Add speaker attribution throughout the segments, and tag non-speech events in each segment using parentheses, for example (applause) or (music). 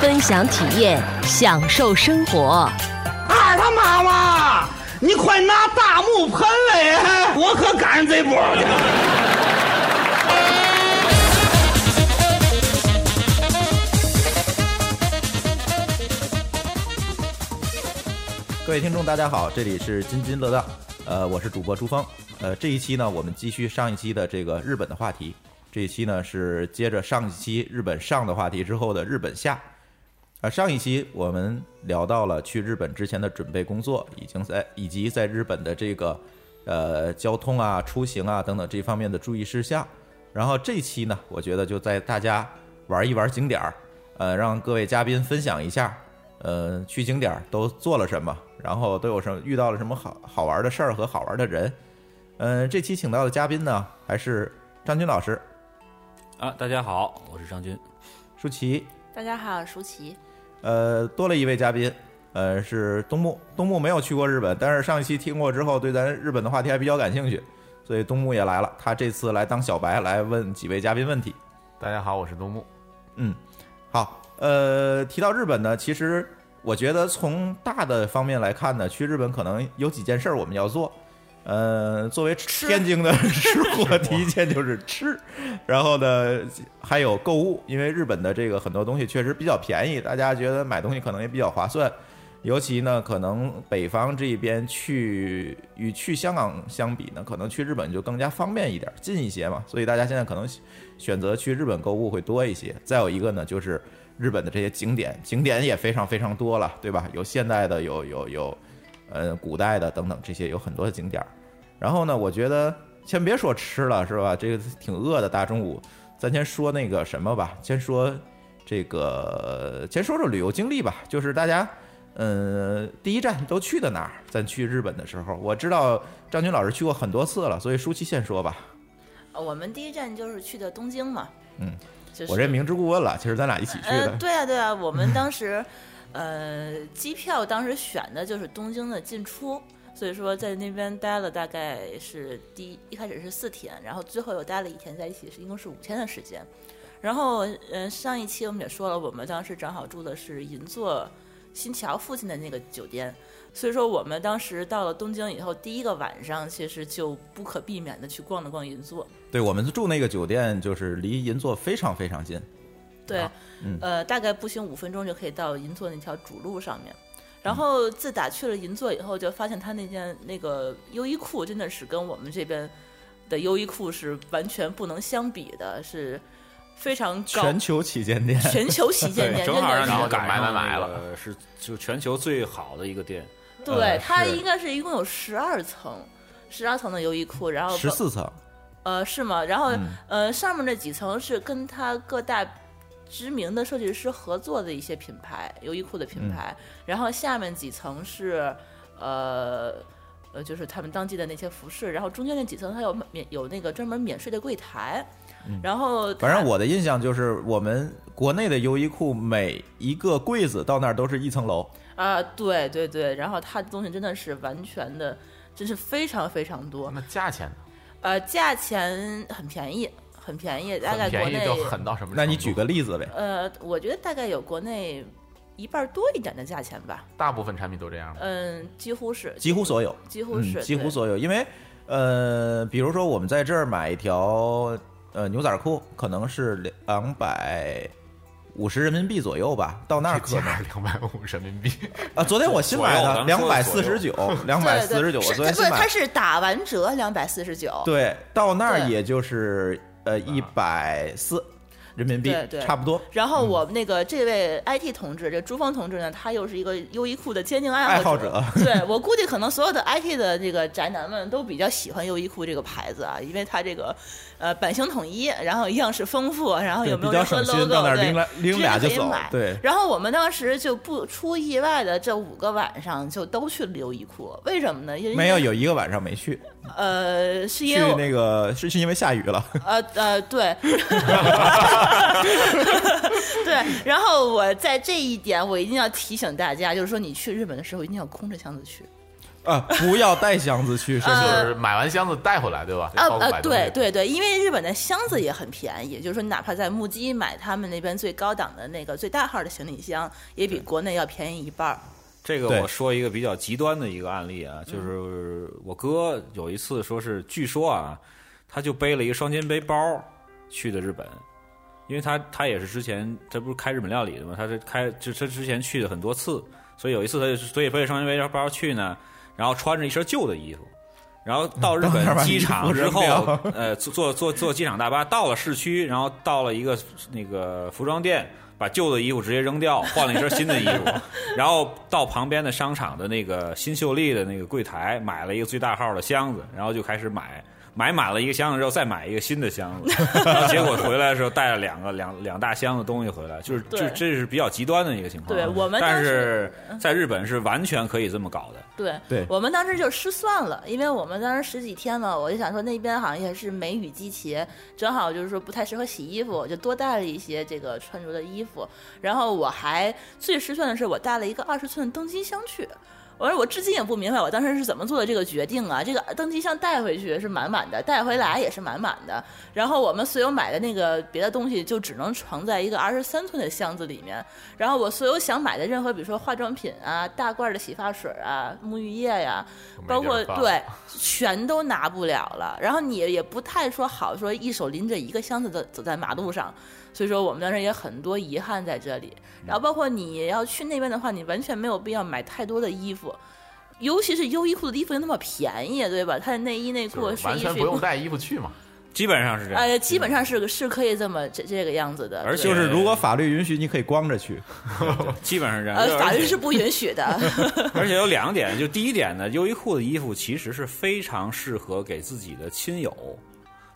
Speaker 1: 分享体验，享受生活。
Speaker 2: 二他妈妈，你快拿大木盆来，我可赶上这波了。
Speaker 3: 各位听众，大家好，这里是津津乐道，呃，我是主播朱峰，呃，这一期呢，我们继续上一期的这个日本的话题，这一期呢是接着上一期日本上的话题之后的日本下，啊、上一期我们聊到了去日本之前的准备工作，已经在以及在日本的这个呃交通啊、出行啊等等这方面的注意事项，然后这期呢，我觉得就带大家玩一玩景点儿，呃，让各位嘉宾分享一下，呃，去景点儿都做了什么，然后都有什么遇到了什么好好玩的事儿和好玩的人。嗯、这期请到的嘉宾呢，还是张军老师、
Speaker 4: 啊，大家好，我是张军。
Speaker 3: 舒淇，
Speaker 5: 大家好，舒淇。
Speaker 3: 呃，多了一位嘉宾，呃，是东木。东木没有去过日本，但是上一期听过之后，对咱日本的话题还比较感兴趣，所以东木也来了。他这次来当小白，来问几位嘉宾问题。
Speaker 6: 大家好，我是东木。
Speaker 3: 嗯，好，呃，提到日本呢，其实我觉得从大的方面来看呢，去日本可能有几件事儿我们要做。呃，作为天津的吃货，第一件就是吃，然后呢，还有购物，因为日本的这个很多东西确实比较便宜，大家觉得买东西可能也比较划算。尤其呢，可能北方这边去与去香港相比呢，可能去日本就更加方便一点，近一些嘛，所以大家现在可能选择去日本购物会多一些。再有一个呢，就是日本的这些景点，景点也非常非常多了，对吧？有现代的，有有有，呃，古代的等等，这些有很多的景点儿。然后呢，我觉得先别说吃了，是吧？这个挺饿的，大中午，咱先说那个什么吧，先说这个，呃先说说旅游经历吧，就是大家。嗯，第一站都去的哪儿？咱去日本的时候，我知道张军老师去过很多次了，所以舒淇先说吧。
Speaker 5: 呃我们第一站就是去的东京嘛。
Speaker 3: 嗯，
Speaker 5: 就是、
Speaker 3: 我这明知故问了，其实咱俩一起去
Speaker 5: 呃
Speaker 3: 的，。
Speaker 5: 对啊，对啊，
Speaker 3: (laughs)
Speaker 5: 我们当时，呃，机票当时选的就是东京的进出，所以说在那边待了大概是第一一开始是四天，然后最后又待了一天在一起，是一共是五天的时间。然后，呃，上一期我们也说了，我们当时正好住的是银座新桥附近的那个酒店，所以说我们当时到了东京以后，第一个晚上其实就不可避免的去逛了逛银座。
Speaker 3: 对，我们住那个酒店就是离银座非常非常近。
Speaker 5: 对，
Speaker 3: 嗯
Speaker 5: 呃，大概步行五分钟就可以到银座那条主路上面。
Speaker 3: 嗯
Speaker 5: 然后自打去了银座以后，就发现他那件那个优衣库真的是跟我们这边的优衣库是完全不能相比的，是非常高
Speaker 3: 全球旗舰店，
Speaker 5: 全球旗舰店，真
Speaker 4: 正好让
Speaker 5: 的是
Speaker 4: 你赶上
Speaker 6: 买买买
Speaker 4: 了，是就全球最好的一个店。
Speaker 5: 对它
Speaker 3: 嗯是
Speaker 5: 应该是一共有十二层，十二层的优衣库，然后
Speaker 3: 十四层，
Speaker 5: 呃，是吗？然后、
Speaker 3: 嗯
Speaker 5: 呃，上面那几层是跟它各大知名的设计师合作的一些品牌，优衣库的
Speaker 3: 嗯
Speaker 5: 品牌。然后下面几层是呃呃，就是他们当季的那些服饰。然后中间那几层它有免有那个专门免税的柜台。然后它
Speaker 3: 嗯反正我的印象就是我们国内的优衣库每一个柜子到那儿都是一层楼。
Speaker 5: 啊，对对对，然后它的东西真的是完全的，真是非常非常多。
Speaker 6: 那价钱呢？
Speaker 5: 呃，价钱很便宜，很便宜，大概
Speaker 6: 很
Speaker 5: 国
Speaker 6: 便宜
Speaker 5: 内
Speaker 6: 就狠到什么程度？
Speaker 3: 那你举个例子呗？
Speaker 5: 呃，我觉得大概有国内一半儿多一点的价钱吧。
Speaker 6: 大部分产品都这样吗？
Speaker 5: 嗯，几乎是，
Speaker 3: 几乎所有，
Speaker 5: 几乎是，
Speaker 3: 嗯、几乎
Speaker 5: 对
Speaker 3: 所有，因为呃，比如说我们在这儿买一条呃牛仔裤，可能是两百五十人民币左右吧，到那儿可
Speaker 6: 价
Speaker 3: 能
Speaker 6: 两百五人民币，
Speaker 3: 啊，昨天我新买的
Speaker 4: 左右咱
Speaker 3: 两百
Speaker 4: 们
Speaker 3: 四
Speaker 4: 说
Speaker 3: 十
Speaker 4: 的
Speaker 3: 九，两百
Speaker 5: 对
Speaker 3: 四十九，
Speaker 5: 对，
Speaker 3: 我
Speaker 5: 是
Speaker 3: 昨
Speaker 5: 它
Speaker 3: 天
Speaker 5: 不
Speaker 3: 新
Speaker 5: 是，
Speaker 3: 买
Speaker 5: 它
Speaker 3: 的，
Speaker 5: 是打完折两百四十九，
Speaker 3: 对，到那儿
Speaker 5: 对
Speaker 3: 也就是呃一百四。140人民币
Speaker 5: 对对
Speaker 3: 差不多。
Speaker 5: 然后我那个这位 IT 同志，这朱峰同志呢，他又是一个优衣库的坚定
Speaker 3: 爱
Speaker 5: 爱
Speaker 3: 好
Speaker 5: 者。
Speaker 3: 者
Speaker 5: (laughs) 对我估计可能所有的 IT 的这个宅男们都比较喜欢优衣库这个牌子啊，因为它这个呃版型统一，然后样式丰富，然后
Speaker 3: 对
Speaker 5: 有没
Speaker 3: 比
Speaker 5: 有
Speaker 3: 较
Speaker 5: 任何
Speaker 3: 省
Speaker 5: logo，
Speaker 3: 心，到那儿
Speaker 5: 对
Speaker 3: 拎来拎
Speaker 5: 直接
Speaker 3: 俩
Speaker 5: 就
Speaker 3: 就
Speaker 5: 可以
Speaker 3: 走
Speaker 5: 买。
Speaker 3: 对，
Speaker 5: 然后我们当时就不出意外的，这五个晚上就都去了优衣库，为什么呢？因为
Speaker 3: 没有有一个晚上没去，
Speaker 5: 呃，是
Speaker 3: 去
Speaker 5: 因为我
Speaker 3: 那个是是因为下雨了， (laughs)
Speaker 5: 呃呃，对， (laughs) 对。然后我在这一点，我一定要提醒大家，就是说你去日本的时候一定要空着箱子去。
Speaker 3: 啊，不要带箱子
Speaker 5: (laughs)
Speaker 3: 去，是不
Speaker 6: 就
Speaker 3: 是？
Speaker 6: 是买完箱子带回来，对吧？
Speaker 5: 啊
Speaker 6: 包括
Speaker 5: 呃，
Speaker 6: 买东西
Speaker 5: 对，对对，因为日本的箱子也很便宜，就是说哪怕在木屐买他们那边最高档的那个最大号的行李箱，也比国内要便宜一半儿。
Speaker 4: 这个
Speaker 3: 对
Speaker 4: 我说一个比较极端的一个案例啊，就是我哥有一次说是，据说啊，他就背了一个双肩背包去的日本，因为他他也是之前他不是开日本料理的嘛，他是开就他之前去的很多次，所以有一次他就所以背着双肩背包去呢，然后穿着一身旧的衣服。然后到
Speaker 6: 嗯
Speaker 4: 日
Speaker 3: 到那儿
Speaker 4: 本
Speaker 3: 把
Speaker 4: 机
Speaker 3: 衣服
Speaker 4: 场之
Speaker 3: 扔
Speaker 4: 后
Speaker 3: 掉，
Speaker 4: 呃，坐坐坐坐机场大巴到了市区，然后到了一个那个服装店，把旧的衣服直接扔掉，换了一身新的衣服， (laughs) 然后到旁边的商场的那个新秀丽的那个柜台买了一个最大号的箱子，然后就开始买。买满了一个箱子之后，再买一个新的箱
Speaker 5: (laughs)
Speaker 4: 子，然后结果回来的时候带了两个两两大箱子东西回来，就是
Speaker 5: 对
Speaker 4: 这这是比较极端的一个情况。啊
Speaker 5: 对我们
Speaker 4: 但
Speaker 5: 当
Speaker 4: 是
Speaker 5: 时
Speaker 4: 在日本是完全可以这么搞的。
Speaker 5: 对，
Speaker 3: 对
Speaker 5: 我们当时就失算了，因为我们当时十几天嘛，我就想说那边好像也是梅雨季节，正好就是说不太适合洗衣服，我就多带了一些这个穿着的衣服。然后我还最失算的是，我带了一个二十寸登机箱去。我说我至今也不明白我当时是怎么做的这个决定啊！这个登机箱带回去是满满的，带回来也是满满的。然后我们所有买的那个别的东西就只能藏在一个二十三寸的箱子里面，然后我所有想买的任何，比如说化妆品啊、大罐的洗发水啊、沐浴液呀、
Speaker 6: 没地
Speaker 5: 包
Speaker 6: 儿
Speaker 5: 括
Speaker 6: 放
Speaker 5: 对，全都拿不了了。然后你也不太说好，说一手拎着一个箱子走走在马路上，所以说我们当时也很多遗憾在这里。
Speaker 6: 嗯
Speaker 5: 然后包括你要去那边的话，你完全没有必要买太多的衣服。尤其是优衣库的衣服又那么便宜，对吧？它的内衣、内
Speaker 6: 就
Speaker 5: 裤、
Speaker 6: 是
Speaker 5: 睡
Speaker 6: 完
Speaker 5: 衣、
Speaker 6: 全
Speaker 5: 睡
Speaker 6: 不用
Speaker 5: 裤，
Speaker 6: 带衣服去嘛。
Speaker 4: 基本上是这样。
Speaker 5: 呃，基本上是个是可以这么这这个样子的。
Speaker 4: 而且
Speaker 5: 对
Speaker 3: 就是如果法律允许，你可以光着去。
Speaker 4: 基本上是这样。
Speaker 5: 呃
Speaker 4: 就，
Speaker 5: (laughs) 法
Speaker 4: 而
Speaker 5: 律
Speaker 4: 且
Speaker 5: 是不允许的。
Speaker 6: (laughs)
Speaker 4: (laughs) 而且有两点，就第一点呢，优衣库的衣服其实是非常适合给自己的亲友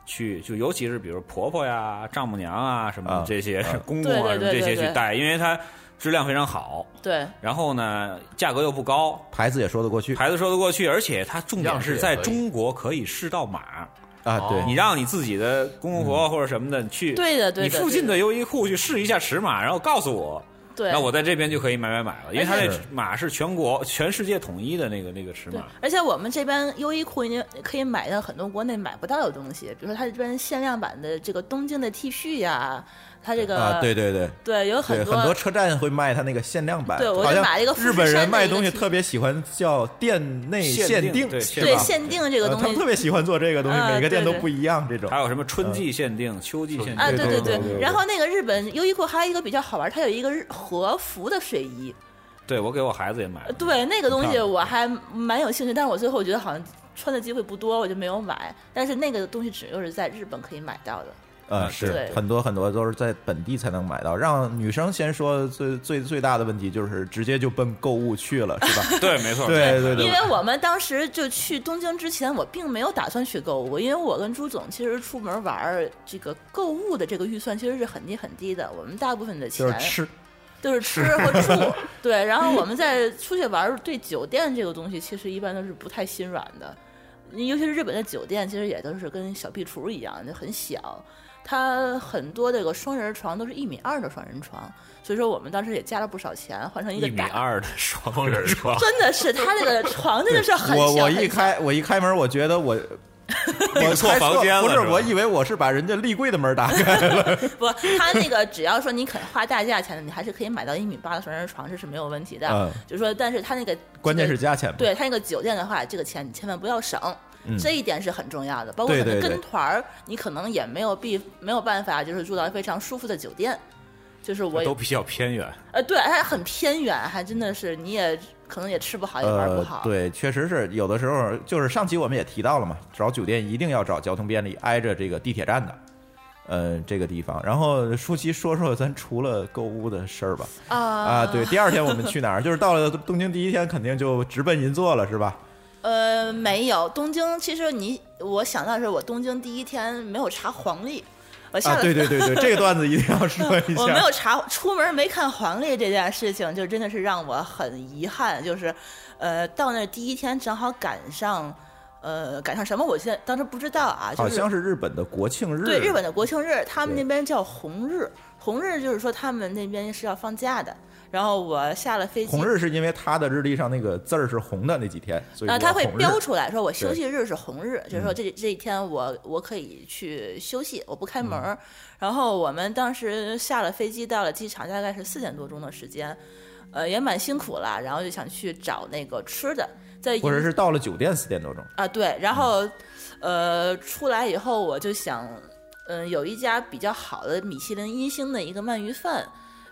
Speaker 4: 去，就尤其是比如婆婆呀、丈母娘啊什么
Speaker 3: 啊
Speaker 4: 这些、公公
Speaker 5: 对
Speaker 4: 啊
Speaker 5: 对
Speaker 4: 什么这
Speaker 5: 对
Speaker 4: 些
Speaker 5: 对
Speaker 4: 去
Speaker 5: 对
Speaker 4: 带，因为它质量非常好，
Speaker 5: 对，
Speaker 4: 然后呢价格又不高，
Speaker 3: 牌子也说得过去
Speaker 4: 牌子说得过去，而且它重点
Speaker 6: 样式
Speaker 4: 是
Speaker 6: 也
Speaker 4: 在
Speaker 6: 可以
Speaker 4: 中国可以试到码。
Speaker 3: 啊，对，
Speaker 6: 哦
Speaker 4: 你让你自己的公公
Speaker 6: 嗯
Speaker 4: 婆婆或者什么的，你去
Speaker 5: 对的对的
Speaker 4: 你附近
Speaker 5: 对的
Speaker 4: 的优衣库去试一下尺码，然后告诉我，
Speaker 5: 对。
Speaker 4: 那我在这边就可以买买买了，因为它
Speaker 5: 而
Speaker 4: 那
Speaker 3: 且
Speaker 4: 码是全国、全世界统一的那个那个尺
Speaker 5: 对
Speaker 4: 码。，
Speaker 5: 而且我们这边优衣库也可以买到很多国内买不到的东西，比如说它这边限量版的这个东京的 T 恤呀、它这个
Speaker 3: 啊，对对对。
Speaker 5: 对
Speaker 3: 对，
Speaker 5: 有哦很
Speaker 3: 很车站会卖它那个限量版，
Speaker 5: 对我就
Speaker 3: 好像
Speaker 5: 买了一个富士
Speaker 3: 日本人
Speaker 5: 山的
Speaker 3: 卖
Speaker 5: 一个
Speaker 3: 东西
Speaker 5: T
Speaker 3: 特别喜欢叫店内
Speaker 4: 限定
Speaker 3: 定，
Speaker 4: 对
Speaker 3: 是
Speaker 5: 对
Speaker 3: 吧？
Speaker 5: 限定这个
Speaker 3: 呃他
Speaker 5: 东
Speaker 3: 们
Speaker 5: 西
Speaker 3: 特。别喜欢做这个东西，
Speaker 5: 啊
Speaker 3: 每个店
Speaker 5: 对
Speaker 3: 都
Speaker 5: 对
Speaker 3: 不一样。这种
Speaker 4: 还有什么春季限定、秋季限定？
Speaker 5: 啊，
Speaker 3: 嗯对
Speaker 5: 对
Speaker 3: 对对对
Speaker 5: 然后那个日本优衣库还有一个比较好玩，它有一个日和服的睡衣，呃
Speaker 4: 对我给我孩子也
Speaker 5: (laughs)
Speaker 4: 买了。
Speaker 5: 对那个东西我还蛮有兴趣，但是我最后觉得好像穿的机会不多，我就没有买。但是那个东西只有是在日本可以买到的。
Speaker 3: 呃，
Speaker 4: 啊
Speaker 3: 是
Speaker 5: 对
Speaker 3: 很多很多都是在本地才能买到。让女生先说最最最大的问题就是直接就奔购物去了，是
Speaker 5: (laughs)
Speaker 3: 吧？
Speaker 4: 对，没错，
Speaker 3: 对对
Speaker 5: 因
Speaker 3: 对
Speaker 5: 为，我们当时就去东京之前，我并没有打算去购物，因为我跟朱总其实出门玩儿，这个购物的这个预算其实是很低很低的。我们大部分的
Speaker 3: 就
Speaker 5: 钱
Speaker 3: 是吃，
Speaker 5: 都是吃和住，对。然后我们在出去玩儿，对酒店这个东西其实一般都是不太心软的，尤其是日本的酒店，其实也都是跟小壁橱一样，就很小。它很多这个双人床都是一米二的双人床，所以说我们当时也加了不少钱，换成一个
Speaker 4: 一米
Speaker 5: 大，
Speaker 4: 二的
Speaker 3: (laughs)
Speaker 4: 双人床，
Speaker 5: 真的是它那个床真的是很小 (laughs)
Speaker 3: 我我
Speaker 5: 很
Speaker 3: 一
Speaker 5: 小
Speaker 3: 开我一开门，我觉得
Speaker 5: (laughs)
Speaker 3: 我我
Speaker 4: 错
Speaker 3: 猜
Speaker 4: 房间了
Speaker 3: 不是，
Speaker 4: 是吧
Speaker 3: 我以为我是把人家立柜的门打
Speaker 5: (laughs)
Speaker 3: 开，
Speaker 5: 不，他那个只要说你肯花大价钱的，你还是可以买到一米八的双人床，这是没有问题的。
Speaker 3: 嗯
Speaker 5: 就是说，但是他那个
Speaker 3: 关键
Speaker 5: 这
Speaker 3: 是
Speaker 5: 个
Speaker 3: 价钱嘛。
Speaker 5: 对他那个酒店的话，这个钱你千万不要省。这一点是很重要的，包括
Speaker 3: 嗯对
Speaker 5: 可能
Speaker 3: 对对
Speaker 5: 跟团儿，你可能也没有必没有办法，就是住到非常舒服的酒店，就是我也
Speaker 4: 都比较偏远。
Speaker 5: 呃对，还很偏远，还真的是你也可能也吃不好，也玩不好，
Speaker 3: 呃对，确实是有的时候，就是上期我们也提到了嘛，找酒店一定要找交通便利、挨着这个地铁站的。呃这个地方。然后舒淇说说咱除了购物的事儿吧。
Speaker 5: 啊
Speaker 3: 啊，对，，第二天我们去哪
Speaker 5: (laughs)
Speaker 3: 儿？就是到了东京第一天，肯定就直奔银座了，是吧？
Speaker 5: 呃，没有东京。其实你我想到的是，我东京第一天没有查黄历，我下
Speaker 3: 啊
Speaker 5: 了、，
Speaker 3: 对对对对，这个段子一定要说一下。
Speaker 5: (laughs) 我没有查，出门没看黄历这件事情，就真的是让我很遗憾。就是，呃，到那第一天正好赶上，呃，赶上什么？我现在当时不知道啊，就
Speaker 3: 好
Speaker 5: 是
Speaker 3: 像是日本的国庆日，
Speaker 5: 对日本的国庆日，他们
Speaker 3: 对
Speaker 5: 那边叫红日，红日就是说他们那边是要放假的。然后我下了飞机，
Speaker 3: 红日是因为它的日历上那个字儿是红的那几天，所以
Speaker 5: 呃，他
Speaker 3: 叫
Speaker 5: 会
Speaker 3: 红日嗯
Speaker 5: 标出来说，我休息日是红日，就是说这这一天我我可以去休息，我不开门
Speaker 3: 嗯
Speaker 5: 儿。然后我们当时下了飞机，到了机场大概是四点多钟的时间，呃，也蛮辛苦了，然后就想去找那个吃的，在
Speaker 3: 或者
Speaker 5: 银
Speaker 3: 是到了酒店四点多钟。
Speaker 5: 啊对，然后呃出来以后我就想，嗯，有一家比较好的米其林一星的一个鳗鱼饭。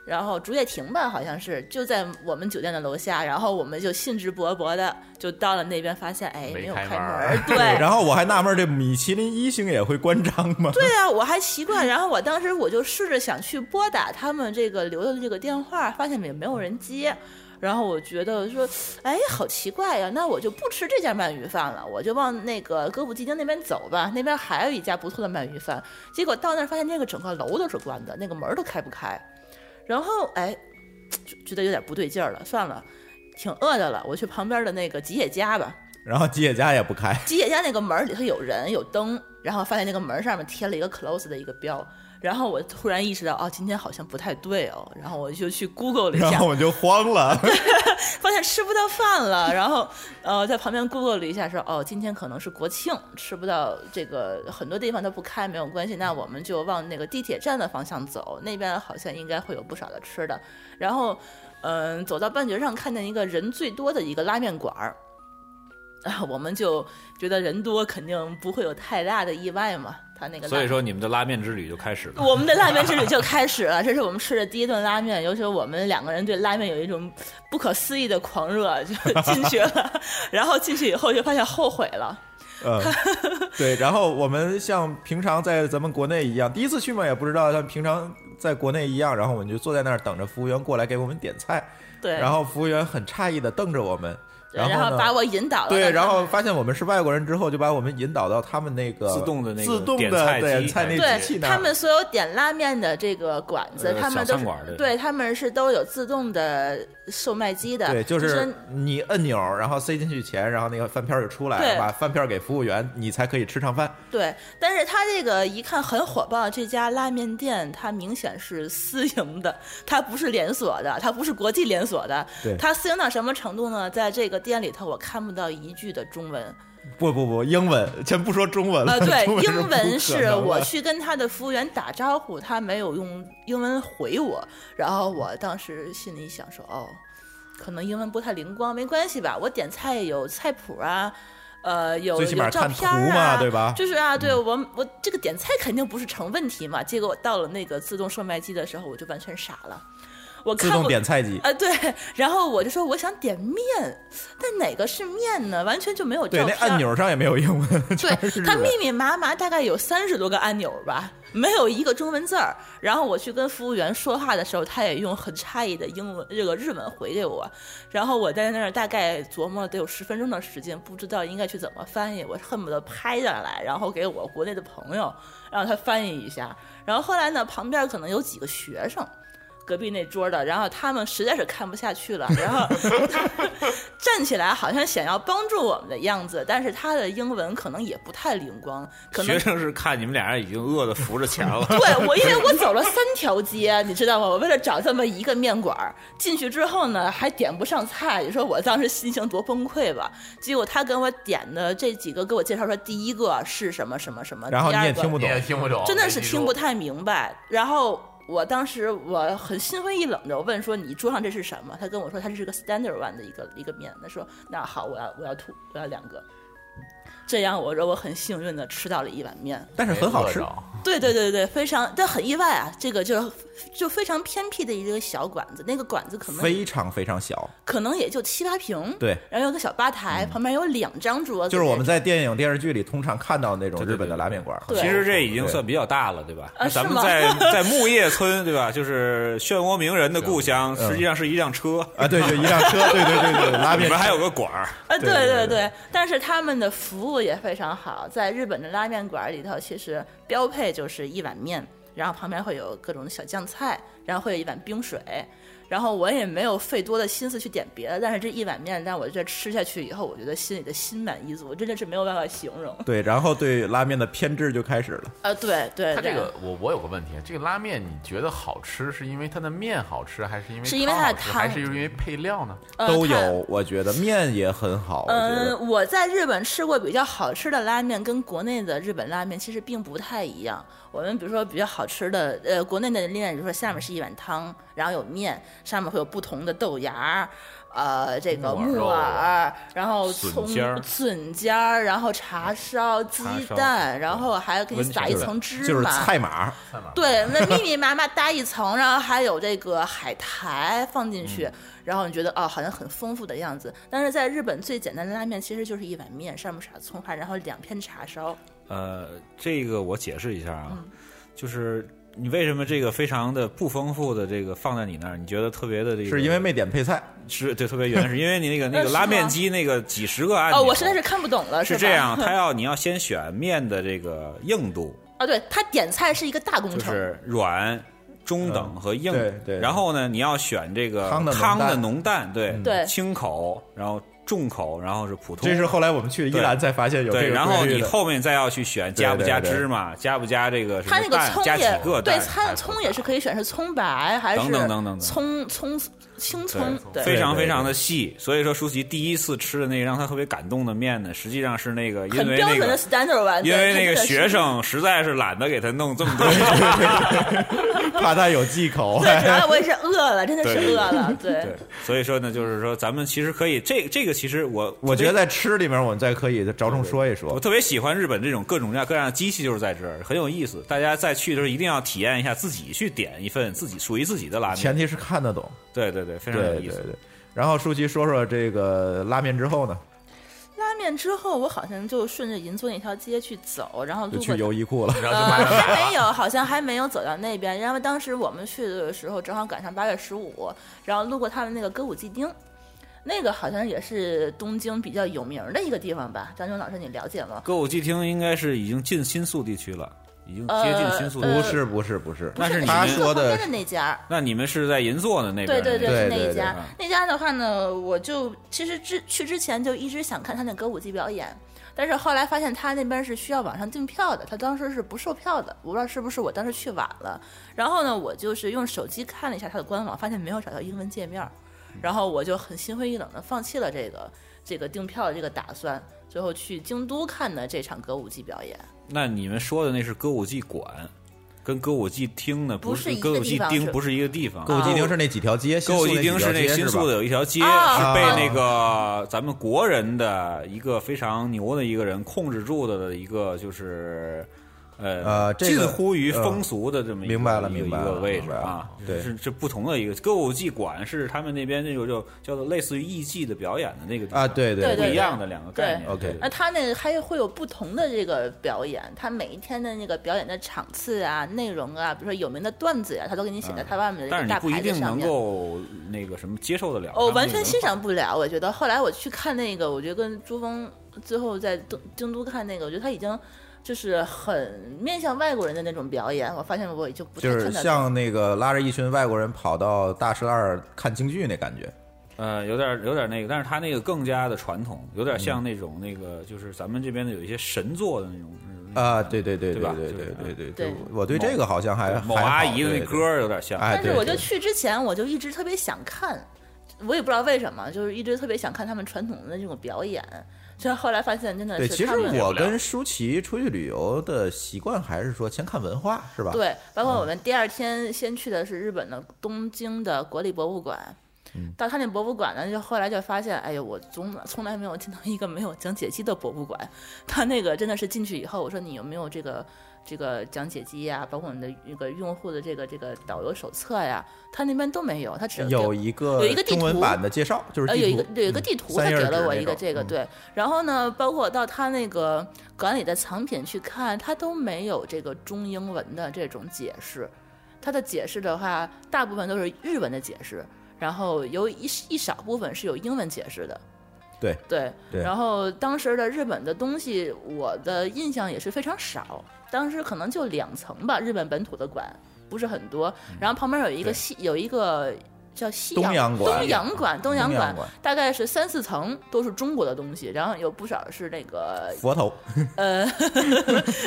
Speaker 5: 然后竹叶亭吧，好像是就在我们酒店的楼下，然后我们就兴致勃勃的就到了那边，发现哎
Speaker 6: 没
Speaker 5: 有
Speaker 6: 开
Speaker 5: 开
Speaker 6: 门
Speaker 5: 门
Speaker 6: 儿
Speaker 5: 儿， (laughs) 对，
Speaker 3: 然后我还纳闷儿，这米其林一星也会关张吗？对
Speaker 5: (laughs) 对啊，我还奇怪，然后我当时我就试着想去拨打他们这个留的这个电话，发现也没有人接。然后我觉得说，哎，好奇怪呀、那我就不吃这家鳗鱼饭了，我就往那个歌舞伎町那边走吧，那边还有一家不错的鳗鱼饭。结果到那儿发现那个整个楼都是关的，那个门儿都开不开。然后哎，就觉得有点不对劲儿了，算了，挺饿的了，我去旁边的那个吉野家吧。
Speaker 3: 然后吉野家也不开，
Speaker 5: 吉野家那个门儿里头有人有灯，然后发现那个门儿上面贴了一个 close 的一个标，然后我突然意识到，哦，今天好像不太对哦，然后我就去 Google 了一
Speaker 3: 然
Speaker 5: 下
Speaker 3: 后，我就慌
Speaker 5: (laughs)
Speaker 3: 了。
Speaker 5: 发现吃不到饭了，然后呃在旁边 Google 了一下说，哦，今天可能是国庆，吃不到这个很多地方都不开，没有关系，那我们就往那个地铁站的方向走，那边好像应该会有不少的吃的，然后嗯、走到半截上看见一个人最多的一个拉面馆儿。 (laughs) 啊，我们就觉得人多肯定不会有太大的意哦外嘛。他那个拉
Speaker 4: 所以说你们的拉面之旅就开始了。
Speaker 5: 我们的拉面之旅就开始了，这是我们吃的第一顿拉面，尤其是我们两个人对拉面有一种不可思议的狂热，就进去了。
Speaker 3: (laughs)
Speaker 5: 然后进去以后就发现后悔了，
Speaker 3: 嗯，对。然后我们像平常在咱们国内一样，第一次去嘛也不知道，但平常在国内一样，然后我们就坐在那儿等着服务员过来给我们点菜，
Speaker 5: 对，
Speaker 3: 然后服务员很诧异的瞪着我们，
Speaker 5: 对然
Speaker 3: 后呢？
Speaker 5: 把我引导了，
Speaker 3: 对，然后
Speaker 5: (laughs)
Speaker 3: 发现我们是外国人之后，就把我们引导到他们那个
Speaker 4: 自动的那个
Speaker 3: 自动
Speaker 4: 点
Speaker 3: 的
Speaker 4: 菜机
Speaker 3: 点菜那机器
Speaker 5: 对
Speaker 3: 那
Speaker 5: 他
Speaker 3: 儿。
Speaker 5: 们所有点拉面的这个馆子，
Speaker 4: 呃
Speaker 5: 他们
Speaker 4: 小
Speaker 5: 都
Speaker 4: 餐
Speaker 5: 是
Speaker 4: 馆儿对
Speaker 5: 对他们是都有自动的售卖机的，
Speaker 3: 对，就
Speaker 5: 就是
Speaker 3: 是你按钮，然后塞进去钱，然后那个饭票就出来，
Speaker 5: 对
Speaker 3: 把饭票给服务员，你才可以吃上饭。
Speaker 5: 对，但是他这个一看很火爆，这家拉面店它明显是私营的，它不是连锁的，它不是国际连锁的
Speaker 3: 对，
Speaker 5: 它私营到什么程度呢？在这个店里头，我看不到一句的中文。
Speaker 3: 不不不，英文，先不说中文了。
Speaker 5: 呃，对
Speaker 3: 中，
Speaker 5: 英文
Speaker 3: 是不可
Speaker 5: 是
Speaker 3: 能的
Speaker 5: 我去跟他的服务员打招呼，他没有用英文回我，然后我当时心里想说，哦，可能英文不太灵光，没关系吧，我点菜有菜谱啊。呃，有
Speaker 3: 最起码
Speaker 5: 有照
Speaker 3: 看
Speaker 5: 片
Speaker 3: 图
Speaker 5: 儿
Speaker 3: 嘛
Speaker 5: 啊，
Speaker 3: 对吧嗯
Speaker 5: 就是啊，对我我这个点菜肯定不是成问题嘛。结果到了那个自动售卖机的时候，我就完全傻了，我
Speaker 3: 自
Speaker 5: 看
Speaker 3: 动
Speaker 5: 不
Speaker 3: 点菜机。
Speaker 5: 啊，对，然后我就说我想点面，但哪个是面呢？完全就没有
Speaker 3: 对，
Speaker 5: 照
Speaker 3: 那
Speaker 5: 片儿。
Speaker 3: 按钮上也没有英文，全是
Speaker 5: (laughs) 对，
Speaker 3: 日
Speaker 5: 它
Speaker 3: 文
Speaker 5: 密密麻麻大概有三十多个按钮吧，没有一个中文字儿。然后我去跟服务员说话的时候，他也用很诧异的英文这个日文回给我。然后我在那儿大概琢磨了得有十分钟的时间，不知道应该去怎么翻译，我恨不得拍下来，然后给我国内的朋友让他翻译一下。然后后来呢，旁边可能有几个学生。隔壁那桌的，然后他们实在是看不下去了，然后 (laughs) 站起来好像想要帮助我们的样子，但是他的英文可能也不太灵光，可能，
Speaker 4: 学生是看你们俩人已经饿得扶着墙了
Speaker 5: 对我，因为我走了三条街，你知道吗？我为了找这么一个面馆儿，进去之后呢，还点不上菜，你说我当时心情多崩溃吧？结果他跟我点的这几个，给我介绍说第一个是什么什么什么，
Speaker 3: 然后
Speaker 5: 第
Speaker 3: 你
Speaker 5: 二
Speaker 3: 也
Speaker 5: 个
Speaker 3: 听不
Speaker 6: 你
Speaker 3: 懂。
Speaker 6: 也听不懂，
Speaker 5: 真的是
Speaker 6: 没记
Speaker 5: 听不
Speaker 6: 住
Speaker 5: 太明白。然后我当时我很心灰意冷的，我问说你桌上这是什么？他跟我说他这是个 standard one 的一个一个面。他说那好，我要我要吐，我要两个。这样我说我很幸运的吃到了一碗面。
Speaker 3: 但是很好吃
Speaker 6: 没饿。着
Speaker 5: 对对对对，非常，但很意外啊，这个就是就非常偏僻的一个小馆子，那个馆子可能
Speaker 3: 非常非常小，
Speaker 5: 可能也就七八平，
Speaker 3: 对嗯
Speaker 5: 然后有个小吧台，旁边有两张桌子，
Speaker 3: 就是我们在电影电视剧里通常看到那种
Speaker 4: 对对
Speaker 3: 日本的拉面馆。
Speaker 5: (laughs) 对
Speaker 4: 其实这已经算比较大了，对吧？
Speaker 5: 啊
Speaker 4: 那咱们
Speaker 5: 是吗
Speaker 4: 在在
Speaker 5: (laughs)
Speaker 4: 木叶村，对吧？就是漩涡鸣人的故乡，实际上是一辆车，
Speaker 3: 啊，对，就一辆车，对对对对，拉
Speaker 4: 里
Speaker 3: 面
Speaker 4: 面还有个
Speaker 3: (laughs)
Speaker 4: 管儿。
Speaker 5: 啊，对
Speaker 3: 对对
Speaker 5: 对对，但是他们的服务也非常好，在日本的拉面馆里头，其实标配就是一碗面，然后旁边会有各种小酱菜，然后会有一碗冰水。然后我也没有费多的心思去点别的，但是这一碗面让我这吃下去以后，我觉得心里的心满意足，真的是没有办法形容。
Speaker 3: 对，然后对拉面的偏执就开始了。
Speaker 5: 啊，对对，
Speaker 6: 它这
Speaker 5: 对
Speaker 6: 个我我有个问题，这个拉面你觉得好吃是因为它的面好吃，还是因为
Speaker 5: 是因为它的
Speaker 6: 好吃
Speaker 5: 汤
Speaker 6: 还是因为配料呢？
Speaker 5: 呃
Speaker 3: 都
Speaker 5: 它
Speaker 3: 有，我觉得面也很好，我觉得
Speaker 5: 嗯，我在日本吃过比较好吃的拉面，跟国内的日本拉面其实并不太一样。我们比如说比较好吃的，呃，国内的面，比如说下面是一碗汤，然后有面，上面会有不同的豆芽儿，呃，这个
Speaker 6: 木
Speaker 5: 木
Speaker 3: 啊
Speaker 6: 耳
Speaker 5: 耳，然后
Speaker 4: 笋
Speaker 5: 葱
Speaker 4: 尖儿
Speaker 5: 笋尖儿，然后茶烧、鸡
Speaker 4: 烧
Speaker 5: 蛋，然后还要给你
Speaker 4: 温泉
Speaker 5: 撒一层芝麻，
Speaker 3: 就是菜码，
Speaker 5: 对，那密密麻麻搭一层，然后还有这个海苔放进去，
Speaker 4: 嗯
Speaker 5: 然后你觉得哦，好像很丰富的样子。但是在日本最简单的拉面其实就是一碗面，上面撒葱花，然后两片茶烧。
Speaker 4: 呃，这个我解释一下
Speaker 5: 嗯
Speaker 4: 啊，就是你为什么这个非常的不丰富的这个放在你那儿，你觉得特别的这个
Speaker 3: 是因为没点配菜。
Speaker 4: 是对特别原始，因为你那
Speaker 5: (laughs)
Speaker 4: 个那
Speaker 5: 呃
Speaker 4: 个
Speaker 5: 是
Speaker 4: 拉面
Speaker 5: 吗
Speaker 4: 机那个几十个按钮，
Speaker 5: 哦，我实在是看不懂了，
Speaker 4: 是
Speaker 5: 吧
Speaker 4: 这
Speaker 5: (laughs)
Speaker 4: 样，它要你要先选面的这个硬度，
Speaker 5: 啊，对，他点菜是一个大工
Speaker 4: 就
Speaker 5: 程，
Speaker 4: 是软、中等和硬。
Speaker 3: 嗯对对
Speaker 4: 然后呢，你要选这个
Speaker 3: 汤的浓淡嗯
Speaker 4: 汤的浓淡，对
Speaker 5: 对
Speaker 4: 轻口，然后重口，然后是普通。
Speaker 3: 这是后来我们去宜兰才发现有这
Speaker 4: 对，
Speaker 3: 个
Speaker 4: 然后
Speaker 3: 规律
Speaker 4: 你
Speaker 3: 的
Speaker 4: 后面再要去选加不加
Speaker 3: 对对对
Speaker 4: 芝麻，加不加这个什
Speaker 5: 他那
Speaker 4: 么
Speaker 5: 个
Speaker 4: 蛋，
Speaker 5: 葱
Speaker 4: 加几
Speaker 5: 也
Speaker 4: 个
Speaker 5: 对，
Speaker 4: 蛋，
Speaker 5: 它葱也是可以选是葱白还是
Speaker 4: 等等等等等
Speaker 5: 葱葱青葱，对，
Speaker 4: 非常
Speaker 3: 对对
Speaker 4: 非常的细。所以说，舒淇第一次吃的那个让她特别感动的面呢，实际上是那个因
Speaker 5: 很
Speaker 4: 为
Speaker 5: 标
Speaker 4: 那
Speaker 5: 准的
Speaker 4: 个。
Speaker 5: standard 碗。
Speaker 4: 因为那个
Speaker 5: 对
Speaker 4: 学。生实在是懒得给他弄这么多东西，
Speaker 3: (laughs) 怕他有忌口。 (laughs)
Speaker 5: 真的是对，
Speaker 4: (laughs)
Speaker 5: 主要我也是饿了，真的是
Speaker 4: 对对
Speaker 5: 饿
Speaker 4: (laughs)
Speaker 5: 了， (laughs) 对
Speaker 4: 对，所以说呢，就是说咱们其实可以，这这个其实我
Speaker 3: 我觉得在吃里面，我们再可以着重说一
Speaker 4: 我
Speaker 3: 说。
Speaker 4: 特别喜欢日本这种各种各样各样的机器，就是在这儿很有意思。大家再去的时候一定要体验一下，自己去点一份自己属于自己的拉
Speaker 3: 前
Speaker 4: 面。
Speaker 3: 提是看得懂，
Speaker 4: 对对对，非
Speaker 3: 对
Speaker 4: 常有
Speaker 3: 对
Speaker 4: 意思。
Speaker 3: 对。然后舒淇说说这个拉面之后呢，
Speaker 5: 拉面之后，我好像就顺着银座那条街去走，然后
Speaker 3: 就
Speaker 5: 路过
Speaker 3: 去优衣库了。
Speaker 6: 然后就买
Speaker 5: 呃，
Speaker 6: 了
Speaker 5: 还没有，好像还没有走到那边，因为当时我们去的时候正好赶上八月十五，然后路过他们那个歌舞伎町，那个好像也是东京比较有名的一个地方吧？张军老师，你了解吗？
Speaker 4: 歌舞伎町应该是已经进新宿地区了，已经接
Speaker 5: 呃
Speaker 4: 近新宿地
Speaker 3: (laughs) 不
Speaker 4: 区。
Speaker 3: 是不是不是，
Speaker 4: 那是你
Speaker 3: 他
Speaker 4: 们
Speaker 3: 说
Speaker 5: 旁
Speaker 3: 的
Speaker 5: 边的那家，
Speaker 4: 那你们是在银座的那边
Speaker 5: 呃对
Speaker 4: 儿？
Speaker 5: 对
Speaker 3: 对
Speaker 5: 是那
Speaker 3: 对
Speaker 5: 一
Speaker 3: 对
Speaker 5: 家
Speaker 4: 嗯。
Speaker 5: 那家的话呢，我就其实之去之前就一直想看他那歌舞伎表演，但是后来发现他那边是需要网上订票的，他当时是不售票的，我不知道是不是我当时去晚了。然后呢，我就是用手机看了一下他的官网，发现没有找到英文界面儿，然后我就很心灰意冷的放弃了这个这个订票的这个打算，最后去京都看的这场歌舞伎表演。
Speaker 4: 那你们说的那是歌舞伎馆，跟歌舞伎町呢
Speaker 5: 不
Speaker 4: 不
Speaker 5: 是一个
Speaker 4: 歌舞伎
Speaker 5: 地方
Speaker 4: 町
Speaker 5: 是
Speaker 4: 不是一个地方。
Speaker 3: 歌舞伎町是那几条街，
Speaker 4: 歌舞伎町是
Speaker 3: 那
Speaker 4: 那新宿
Speaker 3: 的。
Speaker 4: 的有一条街，是
Speaker 5: 啊
Speaker 4: 被那个咱们国人的一个非常牛的一个人控制住的一个就是。呃
Speaker 3: 呃这个嗯
Speaker 4: 近乎于风俗的这么一个、
Speaker 3: 明白了
Speaker 4: 一个
Speaker 3: 明白了
Speaker 4: 一个位置
Speaker 3: 明白了
Speaker 4: 啊，
Speaker 3: 对
Speaker 4: 是是不同的一个歌舞伎馆是他们那边那种就叫做类似于艺伎的表演的那个地方
Speaker 3: 啊，对
Speaker 5: 对
Speaker 4: 不
Speaker 5: 对
Speaker 4: 一样的两个概念。
Speaker 3: 对 OK
Speaker 5: 那他那个还会有不同的这个表演，他每一天的那个表演的场次啊、内容啊，比如说有名的段子呀、他都给你
Speaker 3: 嗯
Speaker 5: 写在他外面的
Speaker 4: 但是
Speaker 5: 这个
Speaker 4: 你
Speaker 5: 大
Speaker 4: 不一
Speaker 5: 牌子
Speaker 4: 定
Speaker 5: 上
Speaker 4: 能
Speaker 5: 面。
Speaker 4: 够那个什么接受得了。
Speaker 5: 我
Speaker 4: 他们
Speaker 5: 完
Speaker 4: 那
Speaker 5: 全
Speaker 4: 个
Speaker 5: 欣赏不了，我觉得。后来我去看那个，我觉得跟朱峰最后在东京都看那个，我觉得他已经就是很面向外国人的那种表演，我发现我也就不太
Speaker 3: 就
Speaker 5: 看得
Speaker 3: 是
Speaker 5: 懂。
Speaker 3: 像那个拉着一群外国人跑到大石栏看京剧那感觉，
Speaker 4: 呃，有点儿有点儿那个，但是他那个更加的传统，有点
Speaker 3: 嗯
Speaker 4: 像那种、那个，就是咱们这边的有一些神作的那种嗯那种
Speaker 3: 啊，对对对
Speaker 4: 对吧
Speaker 3: 对
Speaker 4: 就是
Speaker 3: 对对
Speaker 5: 对
Speaker 3: 对，我对这个好像哎还
Speaker 4: 某
Speaker 3: 还好
Speaker 4: 阿姨的
Speaker 3: 对
Speaker 4: 那
Speaker 3: 对
Speaker 4: 歌儿有点像。
Speaker 3: 哎，
Speaker 5: 但是
Speaker 3: 对
Speaker 5: 我就
Speaker 3: 对
Speaker 5: 去之前，我就一直特别想看，我也不知道为什么，就是一直特别想看他们传统的这种表演。虽然后来发现真的
Speaker 3: 对，
Speaker 5: 是
Speaker 3: 其
Speaker 5: 他
Speaker 3: 实
Speaker 5: 们
Speaker 3: 我跟舒淇出去旅游的习惯还是说先看文化，是吧？，嗯
Speaker 5: 对，包括我们第二天先去的是日本的东京的国立博物馆，
Speaker 3: 嗯
Speaker 5: 到他那博物馆呢，就后来就发现，哎呦，我从从来没有进到一个没有讲解机的博物馆。他那个真的是进去以后，我说你有没有这个这个讲解机呀、包括我们的那个用户的这个这个导游手册呀、他那边都没有，他只
Speaker 3: 有一个
Speaker 5: 有一个地
Speaker 3: 中
Speaker 5: 图
Speaker 3: 文版的介绍，就是
Speaker 5: 呃，
Speaker 3: 地
Speaker 5: 有一个
Speaker 3: 图
Speaker 5: 有一个
Speaker 3: 嗯
Speaker 5: 地图，
Speaker 3: 三
Speaker 5: 他
Speaker 3: 页
Speaker 5: 给
Speaker 3: 纸
Speaker 5: 了我
Speaker 3: 那
Speaker 5: 一个
Speaker 3: 种
Speaker 5: 这个
Speaker 3: 嗯
Speaker 5: 对，然后呢，包括到他那个馆里的藏品去看，他都没有这个中英文的这种解释，他的解释的话，大部分都是日文的解释，然后有一一少部分是有英文解释的。
Speaker 3: 对
Speaker 5: 对，
Speaker 3: 对
Speaker 5: 然后当时的日本的东西，我的印象也是非常少，当时可能就两层吧，日本本土的馆不是很多，然后旁边有一
Speaker 3: 嗯
Speaker 5: 个
Speaker 3: 对
Speaker 5: 西有一个叫西
Speaker 3: 东洋馆
Speaker 5: 东洋馆，东
Speaker 3: 东
Speaker 5: 洋
Speaker 3: 洋
Speaker 5: 馆
Speaker 3: 馆
Speaker 5: 大概是三四层都是中国的东西，然后有不少是那个
Speaker 3: 佛头，
Speaker 5: 呃，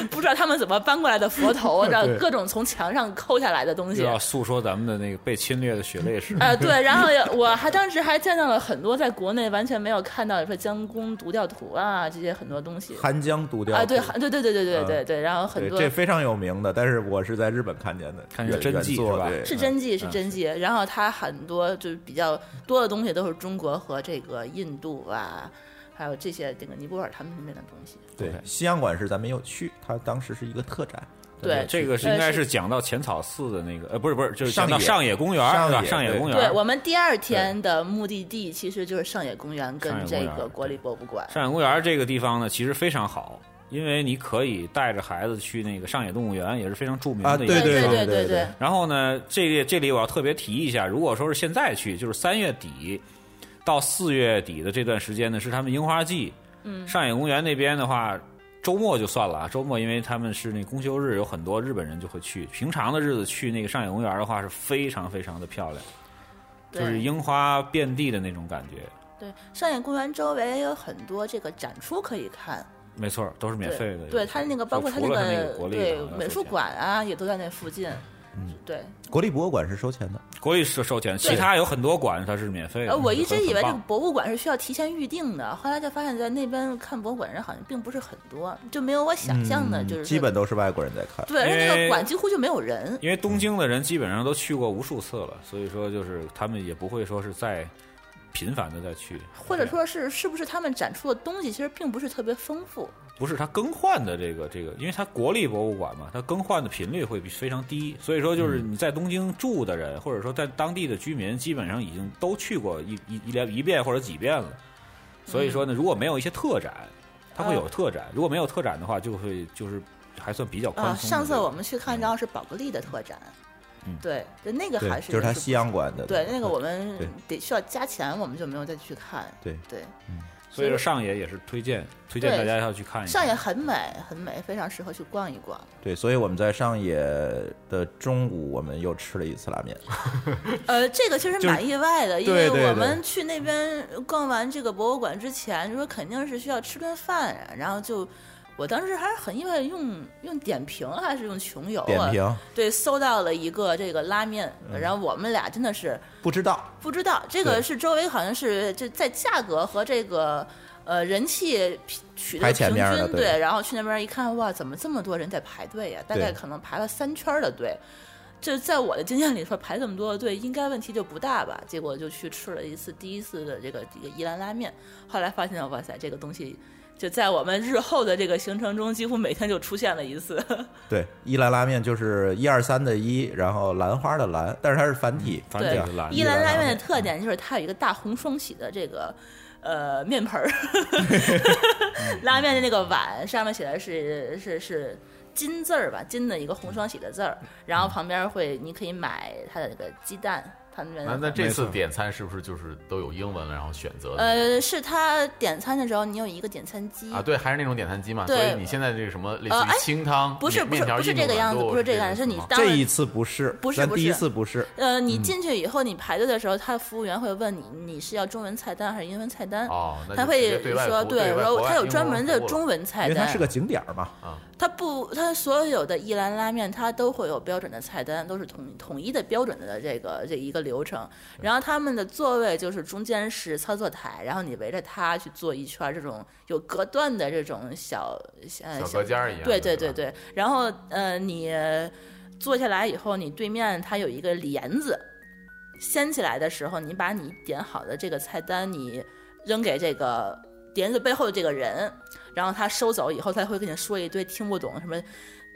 Speaker 5: 不知道他们怎么搬过来的
Speaker 3: (laughs)
Speaker 5: 佛头，然后
Speaker 3: 对
Speaker 5: 各种从墙上抠下来的东西
Speaker 4: 又。要诉说咱们的那个被侵略的血泪史。
Speaker 5: 啊、对，然后也我还当时还见到了很多在国内完全没有看到的，比如说江公独钓图啊这些很多东西
Speaker 3: 寒江独钓
Speaker 5: 啊，对，
Speaker 3: 图
Speaker 5: 对对对对对对
Speaker 3: 嗯
Speaker 5: 对，然后很
Speaker 3: 对，
Speaker 5: 多
Speaker 3: 这非常有名的，但是我是在日本看见的，
Speaker 4: 看见
Speaker 3: 原
Speaker 4: 真
Speaker 3: 原
Speaker 4: 迹
Speaker 3: 作
Speaker 4: 是吧
Speaker 3: 对
Speaker 5: 是
Speaker 3: 嗯
Speaker 5: 真迹，是真迹。然后它很多就是比较多的东西都是中国和这个印度啊，还有这些这个尼泊尔他们那边的东西。
Speaker 3: 对，西洋馆是咱没有去，它当时是一个特展，
Speaker 5: 对，呃
Speaker 4: 这个是应该是讲到浅草寺的那个，呃，不是不是，就是讲到
Speaker 3: 上
Speaker 4: 上
Speaker 3: 野
Speaker 4: 野公园是吧？
Speaker 3: 上
Speaker 4: 上
Speaker 3: 野
Speaker 4: 野公
Speaker 5: 对
Speaker 4: 园，
Speaker 5: 我们第二天的目的地其实就是上野公园跟这个国立博物馆。
Speaker 4: 上野公园这个地方呢，其实非常好，因为你可以带着孩子去那个上野动物园，也是非常著名
Speaker 3: 啊
Speaker 4: 的一个。
Speaker 3: 对
Speaker 5: 对
Speaker 3: 对
Speaker 5: 对
Speaker 3: 对
Speaker 5: 对
Speaker 3: 对对
Speaker 4: 然后呢，这里这里我要特别提一下，如果说是现在去，就是三月底到四月底的这段时间呢，是他们樱花季。嗯，上野公园那边的话，周末就算了啊，周末因为他们是那公休日，有很多日本人就会去。平常的日子去那个上野公园的话，是非常非常的漂亮，
Speaker 5: 对
Speaker 4: 就是樱花遍地的那种感觉。
Speaker 5: 对，上野公园周围也有很多这个展出可以看。
Speaker 4: 没错，都是免费的。
Speaker 5: 对，它那个包括它
Speaker 4: 除了它那
Speaker 5: 个
Speaker 4: 国立
Speaker 5: 对
Speaker 4: 的好像
Speaker 5: 美
Speaker 4: 收
Speaker 5: 术
Speaker 4: 钱
Speaker 5: 馆啊，也都在那附近。对，
Speaker 3: 国立博物馆是收钱的，
Speaker 4: 国立是收钱，其他有很多馆它是免费
Speaker 5: 呃，
Speaker 4: 的。
Speaker 5: 我一直以为
Speaker 4: 很
Speaker 5: 这
Speaker 4: 棒
Speaker 5: 个博物馆是需要提前预定的，后来就发现，在那边看博物馆人好像并不是很多，就没有我想象的，
Speaker 3: 嗯
Speaker 5: 就是
Speaker 3: 基本都是外国人在看，
Speaker 5: 对，而且
Speaker 4: 因
Speaker 5: 那个
Speaker 4: 为
Speaker 5: 馆几乎就没有人。
Speaker 4: 因为东京的人基本上都去过无数次了，所以说就是他们也不会说是再频繁的再去，
Speaker 5: 或者说是是不是他们展出的东西其实并不是特别丰富？
Speaker 4: 不是它更换的这个这个，因为它国立博物馆嘛，它更换的频率会比非常低，所以说就是你在东京住的人，或者说在当地的居民，基本上已经都去过一一一两一遍或者几遍了。所以
Speaker 5: 嗯
Speaker 4: 说呢，如果没有一些特展，它会有特展；如果没有特展的话，就会就是还算比较宽
Speaker 5: 啊，
Speaker 4: 松的这个。
Speaker 5: 上次我们去看到是宝格丽的特展，
Speaker 4: 嗯
Speaker 5: 对，就那个还
Speaker 3: 对，
Speaker 5: 是
Speaker 3: 就是它
Speaker 5: 不
Speaker 3: 西洋馆的，
Speaker 5: 对那个我们
Speaker 3: 对
Speaker 5: 得需要加钱，我们就没有再去看。
Speaker 3: 对
Speaker 5: 对，
Speaker 4: 所以说上野也是推荐推荐
Speaker 5: 对
Speaker 4: 大家要去看一下。
Speaker 5: 上野很美，很美，非常适合去逛一逛。
Speaker 3: 对，所以我们在上野的中午，我们又吃了一次拉面，
Speaker 5: 呃，这个其实
Speaker 3: 就是
Speaker 5: 蛮意外的，
Speaker 3: 对
Speaker 5: 因
Speaker 3: 对
Speaker 5: 为
Speaker 3: 对
Speaker 5: 我们去那边逛完这个博物馆之前，就说肯定是需要吃顿饭啊，然后就。我当时还是很意外，用用点评还是用穷游啊？
Speaker 3: 点评嗯
Speaker 5: 对，搜到了一个这个拉面，然后我们俩真的是
Speaker 3: 不知道，
Speaker 5: 不知道这个
Speaker 3: 对
Speaker 5: 是周围好像是就在价格和这个呃人气匹取得
Speaker 3: 排
Speaker 5: 平
Speaker 3: 前
Speaker 5: 均
Speaker 3: 面的
Speaker 5: 对
Speaker 3: 对
Speaker 5: 然后去那边一看，哇，怎么这么多人在排队呀、大概可能排了三圈儿的队。就在我的经验里说，排这么多的队应该问题就不大吧？结果就去吃了一次第一次的这个这个宜兰拉面，后来发现哇塞，这个东西就在我们日后的这个行程中，几乎每天就出现了一次。
Speaker 3: 对，一兰拉面就是一二三的一，然后兰花的兰，但是它是繁体，
Speaker 4: 繁
Speaker 5: 对
Speaker 4: 体字拉，
Speaker 5: 伊
Speaker 3: 兰
Speaker 5: 兰
Speaker 3: 拉
Speaker 5: 拉面的
Speaker 3: 面
Speaker 5: 特点就是它有一个大红双喜的这个呃面盆儿，拉面的那个碗上面写的是是是金字儿吧，金的一个红双喜的字儿，然后旁边会你可以买它的那个鸡蛋，它那边
Speaker 6: 那那
Speaker 5: 的。
Speaker 6: 这次点餐是不是就是都有英文了，然后选择的
Speaker 5: 呃，是他点餐的时候，你有一个点餐机
Speaker 6: 啊？对，还是那种点餐机嘛。
Speaker 5: 嗯对
Speaker 6: 所以你现在这个什么类似
Speaker 5: 呃哎
Speaker 6: 于清汤，
Speaker 5: 不是
Speaker 6: 面
Speaker 5: 不是
Speaker 6: 面条
Speaker 5: 不是
Speaker 6: 印度
Speaker 5: 这个
Speaker 6: 软
Speaker 5: 样子，
Speaker 6: 糯
Speaker 5: 不是这个
Speaker 6: 这
Speaker 5: 样子，是
Speaker 6: 种
Speaker 5: 你
Speaker 6: 吗
Speaker 5: 当
Speaker 3: 这
Speaker 5: 然
Speaker 3: 一次不是，
Speaker 5: 不是
Speaker 3: 咱
Speaker 5: 不
Speaker 3: 第一
Speaker 5: 是
Speaker 3: 次不是，
Speaker 5: 呃，你进去以后，你排队的时候，他服务员会问你，你是要中文菜单还是英文菜单？
Speaker 6: 哦，那就
Speaker 5: 他
Speaker 6: 直
Speaker 5: 会
Speaker 6: 接对外
Speaker 5: 说，
Speaker 6: 服务对外
Speaker 5: 说
Speaker 6: 国外
Speaker 5: 他有
Speaker 6: 英
Speaker 5: 专
Speaker 6: 文
Speaker 5: 门
Speaker 6: 服
Speaker 5: 的
Speaker 6: 务了
Speaker 5: 中文菜
Speaker 3: 因为
Speaker 5: 单，
Speaker 3: 它是个景点儿
Speaker 5: (laughs)
Speaker 3: 嘛，
Speaker 5: 它不，它所有的一兰拉面，它都会有标准的菜单，都是统统一的标准的这个这一个流程。然后他们的座位就是中间是操作台，然后你围着它去做一圈儿这种有隔断的这种小呃
Speaker 6: 小隔间儿一样的
Speaker 5: 对对
Speaker 6: 对
Speaker 5: 对
Speaker 6: 吧
Speaker 5: 对，然后呃你坐下来以后，你对面它有一个帘子。掀起来的时候，你把你点好的这个菜单，你扔给这个碟子背后的这个人，然后他收走以后，他会跟你说一堆听不懂什么。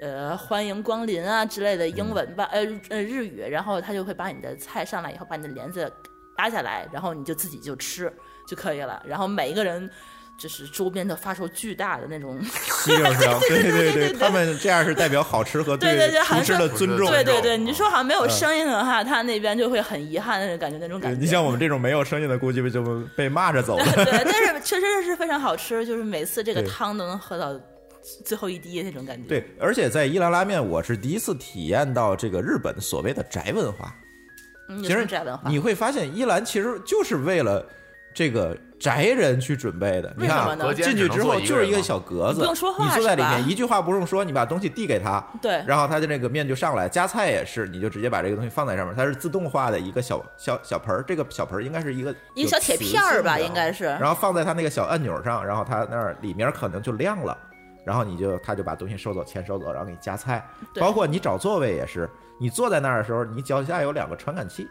Speaker 5: 呃，欢迎光临啊之类的英文吧，
Speaker 3: 嗯
Speaker 5: 呃呃日语，然后他就会把你的菜上来以后，把你的帘子搭下来，然后你就自己就吃就可以了。然后每一个人就是周边的发出巨大的
Speaker 3: (laughs)
Speaker 5: 那种
Speaker 3: 西就是对对对，他们这样是代表好吃和
Speaker 5: 对对对
Speaker 3: 厨师的尊重。
Speaker 5: 对对对，你说好
Speaker 3: 嗯
Speaker 5: 像没有声音的话，他那边就会很遗憾的感觉，那种感觉。
Speaker 3: 你像我们这种没有声音的，估计就被骂着走了。
Speaker 5: 对，但是确实是非常好吃，就是每次这个
Speaker 3: 对
Speaker 5: 汤都能喝到最后一滴那种感觉。
Speaker 3: 对，而且在伊兰拉面，我是第一次体验到这个日本所谓的宅文化。
Speaker 5: 嗯，
Speaker 3: 其
Speaker 5: 有什
Speaker 3: 实
Speaker 5: 么这样的话
Speaker 3: 你会发现，伊兰其实就是为了这个宅人去准备的。你
Speaker 5: 为什
Speaker 3: 看
Speaker 5: 么
Speaker 3: 啊，
Speaker 5: 呢
Speaker 6: 隔间
Speaker 3: 进去之后
Speaker 6: 只能坐
Speaker 3: 就是一
Speaker 6: 个
Speaker 3: 个
Speaker 6: 人
Speaker 3: 小格子，
Speaker 5: 不用说话
Speaker 3: 你坐在里
Speaker 5: 是吧
Speaker 3: 面，一句话不用说，你把东西递给他，
Speaker 5: 对
Speaker 3: 然后他的那个面就上来，夹菜也是，你就直接把这个东西放在上面，它是自动化的一个小小小盆儿，这个小盆儿应该是一个
Speaker 5: 一个小铁片儿吧，应该
Speaker 3: 是，
Speaker 5: 是。
Speaker 3: 然后放在它那个小按钮上，然后它那儿里面可能就亮了，然后你就他就把东西收走，钱收走，然后给你夹菜，
Speaker 5: 对
Speaker 3: 包括你找座位也是，你坐在那儿的时候，你脚下有两个传感器，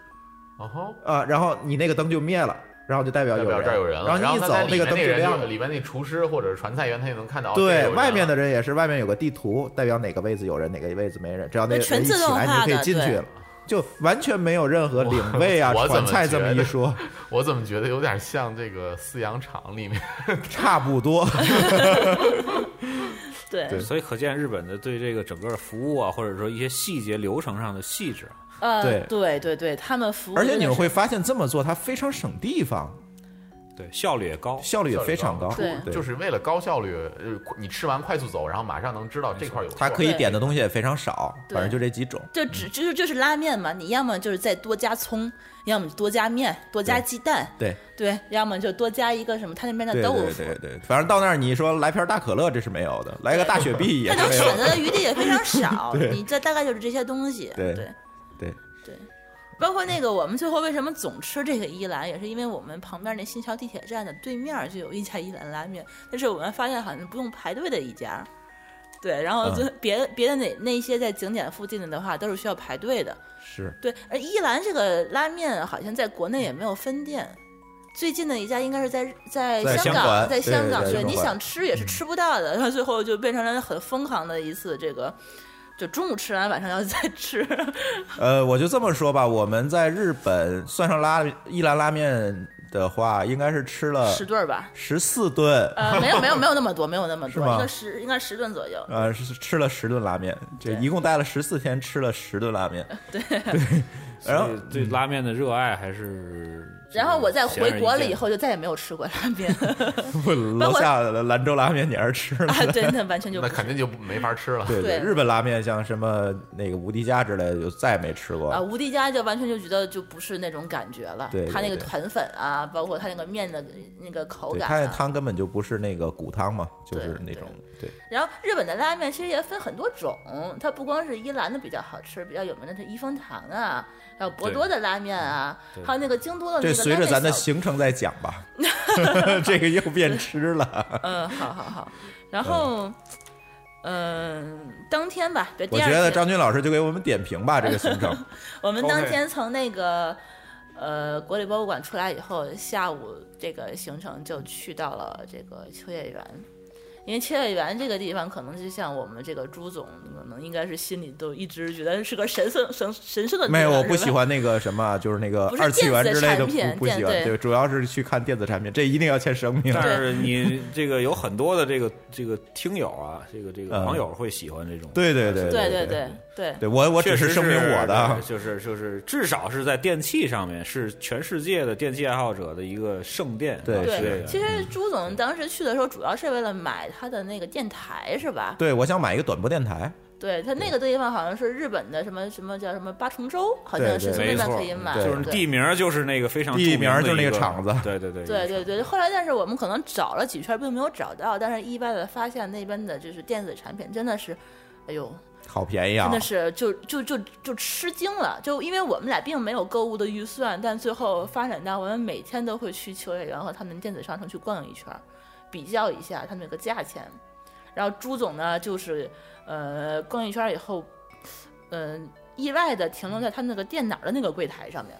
Speaker 6: 哦吼，
Speaker 3: 啊，然后你那个灯就灭了，然后就代表
Speaker 6: 代
Speaker 3: 有
Speaker 6: 表这儿有人了。
Speaker 3: 然后你一
Speaker 6: 他
Speaker 3: 走，
Speaker 6: 在里
Speaker 3: 个
Speaker 6: 面
Speaker 3: 灯就
Speaker 6: 人
Speaker 3: 亮
Speaker 6: 就
Speaker 3: 了。
Speaker 6: 里面那厨师或者传菜员，他就能看到。哦这儿有
Speaker 3: 对，
Speaker 6: 人
Speaker 3: 外面
Speaker 6: 了
Speaker 3: 的人也是，外面有个地图，代表哪个位置有人，哪个位置没人，只要那
Speaker 5: 那
Speaker 3: 人
Speaker 5: 全
Speaker 3: 一
Speaker 5: 自
Speaker 3: 起
Speaker 5: 动
Speaker 3: 来，
Speaker 5: 化
Speaker 3: 你就可
Speaker 5: 的
Speaker 3: 以进去
Speaker 5: 对
Speaker 3: 了，就完全没有任何领位啊、
Speaker 6: 我怎
Speaker 3: 传
Speaker 6: 么
Speaker 3: 菜这么
Speaker 6: 觉
Speaker 3: 一
Speaker 6: 得
Speaker 3: 说，
Speaker 6: 我怎么觉得有点像这个饲养场里面？
Speaker 3: 差不多。
Speaker 6: (laughs)
Speaker 5: 对
Speaker 3: 对
Speaker 4: 所以可见日本的对这个整个服务啊，或者说一些细节流程上的细致啊，
Speaker 5: 呃，
Speaker 3: 对
Speaker 5: 对对对，他们服务
Speaker 3: 而
Speaker 5: 真的是，
Speaker 3: 且你们会发现这么做它非常省地方，
Speaker 4: 对，效率也高。
Speaker 3: 效率也
Speaker 6: 效率
Speaker 3: 非常高
Speaker 6: 高。
Speaker 5: 对
Speaker 3: 对，
Speaker 6: 就是为了高效率，呃，你吃完快速走，然后马上能知道这块有。
Speaker 3: 它可以
Speaker 5: 对
Speaker 3: 点的东西也非常少，
Speaker 5: 对
Speaker 3: 反正就这几种。
Speaker 5: 就只就是就是拉面嘛，你要么就是再多加葱，要么就多加面，多加
Speaker 3: 对
Speaker 5: 鸡蛋，
Speaker 3: 对
Speaker 5: 对，要么就多加一个什么他那边的
Speaker 3: 对
Speaker 5: 豆
Speaker 3: 对
Speaker 5: 腐。
Speaker 3: 对对，反正到那儿你说来瓶大可乐这是没有的，来个大雪碧也
Speaker 5: 他
Speaker 3: 是
Speaker 5: 能 (laughs)
Speaker 3: 没有的 (laughs)
Speaker 5: 选择的余地也非常少，你这大概就是这些东西。
Speaker 3: 对
Speaker 5: 对
Speaker 3: 对
Speaker 5: 对包括那个我们最后为什么总吃这个伊兰，也是因为我们旁边那新桥地铁站的对面就有一家伊兰拉面，但是我们发现好像不用排队的一家。对，然
Speaker 3: 嗯
Speaker 5: 后就别、别的那那些在景点附近的话，都是需要排队的。
Speaker 3: 是
Speaker 5: 对，而伊兰这个拉面好像在国内也没有分店，最近的一家应该是在在
Speaker 3: 在
Speaker 5: 香
Speaker 3: 香
Speaker 5: 港，
Speaker 3: 港
Speaker 5: 在
Speaker 3: 对
Speaker 5: 香港，
Speaker 3: 在嗯
Speaker 5: 对，你
Speaker 3: 香港
Speaker 5: 想吃也是吃不到的，然后最后就变成了很疯狂的一次这个。就中午吃完，晚上要再吃，
Speaker 3: 呃，我就这么说吧，我们在日本算上拉一兰拉面的话，应该是吃了
Speaker 5: 十顿儿吧？
Speaker 3: 十四顿，
Speaker 5: 呃，没有没有没有那么多，没有那么
Speaker 3: 是
Speaker 5: 多，
Speaker 3: 吗
Speaker 5: 应该十应该十顿左右。
Speaker 3: 呃，是吃了十顿拉面，这
Speaker 5: 对
Speaker 3: 一共待了十四天，吃了十顿
Speaker 5: (laughs)
Speaker 3: 拉面。
Speaker 4: 所以
Speaker 3: 然后
Speaker 4: 对拉面的热爱还是。
Speaker 5: (laughs) 然后我再
Speaker 4: 显而易
Speaker 5: 回
Speaker 4: 见
Speaker 5: 国了以，后，就再也没有吃过拉面
Speaker 3: 我楼下的兰州拉面你还是吃了
Speaker 5: 啊，，
Speaker 3: (laughs)
Speaker 5: 对，那完全就不
Speaker 6: 那
Speaker 5: 是
Speaker 6: 肯定就没法吃了。
Speaker 3: 对
Speaker 5: 对
Speaker 3: 日本拉面像什么那个无敌家之类的，就再也没吃过。
Speaker 5: 啊，无敌家就完全就觉得就不是那种感觉了。
Speaker 3: 对对
Speaker 5: 它那个
Speaker 3: 对
Speaker 5: 团粉啊，包括它那个面的那个口
Speaker 3: 对，
Speaker 5: 感、啊，
Speaker 3: 它那汤根本就不是那个骨汤嘛，就是
Speaker 5: 对
Speaker 3: 那种对
Speaker 5: 然后日本的拉面其实也分很多种，它不光是伊兰的比较好吃，比较有名的是一风堂啊，还有博多的拉面啊，
Speaker 4: 对
Speaker 5: 还有那个京都的
Speaker 3: 这
Speaker 5: 那个拉面小。
Speaker 3: 嗯随着咱的行程再讲
Speaker 5: (laughs)
Speaker 3: 吧，这个又变吃了。
Speaker 5: 嗯，好好好。然后，嗯、当天吧，对，
Speaker 3: 我
Speaker 5: 第二
Speaker 3: 觉
Speaker 5: 天
Speaker 3: 得张军老师就给我们点评吧，这个行
Speaker 5: (laughs)
Speaker 3: 程。
Speaker 5: 我们当
Speaker 4: OK
Speaker 5: 天从那个呃国立博物馆出来以后，下午这个行程就去到了这个秋叶原，因为秋叶原这个地方可能就像我们这个朱总可能应该是心里都一直觉得是个神圣神神圣的地方，
Speaker 3: 没有，我不
Speaker 5: 是吧
Speaker 3: 喜。欢那个什么，啊就是那个
Speaker 5: 不是
Speaker 3: 二次元之类的，
Speaker 5: 电子产品
Speaker 3: 不不喜
Speaker 5: 电
Speaker 3: 欢。
Speaker 5: 对
Speaker 3: 对，主要是去看电子产品，这一定要签声明。
Speaker 4: 但是你这个有很多的这个这个听友啊，这个这个
Speaker 3: 嗯
Speaker 4: 网友会喜欢这种。
Speaker 3: 对对对
Speaker 5: 对
Speaker 3: 对
Speaker 5: 对对，
Speaker 3: 对，我我
Speaker 4: 确
Speaker 3: 只
Speaker 4: 实
Speaker 3: 是声明我的啊
Speaker 4: 对，就是就是，至少是在电器上面是全世界的电器爱好者的一个圣殿。啊
Speaker 3: 对
Speaker 4: 是
Speaker 5: 对，
Speaker 4: 这
Speaker 5: 其
Speaker 4: 个
Speaker 5: 实
Speaker 3: 嗯
Speaker 5: 朱总当时去的时候，主要是为了买他的那个电台，是吧？
Speaker 3: 对，我想买一个短波电台，
Speaker 5: 对他那个地方好像是日本的什么什么叫什么八重洲，好
Speaker 3: 对
Speaker 5: 像是
Speaker 3: 对
Speaker 5: 从
Speaker 4: 没
Speaker 5: 那边
Speaker 4: 错
Speaker 5: 可以买，
Speaker 3: 嗯对
Speaker 4: 就是
Speaker 5: 对
Speaker 4: 地名儿就是那个非常
Speaker 3: 地名儿
Speaker 4: 著
Speaker 3: 就是
Speaker 4: 名的
Speaker 3: 那个
Speaker 4: 一个
Speaker 3: 厂子
Speaker 4: 对对对
Speaker 5: 对对对，后来但是我们可能找了几圈，并没有找到，但是意外的发现那边的就是电子产品真的是，哎呦，
Speaker 3: 好便宜啊
Speaker 5: 真的！是就就就就吃惊了，就因为我们俩并没有购物的预算，但最后发展到我们每天都会去秋叶原和他们电子商城去逛一圈，比较一下他们那个价钱。然后朱总呢，就是呃逛呃一圈以后，嗯、意外的停留在他们那个电脑的那个柜台上面。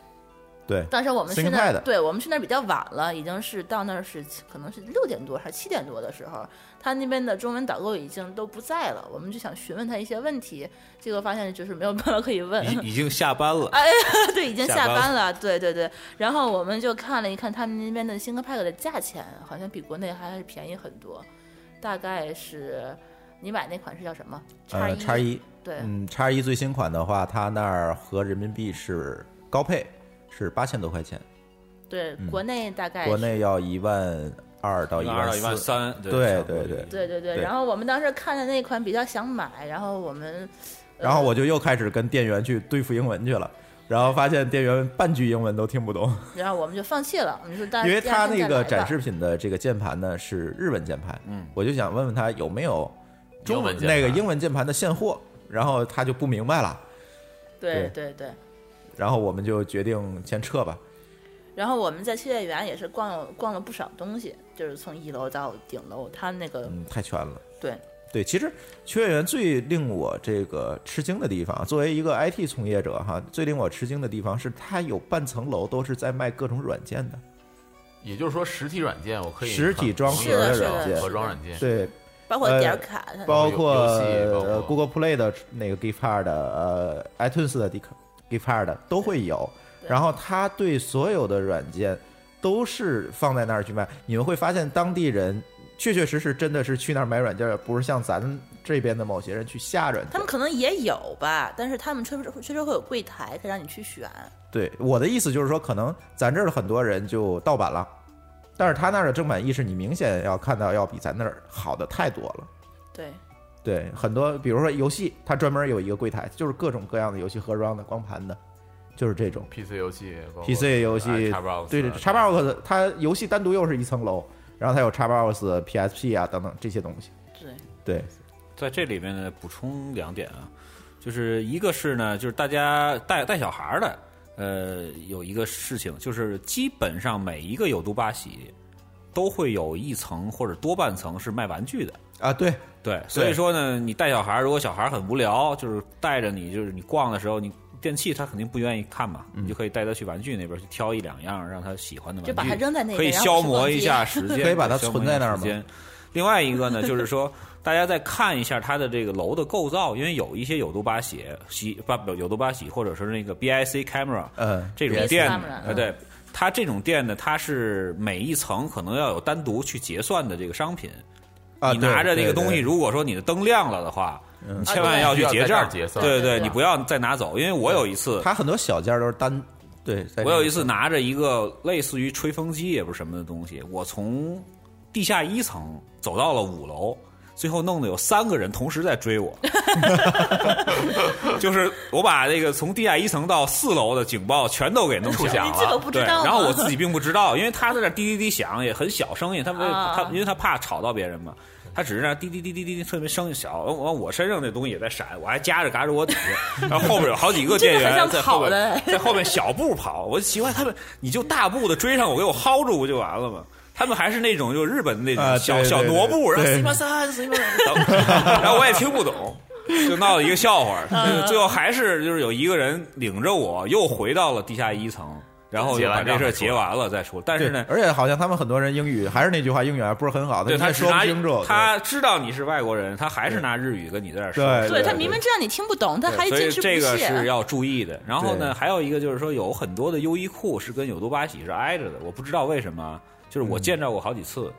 Speaker 3: 对，
Speaker 5: 当时我们去
Speaker 3: 新
Speaker 5: 那
Speaker 3: 派的
Speaker 5: 儿，对我们去那儿比较晚了，已经是到那儿是可能是六点多还是七点多的时候，他那边的中文导购已经都不在了，我们就想询问他一些问题，结果发现就是没有办法可以问，
Speaker 4: 已已经下班了，
Speaker 5: (laughs) 对，已经
Speaker 4: 下
Speaker 5: 下
Speaker 4: 班
Speaker 5: 班了，对对对。然后我们就看了一看他们那边的 single pack 的价钱，好像比国内还是便宜很多，大概是你买那款是叫什么？
Speaker 3: 呃，
Speaker 5: 叉
Speaker 3: 叉一，
Speaker 5: 对
Speaker 3: 嗯，叉一最新款的话，它那儿合人民币是高配是八千多块钱，
Speaker 5: 对，国内大概
Speaker 3: 嗯国
Speaker 5: 是
Speaker 3: 内要一万二到
Speaker 4: 一万二到一万
Speaker 3: 万四，
Speaker 4: 三，
Speaker 3: 对对对。
Speaker 5: 对对对，
Speaker 3: 对
Speaker 5: 然后我们当时看的那款比较想买，然后我们，呃
Speaker 3: 然后我就又开始跟店员去对付英文去了，然后发现店员半句英文都听不懂，
Speaker 5: 然后我们就放弃了，我们说大
Speaker 3: 因为
Speaker 5: 家
Speaker 3: 他那个展
Speaker 5: 吧
Speaker 3: 示品的这个键盘呢是日文键盘，嗯，我就想问问他有没有
Speaker 6: 中文键盘
Speaker 3: 那个英文键盘的现货，然后他就不明白了，
Speaker 5: 对对对。
Speaker 3: 然后我们就决定先撤吧，
Speaker 5: 然后我们在七月园也是逛了逛了不少东西，就是从一楼到顶楼，他那个、
Speaker 3: 嗯，太全了。
Speaker 5: 对
Speaker 3: 对，其实秋叶原最令我这个吃惊的地方，作为一个 IT 从业者哈，最令我吃惊的地方是它有半层楼都是在卖各种软件的。
Speaker 6: 也就是说，实体软件我可以
Speaker 3: 实体装
Speaker 6: 很
Speaker 3: 盒
Speaker 6: 容
Speaker 5: 的
Speaker 6: 易找
Speaker 5: 软
Speaker 6: 到
Speaker 5: 件
Speaker 6: 盒装软件，
Speaker 3: 对，
Speaker 5: 包括
Speaker 3: 呃
Speaker 5: 点儿卡，它那个
Speaker 3: 包括
Speaker 6: 游戏包括
Speaker 3: 呃 Google Play 的那个 gift card 的，呃 iTunes 的 gift card 的都会有。
Speaker 5: 对
Speaker 3: 然后它对所有的软件都是放在那儿去卖，你们会发现当地人确确实实真的是去那儿买软件，不是像咱这边的某些人去下软件。
Speaker 5: 他们可能也有吧，但是他们确实确实会有柜台可以让你去选。
Speaker 3: 对，我的意思就是说，可能咱这儿的很多人就盗版了，但是他那儿的正版意识，你明显要看到要比咱那儿好的太多了。
Speaker 5: 对，
Speaker 4: 嗯
Speaker 3: 对，很多比如说游戏，它专门有一个柜台，就是各种各样的游戏盒装的、光盘的，就是这种
Speaker 6: PC 游戏包括呃
Speaker 3: PC 游戏
Speaker 6: Xbox，啊
Speaker 3: 对对，Xbox 啊它游戏单独又是一层楼，然后它有 Xbox、PSP 啊等等这些东西。
Speaker 5: 对，
Speaker 3: 对，
Speaker 4: 在这里面呢，补充两点啊，就是一个是呢，就是大家带带小孩儿的，呃，有一个事情，就是基本上每一个有毒吧喜都会有一层或者多半层是卖玩具的。
Speaker 3: 啊对，
Speaker 4: 对，所以说呢，你带小孩儿，如果小孩儿很无聊，就是带着你，就是你逛的时候，你电器他肯定不愿意看嘛，
Speaker 3: 嗯
Speaker 4: 你就可以带他去玩具那边去挑一两样让他喜欢的玩具，
Speaker 5: 就把它扔在那边
Speaker 4: 可以
Speaker 5: 然后
Speaker 4: 消
Speaker 5: 去
Speaker 4: 磨
Speaker 5: 逛
Speaker 4: 一
Speaker 5: 街
Speaker 3: (laughs)
Speaker 4: 下时间，
Speaker 3: 可以把它
Speaker 4: 消磨
Speaker 3: 存
Speaker 4: 一下
Speaker 3: 在那儿
Speaker 4: 时
Speaker 3: 吗
Speaker 4: 间另外一个呢，就是说大家再看一下它的这个楼的构造，因为有一些有毒巴喜喜不不有毒巴喜或者是那个 BIC camera，
Speaker 3: 嗯，
Speaker 4: 这种
Speaker 5: BIC
Speaker 4: 店
Speaker 5: camera，
Speaker 4: 呃，
Speaker 5: 嗯
Speaker 4: 对，它这种店呢，它是每一层可能要有单独去结算的这个商品。
Speaker 3: 啊，
Speaker 4: 你拿着这
Speaker 3: 这
Speaker 4: 个东西，如果说你的灯亮了的话，
Speaker 3: 嗯
Speaker 4: 你千万
Speaker 6: 啊
Speaker 4: 要
Speaker 6: 对
Speaker 4: 去结
Speaker 6: 要在这
Speaker 4: 账
Speaker 6: 儿结，算
Speaker 4: 对
Speaker 5: 对
Speaker 4: 对，你不要再拿走，因为我有一次，
Speaker 3: 它很多小件儿都是单，对，在
Speaker 4: 我有一
Speaker 3: 次
Speaker 4: 次拿着一个类似于吹风机也不是什么的东西，我从地下一层走到了五楼，最后弄得有三个人同时在追我， (laughs) 就是我把那个从地下一层到四楼的警报全都给弄响
Speaker 5: 你自个
Speaker 4: 了，
Speaker 5: 不知
Speaker 4: 对，
Speaker 5: 道吗
Speaker 4: 然后我自己并不知道，因为他在那滴滴滴响，也很小声音，他不
Speaker 5: 啊
Speaker 4: 他因为他怕吵到别人嘛。他只是那滴滴滴滴滴，特别声音小。完完，我身上那东西也在闪，我还夹着嘎着我底下，然后后边有好几个店
Speaker 5: 真的
Speaker 4: 员
Speaker 5: 很
Speaker 4: 在
Speaker 5: 像
Speaker 4: 后
Speaker 5: 跑
Speaker 4: 边
Speaker 5: 的
Speaker 4: 在后面小步跑，我就奇怪他们，你就大步的追上我，给我薅住不就完了吗？他们还是那种就是日本那
Speaker 3: 啊对
Speaker 4: 种小、
Speaker 3: 对
Speaker 4: 小
Speaker 3: 对
Speaker 4: 挪步，然后
Speaker 3: 对
Speaker 4: 西巴三 (laughs) 西巴三，然后我也听不懂，就闹了一个笑话。
Speaker 5: 嗯
Speaker 4: 最后还是就是有一个人领着我又回到了地下一层，然后又把这事儿结完了再说。但是
Speaker 3: 对
Speaker 4: 呢，，
Speaker 3: 而且好像他们很多人英语还是那句话，英语还不是很好的，
Speaker 4: 对
Speaker 3: 你也
Speaker 4: 他只
Speaker 3: 说
Speaker 4: 拿
Speaker 3: 不清楚。
Speaker 4: 他知道你是外国人，他还是拿日语跟你在这儿
Speaker 3: 对
Speaker 4: 说。
Speaker 5: 对他明明知道你听不懂，他还
Speaker 4: 所
Speaker 5: 坚
Speaker 4: 以
Speaker 5: 持
Speaker 4: 这
Speaker 5: 不啊
Speaker 4: 个是
Speaker 5: 懈。
Speaker 4: 要注意的。然后
Speaker 3: 对
Speaker 4: 呢，还有一个就是说，有很多的优衣库是跟有多巴喜是挨着的，我不知道为什么，就是我见着过好几次。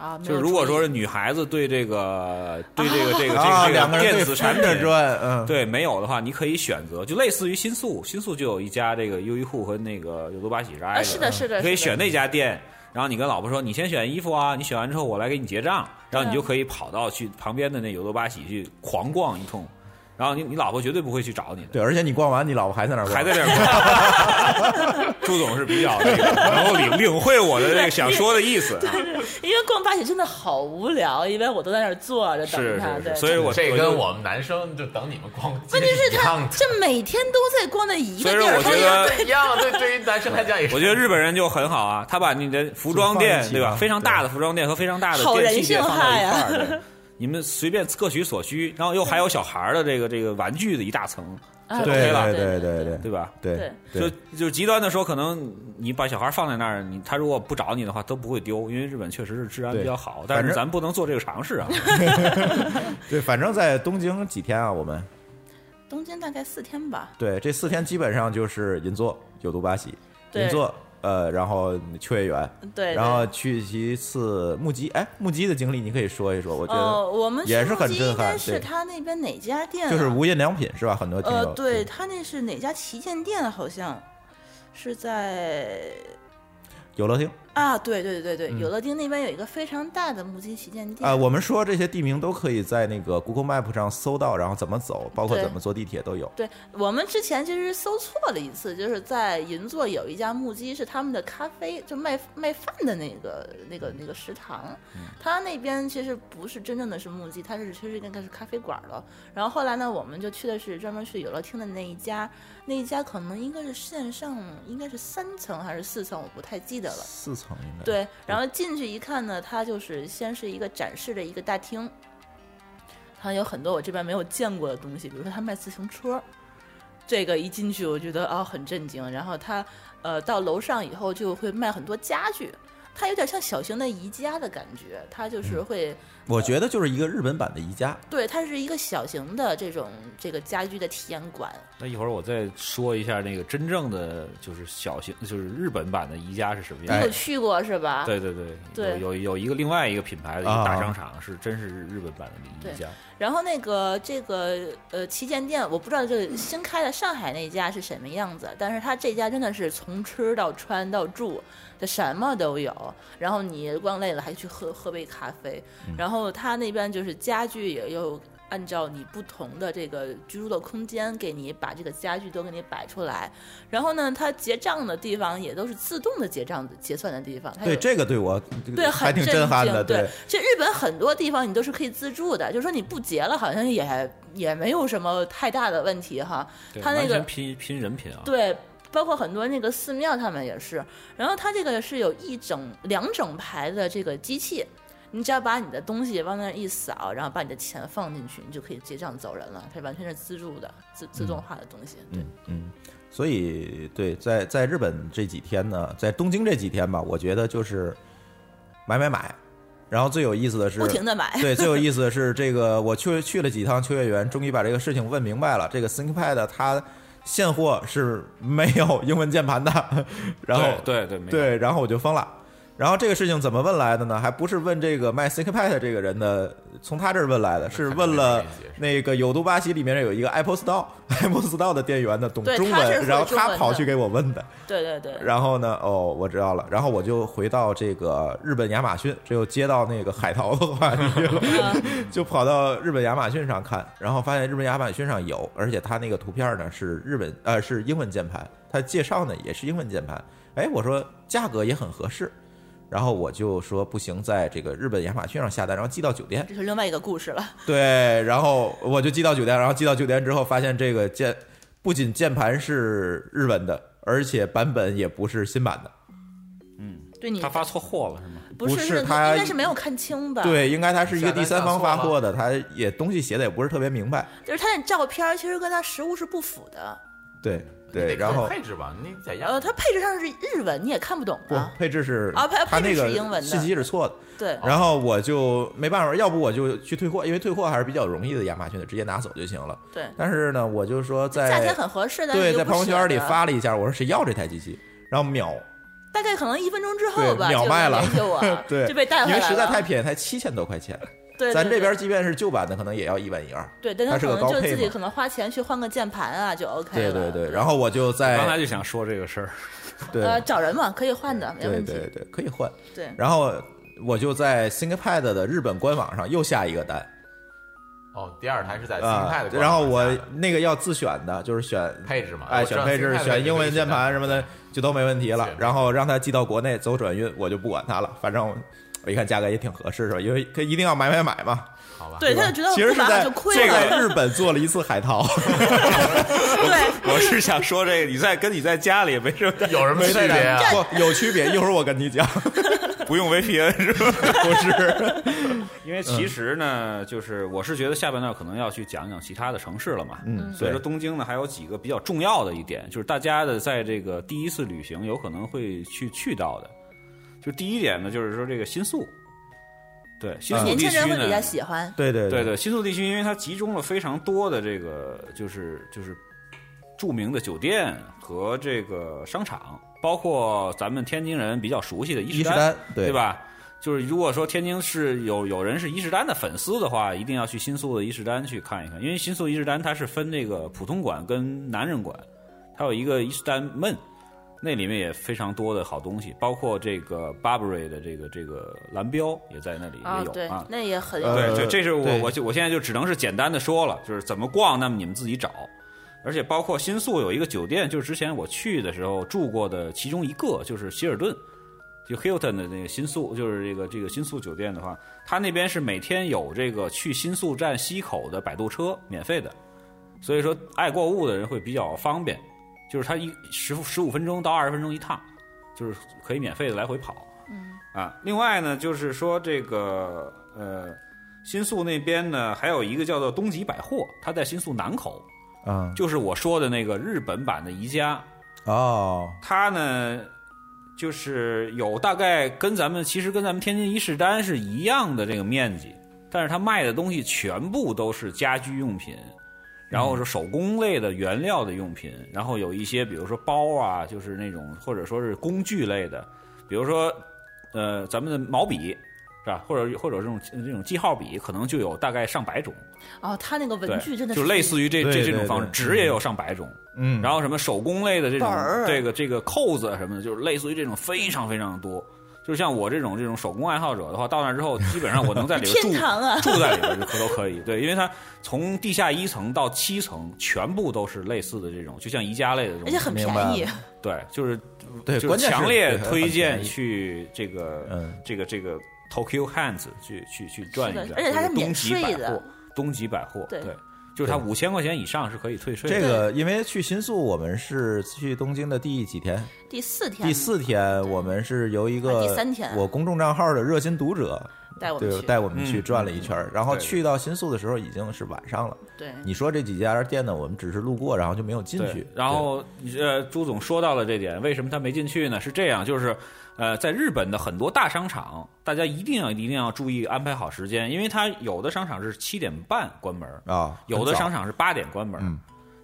Speaker 5: 啊，没有
Speaker 4: 就是如果
Speaker 5: 注意
Speaker 4: 说是女孩子对这个对这个这个
Speaker 3: 啊，
Speaker 4: 这个
Speaker 3: 两
Speaker 4: 这
Speaker 3: 个
Speaker 4: 个
Speaker 3: 人
Speaker 4: 电
Speaker 3: 对
Speaker 4: 子产
Speaker 3: 分着
Speaker 4: 品。
Speaker 3: 转， (laughs) 嗯，
Speaker 4: 对，没有的话，你可以选择，就类似于新宿，新宿就有一家这个优衣库和那个有多巴喜是挨着嗯
Speaker 5: 啊，是的，是的，
Speaker 4: 你可以
Speaker 5: 是的
Speaker 4: 选那家店，然后你跟老婆说，你先选衣服啊，你选完之后我来给你结账，然后你就可以跑到去旁边的那有多巴喜去狂逛一通，然后你你老婆绝对不会去找你的。
Speaker 3: 对，而且你逛完，你老婆还在那儿逛，
Speaker 4: 还在这儿逛， (laughs) 朱总是比较这个能够领领会我的这个想说的意思啊，
Speaker 5: 因为逛八喜真的好无聊，因为我都在那儿坐着等
Speaker 4: 是
Speaker 5: 他。
Speaker 4: 是
Speaker 5: 对
Speaker 4: 是，所以我
Speaker 6: 这
Speaker 4: 就
Speaker 6: 跟我们男生就等你们逛街
Speaker 5: 问题是
Speaker 6: 一样
Speaker 5: 他
Speaker 6: 的，
Speaker 5: 这每天都在逛那一个
Speaker 4: 所以
Speaker 5: 地
Speaker 4: 说
Speaker 5: 儿，
Speaker 4: 我
Speaker 5: 他
Speaker 4: 觉
Speaker 5: 也
Speaker 4: 得
Speaker 6: 对一样，
Speaker 5: (laughs)
Speaker 6: 对对于男生来讲也
Speaker 4: (laughs)
Speaker 6: 是。
Speaker 4: 我觉得日本人就很好啊，他把你的服装
Speaker 3: 就放一
Speaker 4: 店
Speaker 3: 起 (laughs)
Speaker 4: 对吧，
Speaker 3: 嘛
Speaker 4: 非常大的服装店和非常大的
Speaker 5: 好
Speaker 4: 电器
Speaker 5: 人性
Speaker 4: 店放在一块
Speaker 5: 化
Speaker 4: 儿，对你们随便各取所需，然后又还有小孩儿的这个这个玩具的一大层，
Speaker 5: 啊
Speaker 4: 就 OK 了
Speaker 3: 对对对对
Speaker 4: 对吧？
Speaker 3: 对
Speaker 5: 对
Speaker 4: 就就极端的说，可能你把小孩放在那儿，你他如果不找你的话，都不会丢，因为日本确实是治安
Speaker 3: 对
Speaker 4: 比较好。
Speaker 3: 反
Speaker 4: 但是
Speaker 3: 正
Speaker 4: 咱不能做这个尝试
Speaker 3: (laughs)
Speaker 4: 啊。
Speaker 3: 对，反正在东京几天啊，我们
Speaker 5: 东京大概四天吧，
Speaker 3: 对这四天基本上就是银座、有毒巴西、
Speaker 5: 对
Speaker 3: 银座，呃，然后秋叶原，
Speaker 5: 对，
Speaker 3: 然后去一次木屐，哎，木屐的经历你可以说一说，我觉
Speaker 5: 哦，
Speaker 3: 得
Speaker 5: 我们
Speaker 3: 也是
Speaker 5: 是
Speaker 3: 很震撼对
Speaker 5: 是他那边哪家店、啊？
Speaker 3: 就是无印良品是吧？很多听
Speaker 5: 呃
Speaker 3: 友，
Speaker 5: 对他那是哪家旗舰店？好像是在
Speaker 3: 有乐町
Speaker 5: 啊，对对对对对，有乐町那边有一个非常大的木屐旗舰店
Speaker 3: 嗯啊，我们说这些地名都可以在那个 Google Map 上搜到，然后怎么走，包括
Speaker 5: 对
Speaker 3: 怎么坐地铁都有。
Speaker 5: 对我们之前其实搜错了一次，就是在银座有一家木屐是他们的咖啡，就卖卖饭的那个那个那个食堂，他那边其实不是真正的是木屐，它是其实应该是咖啡馆了。然后后来呢，我们就去的是专门去有乐町的那一家，那一家可能应该是线上应该是三层还是四层，我不太记得了。
Speaker 3: 四层应该
Speaker 5: 对，然后进去一看呢，它就是先是一个展示的一个大厅，它有很多我这边没有见过的东西，比如说它卖自行车，这个一进去我觉得啊、很震惊。然后它呃到楼上以后就会卖很多家具，它有点像小型的宜家的感觉，它就是会、
Speaker 3: 我觉得就是一个日本版的宜家，
Speaker 5: 对它是一个小型的这种这个家居的体验馆。
Speaker 4: 那一会儿我再说一下那个真正的就是小型，就是日本版的宜家是什么
Speaker 5: 你
Speaker 4: 样
Speaker 5: 有
Speaker 4: 的。
Speaker 5: 去过是吧？
Speaker 4: 对对对，
Speaker 5: 啊对
Speaker 4: 有有有一个另外一个品牌的一个
Speaker 3: 啊
Speaker 4: 大商场是真是日本版的宜家，
Speaker 5: 然后那个这个呃旗舰店，我不知道这个新开的上海那家是什么样子，但是它这家真的是从吃到穿到住，这什么都有。然后你逛累了还去喝喝杯咖啡，
Speaker 3: 嗯
Speaker 5: 然后它那边就是家具也有。按照你不同的这个居住的空间，给你把这个家具都给你摆出来，然后呢，它结账的地方也都是自动的结账的结算的地方，它
Speaker 3: 对
Speaker 5: 有
Speaker 3: 这个对我这个
Speaker 5: 哎对，
Speaker 3: 还
Speaker 5: 很
Speaker 3: 挺
Speaker 5: 震
Speaker 3: 震撼的，
Speaker 5: 惊对，这日本很多地方你都是可以自助的，就是说你不结了，好像也也没有什么太大的问题哈。
Speaker 4: 对
Speaker 5: 它那
Speaker 4: 完
Speaker 5: 个
Speaker 4: 全拼拼人品啊。
Speaker 5: 对，包括很多那个寺庙他们也是，然后它这个是有一整两整排的这个机器。你只要把你的东西往那儿一扫，然后把你的钱放进去，你就可以结账走人了。它完全是自助的、自自动化的东西。对，
Speaker 3: 嗯，所以对，在在日本这几天呢，在东京这几天吧，我觉得就是买买买，然后最有意思的是，
Speaker 5: 不停的买。
Speaker 3: (laughs) 对，最有意思的是这个，我去去了几趟秋叶原，终于把这个事情问明白了。这个 ThinkPad 它现货是没有英文键盘的，然后
Speaker 4: 对对没错
Speaker 3: 对，然后我就疯了。然后这个事情怎么问来的呢？还不是问这个卖 ThinkPad 这个人的，从他这儿问来的，是问了那个有毒巴西里面有一个 Apple Store，Apple Store 的店员的懂
Speaker 5: 对
Speaker 3: 中
Speaker 5: 他是
Speaker 3: 文，
Speaker 5: 会
Speaker 3: 然后
Speaker 5: 中
Speaker 3: 他
Speaker 5: 文的
Speaker 3: 跑去给我问的。
Speaker 5: 对对对。
Speaker 3: 然后呢，哦，我知道了。然后我就回到这个日本亚马逊，这又接到那个海淘的话题了， (laughs) 就跑到日本亚马逊上看，然后发现日本亚马逊上有，而且它那个图片呢是日本呃是英文键盘，它介绍呢也是英文键盘。哎，我说价格也很合适，然后我就说不行，在这个日本亚马逊上下单，然后寄到酒
Speaker 5: (laughs)
Speaker 3: 店。
Speaker 5: 这是另外一个故事了。
Speaker 3: 对，然后我就寄到酒店，然后寄到酒店之后，发现这个键不仅键盘是日文的，而且版本也不是新版的。
Speaker 5: 对你
Speaker 4: 他发错货了是吗？
Speaker 5: 不
Speaker 3: 不
Speaker 5: 是
Speaker 3: 是
Speaker 5: 是
Speaker 3: 他
Speaker 5: 应该是没有看清吧？
Speaker 3: 对，应该它是一个
Speaker 6: 下单
Speaker 3: 第三方
Speaker 6: 下错
Speaker 3: 发
Speaker 6: 了
Speaker 3: 货的，它也东西写的也不是特别明白。
Speaker 5: 就是它那照片儿其实跟它实物是不符的，
Speaker 3: 对
Speaker 6: 你
Speaker 3: 对，
Speaker 6: 得
Speaker 3: 然
Speaker 6: 看
Speaker 3: 后
Speaker 6: 配置吧，你在家
Speaker 5: 呃，它配置上是日文，你也看不懂
Speaker 3: 不
Speaker 5: 啊。
Speaker 3: 配置是
Speaker 5: 啊配
Speaker 3: 它那
Speaker 5: 配置
Speaker 3: 个
Speaker 5: 是英文的
Speaker 3: 信息是错的。
Speaker 5: 对，
Speaker 3: 然后我就没办法，要不我就去退货，因为退货还是比较容易的，亚马逊的直接拿走就行了。
Speaker 5: 对
Speaker 3: 但是呢，我就说在
Speaker 5: 价钱很合适，但是
Speaker 3: 对，
Speaker 5: 又
Speaker 3: 在
Speaker 5: 不
Speaker 3: 朋友圈
Speaker 5: 舍
Speaker 3: 里
Speaker 5: 得，
Speaker 3: 发了一下，我说谁要这台机器，然后秒
Speaker 5: 大概可能一分钟之后吧，
Speaker 3: 秒
Speaker 5: 就
Speaker 3: 卖了
Speaker 5: 联系我
Speaker 3: (laughs) ，对，
Speaker 5: 就被带回
Speaker 3: 因
Speaker 5: 来
Speaker 3: 为
Speaker 5: 了。
Speaker 3: 实在太便宜，才七千多块钱。
Speaker 5: 对，对
Speaker 3: 咱这
Speaker 5: 对
Speaker 3: 边即便是旧版的，可能也要一万一二。
Speaker 5: 对，但
Speaker 3: 它
Speaker 5: 他
Speaker 3: 是
Speaker 5: 可
Speaker 3: 个
Speaker 5: 能
Speaker 3: 高
Speaker 5: 就
Speaker 3: 配
Speaker 5: 自己
Speaker 3: 嘛
Speaker 5: 可能花钱去换个键盘啊，就 OK
Speaker 3: 对
Speaker 5: 了。
Speaker 3: 对对，然后我就在
Speaker 4: 刚才就想说这个事儿，
Speaker 3: 对
Speaker 5: 呃，找人嘛，可以换的，没
Speaker 3: 对
Speaker 5: 问题。
Speaker 3: 对对，可以换。
Speaker 5: 对
Speaker 3: 然后我就在 ThinkPad 的日本官网上又下一个单
Speaker 6: 哦，第二台是在新
Speaker 3: 啊
Speaker 6: 泰的，官网下的，
Speaker 3: 然后我那个要自选的，就是选
Speaker 6: 配置嘛，
Speaker 3: 哎
Speaker 6: 我知
Speaker 3: 选
Speaker 6: 道
Speaker 3: 配置、
Speaker 6: 新泰的
Speaker 3: 选英文键盘什么的
Speaker 6: 对，
Speaker 3: 就都没问题了
Speaker 6: 是。
Speaker 3: 然后让它寄到国内走转运，我就不管它了，反正。我一看价格也挺合适，是吧？因为一定要买买买嘛。
Speaker 6: 好吧，
Speaker 5: 对，他就觉得
Speaker 3: 其实
Speaker 5: 不
Speaker 3: 是
Speaker 5: 买我
Speaker 3: 在
Speaker 5: 就亏
Speaker 3: 这个
Speaker 5: 了。
Speaker 3: 日本做了一次海淘，
Speaker 5: 对，
Speaker 4: (laughs) 我是想说这个，你在跟你在家里没什么。
Speaker 3: (laughs)
Speaker 6: 有什么区别啊？ (laughs)
Speaker 3: 不有区别。一会儿我跟你讲。
Speaker 4: 不用 VPN 是吧？
Speaker 3: 不是，
Speaker 4: (laughs) 因为其实呢，就是我是觉得下半段可能要去讲一讲其他的城市了嘛。
Speaker 6: (laughs)
Speaker 3: 嗯，
Speaker 4: 所以说
Speaker 3: 对，
Speaker 4: 东京呢还有几个比较重要的一点，就是大家的在这个第一次旅行有可能会去去到的。就第一点呢，就是说这个新宿，对新宿
Speaker 5: 年
Speaker 4: 地
Speaker 5: 轻
Speaker 4: 区
Speaker 5: 人会比较
Speaker 4: 呢，
Speaker 5: 喜欢。
Speaker 3: 对对
Speaker 4: 对对，新宿地区，因为它集中了非常多的这个就是就是著名的酒店和这个商场，包括咱们天津人比较熟悉的伊
Speaker 3: 伊势
Speaker 4: 势丹，
Speaker 3: 丹
Speaker 4: 对？吧？就是如果说天津市有有人是伊势丹的粉丝的话，一定要去新宿的伊势丹去看一看，因为新宿伊势丹它是分这个普通馆跟男人馆，它有一个伊势丹门，那里面也非常多的好东西，包括这个 Burberry 的这个这个蓝标也在那里也有
Speaker 5: 对
Speaker 4: 啊，。
Speaker 5: 那也很
Speaker 3: 呃
Speaker 4: 对对，这是我
Speaker 3: 对
Speaker 4: 我就我现在就只能是简单的说了，就是怎么逛，那么你们自己找。而且包括新宿有一个酒店，就是之前我去的时候住过的其中一个，就是希尔顿，就 Hilton 的那个新宿，就是这个这个新宿酒店的话，它那边是每天有这个去新宿站西口的摆渡车免费的，所以说爱购物的人会比较方便，就是它一十十五分钟到二十分钟一趟，就是可以免费的来回跑。嗯啊，另外呢，就是说这个呃，新宿那边呢，还有一个叫做东极百货，它在新宿南口，
Speaker 3: 啊
Speaker 4: 就是我说的那个日本版的宜家。
Speaker 3: 哦，
Speaker 4: 它呢，就是有大概跟咱们其实跟咱们天津伊势丹是一样的这个面积，但是它卖的东西全部都是家居用品，然后是手工类的原料的用品，然后有一些比如说包啊，就是那种或者说是工具类的，比如说呃咱们的毛笔。是吧？或者或者这种这种记号笔，可能就有大概上百种，
Speaker 5: 哦，他那个
Speaker 4: 对
Speaker 5: 文具真，的
Speaker 4: 就是类似于这
Speaker 3: 对
Speaker 4: 这这
Speaker 3: 对
Speaker 4: 种方式，
Speaker 3: 对
Speaker 4: 纸也有上百种，
Speaker 3: 嗯，
Speaker 4: 然后什么手工类的这种
Speaker 5: 本儿
Speaker 4: 这个这个扣子什么的，就是类似于这种非常非常多。就是像我这种这种手工爱好者的话，到那之后，基本上我能在里边
Speaker 5: (laughs) 天
Speaker 4: 住
Speaker 3: (laughs)
Speaker 5: 堂啊
Speaker 4: 住在里边就可都可以。对，因为它从地下一层到七层，全部都是类似的这种，就像宜家类的这种，
Speaker 5: 而且很便
Speaker 3: 明白
Speaker 5: 宜。
Speaker 4: 对，就是
Speaker 3: 对，
Speaker 4: 就
Speaker 3: 关
Speaker 4: 是
Speaker 3: 键是
Speaker 4: 强烈
Speaker 3: 对
Speaker 4: 推
Speaker 3: 很
Speaker 4: 荐
Speaker 3: 便宜
Speaker 4: 去这个、
Speaker 3: 嗯
Speaker 4: 这个这个 Tokyo Hands 去去去转一
Speaker 5: 是的
Speaker 4: 转，
Speaker 5: 而且它
Speaker 4: 就是
Speaker 5: 免
Speaker 4: 东极
Speaker 5: 税
Speaker 4: 百
Speaker 5: 的
Speaker 4: 货，东极百货
Speaker 5: 对
Speaker 4: 就是它
Speaker 3: 对
Speaker 4: 五千块钱以上是可以退税的。
Speaker 3: 这个，因为去新宿，我们是去东京的第几天？
Speaker 5: 第四天，
Speaker 3: 第四天，我们是由一个
Speaker 5: 啊第三天
Speaker 3: 我公众账号的热心读者
Speaker 5: 带我们
Speaker 3: 对
Speaker 5: 去，
Speaker 3: 带我们去
Speaker 4: 嗯
Speaker 3: 转了一圈儿，然后
Speaker 4: 对
Speaker 3: 去到新宿的时候已经是晚上了。
Speaker 5: 对，
Speaker 3: 你说这几家店呢，我们只是路过，然后就没有进
Speaker 4: 对，
Speaker 3: 去。
Speaker 4: 然后呃，朱总说到了这点，为什么他没进去呢？是这样，就是呃，在日本的很多大商场，大家一定要一定要注意安排好时间，因为它有的商场是七点半关门，
Speaker 3: 对啊，
Speaker 4: 有的
Speaker 3: 很早
Speaker 4: 商场是八点关门。
Speaker 3: 嗯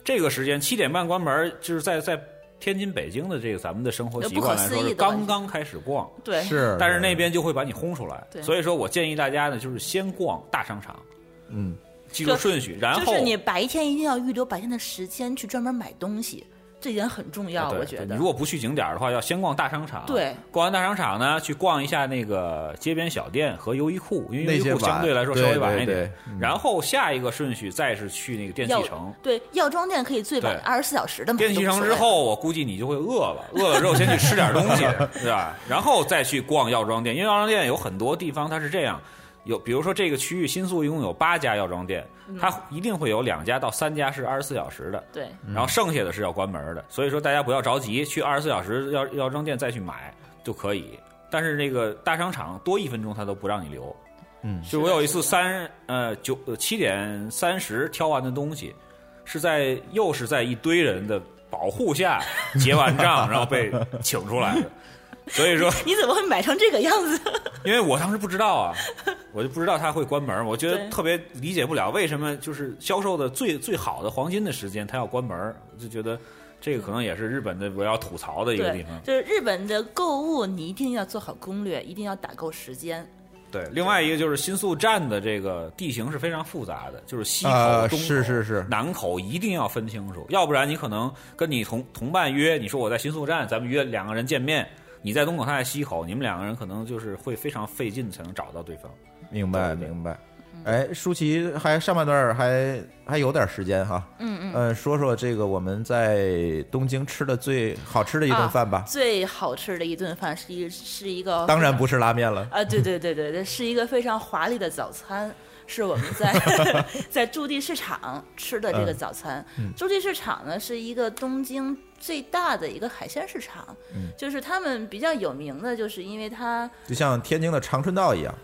Speaker 4: 这个时间七点半关门，就是在在天津、北京的这个咱们的生活习惯来
Speaker 5: 有不可
Speaker 4: 说，
Speaker 5: 思议
Speaker 4: 是
Speaker 5: 的
Speaker 4: 刚刚开始逛。
Speaker 5: 对，
Speaker 3: 是，
Speaker 4: 但是那边就会把你轰出来，
Speaker 5: 对
Speaker 4: 所以说我建议大家呢，就是先逛大商场，
Speaker 3: 嗯，
Speaker 4: 记住
Speaker 5: 就
Speaker 4: 顺序，然
Speaker 5: 就
Speaker 4: 后
Speaker 5: 是你白天一定要预留白天的时间去专门买东西，这一点很重要，
Speaker 4: 啊对
Speaker 5: 我觉
Speaker 4: 对
Speaker 5: 得
Speaker 4: 你如。果不去景点儿的话，要先逛大商场。
Speaker 5: 对，
Speaker 4: 逛完大商场呢，去逛一下那个街边小店和优衣库，因为
Speaker 3: 那
Speaker 4: 优衣
Speaker 3: 些
Speaker 4: 库相
Speaker 3: 晚
Speaker 4: 对来说
Speaker 3: 对
Speaker 4: 稍微晚
Speaker 3: 对
Speaker 4: 一
Speaker 3: 对
Speaker 4: 点。然后下一个顺序再是去那个电器
Speaker 5: 药
Speaker 4: 城。
Speaker 5: 对药妆店可以最晚
Speaker 4: 对
Speaker 5: 二十四小时的嘛。
Speaker 4: 电器
Speaker 5: 都无
Speaker 4: 城
Speaker 5: 所
Speaker 4: 之
Speaker 5: 谓，
Speaker 4: 后，我估计你就会饿了，饿了之后先去吃点东西，对吧？然后再去逛药妆店，因为药妆店有很多地方它是这样，有比如说这个区域新宿一共有八家药妆店，它一定会有两家到三家是二十四小时的，
Speaker 5: 对，
Speaker 4: 然后剩下的是要关门的，所以说大家不要着急，去二十四小时药药妆店再去买就可以。但是那个大商场多一分钟它都不让你留。
Speaker 3: 嗯
Speaker 4: 就我有一次三呃九呃七点三十挑完的东西，是在又是在一堆人的保护下结完账，然后被请出来的。所以说，
Speaker 5: 你怎么会买成这个样子？
Speaker 4: 因为我当时不知道啊，我就不知道它会关门，我觉得
Speaker 5: 对
Speaker 4: 特别理解不了为什么就是销售的最最好的黄金的时间它要关门，就觉得这个可能也是日本的我要吐槽的一个地
Speaker 5: 对
Speaker 4: 方，。
Speaker 5: 就是日本的购物，你一定要做好攻略，一定要打够时间。
Speaker 4: 对，另外一个就是新宿站的这个地形是非常复杂的，就是西口、
Speaker 3: 啊
Speaker 4: 东口、
Speaker 3: 是是是
Speaker 4: 南口一定要分清楚，要不然你可能跟你同同伴约，你说我在新宿站，咱们约两个人见面，你在东口，他在西口，你们两个人可能就是会非常费劲才能找到对方。
Speaker 3: 明白
Speaker 4: 对对
Speaker 3: 明白。哎，舒淇还上半段儿还还有点时间哈，嗯嗯，呃，说说这个我们在东京吃的最好吃的一顿饭吧，
Speaker 5: 最好吃的一顿饭是一是一个
Speaker 3: 当然不是拉面了，
Speaker 5: 啊，对对对对对，是一个非常华丽的早餐，是我们在
Speaker 4: (laughs) 嗯
Speaker 5: 在驻地市场吃的这个早餐。驻地市场呢是一个东京最大的一个海鲜市场，
Speaker 4: 嗯
Speaker 5: 就是他们比较有名的，就是因为它
Speaker 3: 就像天津的长春道一样，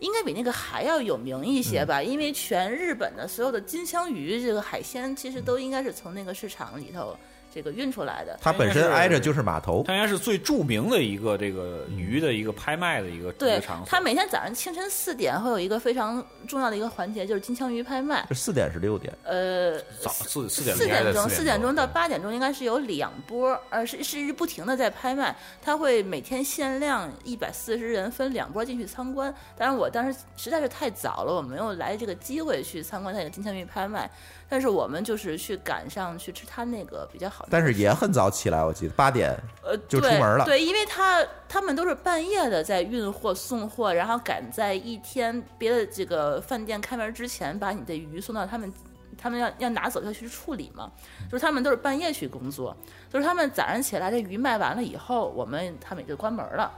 Speaker 5: 应该比那个还要有名一些
Speaker 4: 嗯
Speaker 5: 吧，因为全日本的所有的金枪鱼这个海鲜，其实
Speaker 4: 嗯
Speaker 5: 都应该是从那个市场里头这个运出来的。
Speaker 3: 它本身挨着就是码头
Speaker 4: 它，应该是最著名的一个这个鱼的一个拍卖的一个一
Speaker 5: 对
Speaker 4: 个场，所
Speaker 5: 它。每天早上清晨四点会有一个非常重要的一个环节，就是金枪鱼拍卖。
Speaker 3: 是四点是六点，
Speaker 5: 呃，
Speaker 4: 早四四点
Speaker 5: 四点钟，
Speaker 6: 四点钟
Speaker 5: 四点钟到八点钟应该是有两波，呃，是是不停的在拍卖，它会每天限量一百四十人分两波进去参观。但是我当时实在是太早了，我没有来这个机会去参观它的金枪鱼拍卖，但是我们就是去赶上去吃它那个比较好的，
Speaker 3: 但是也很早起来，我记得八点
Speaker 5: 呃
Speaker 3: 就出门了
Speaker 5: 对，对因为他他们都是半夜的在运货送货，然后赶在一天别的这个饭店开门之前把你的鱼送到他们。他们要要拿走要去处理嘛，就是他们都是半夜去工作，就是他们早上起来这鱼卖完了以后，我们他们也就关门了。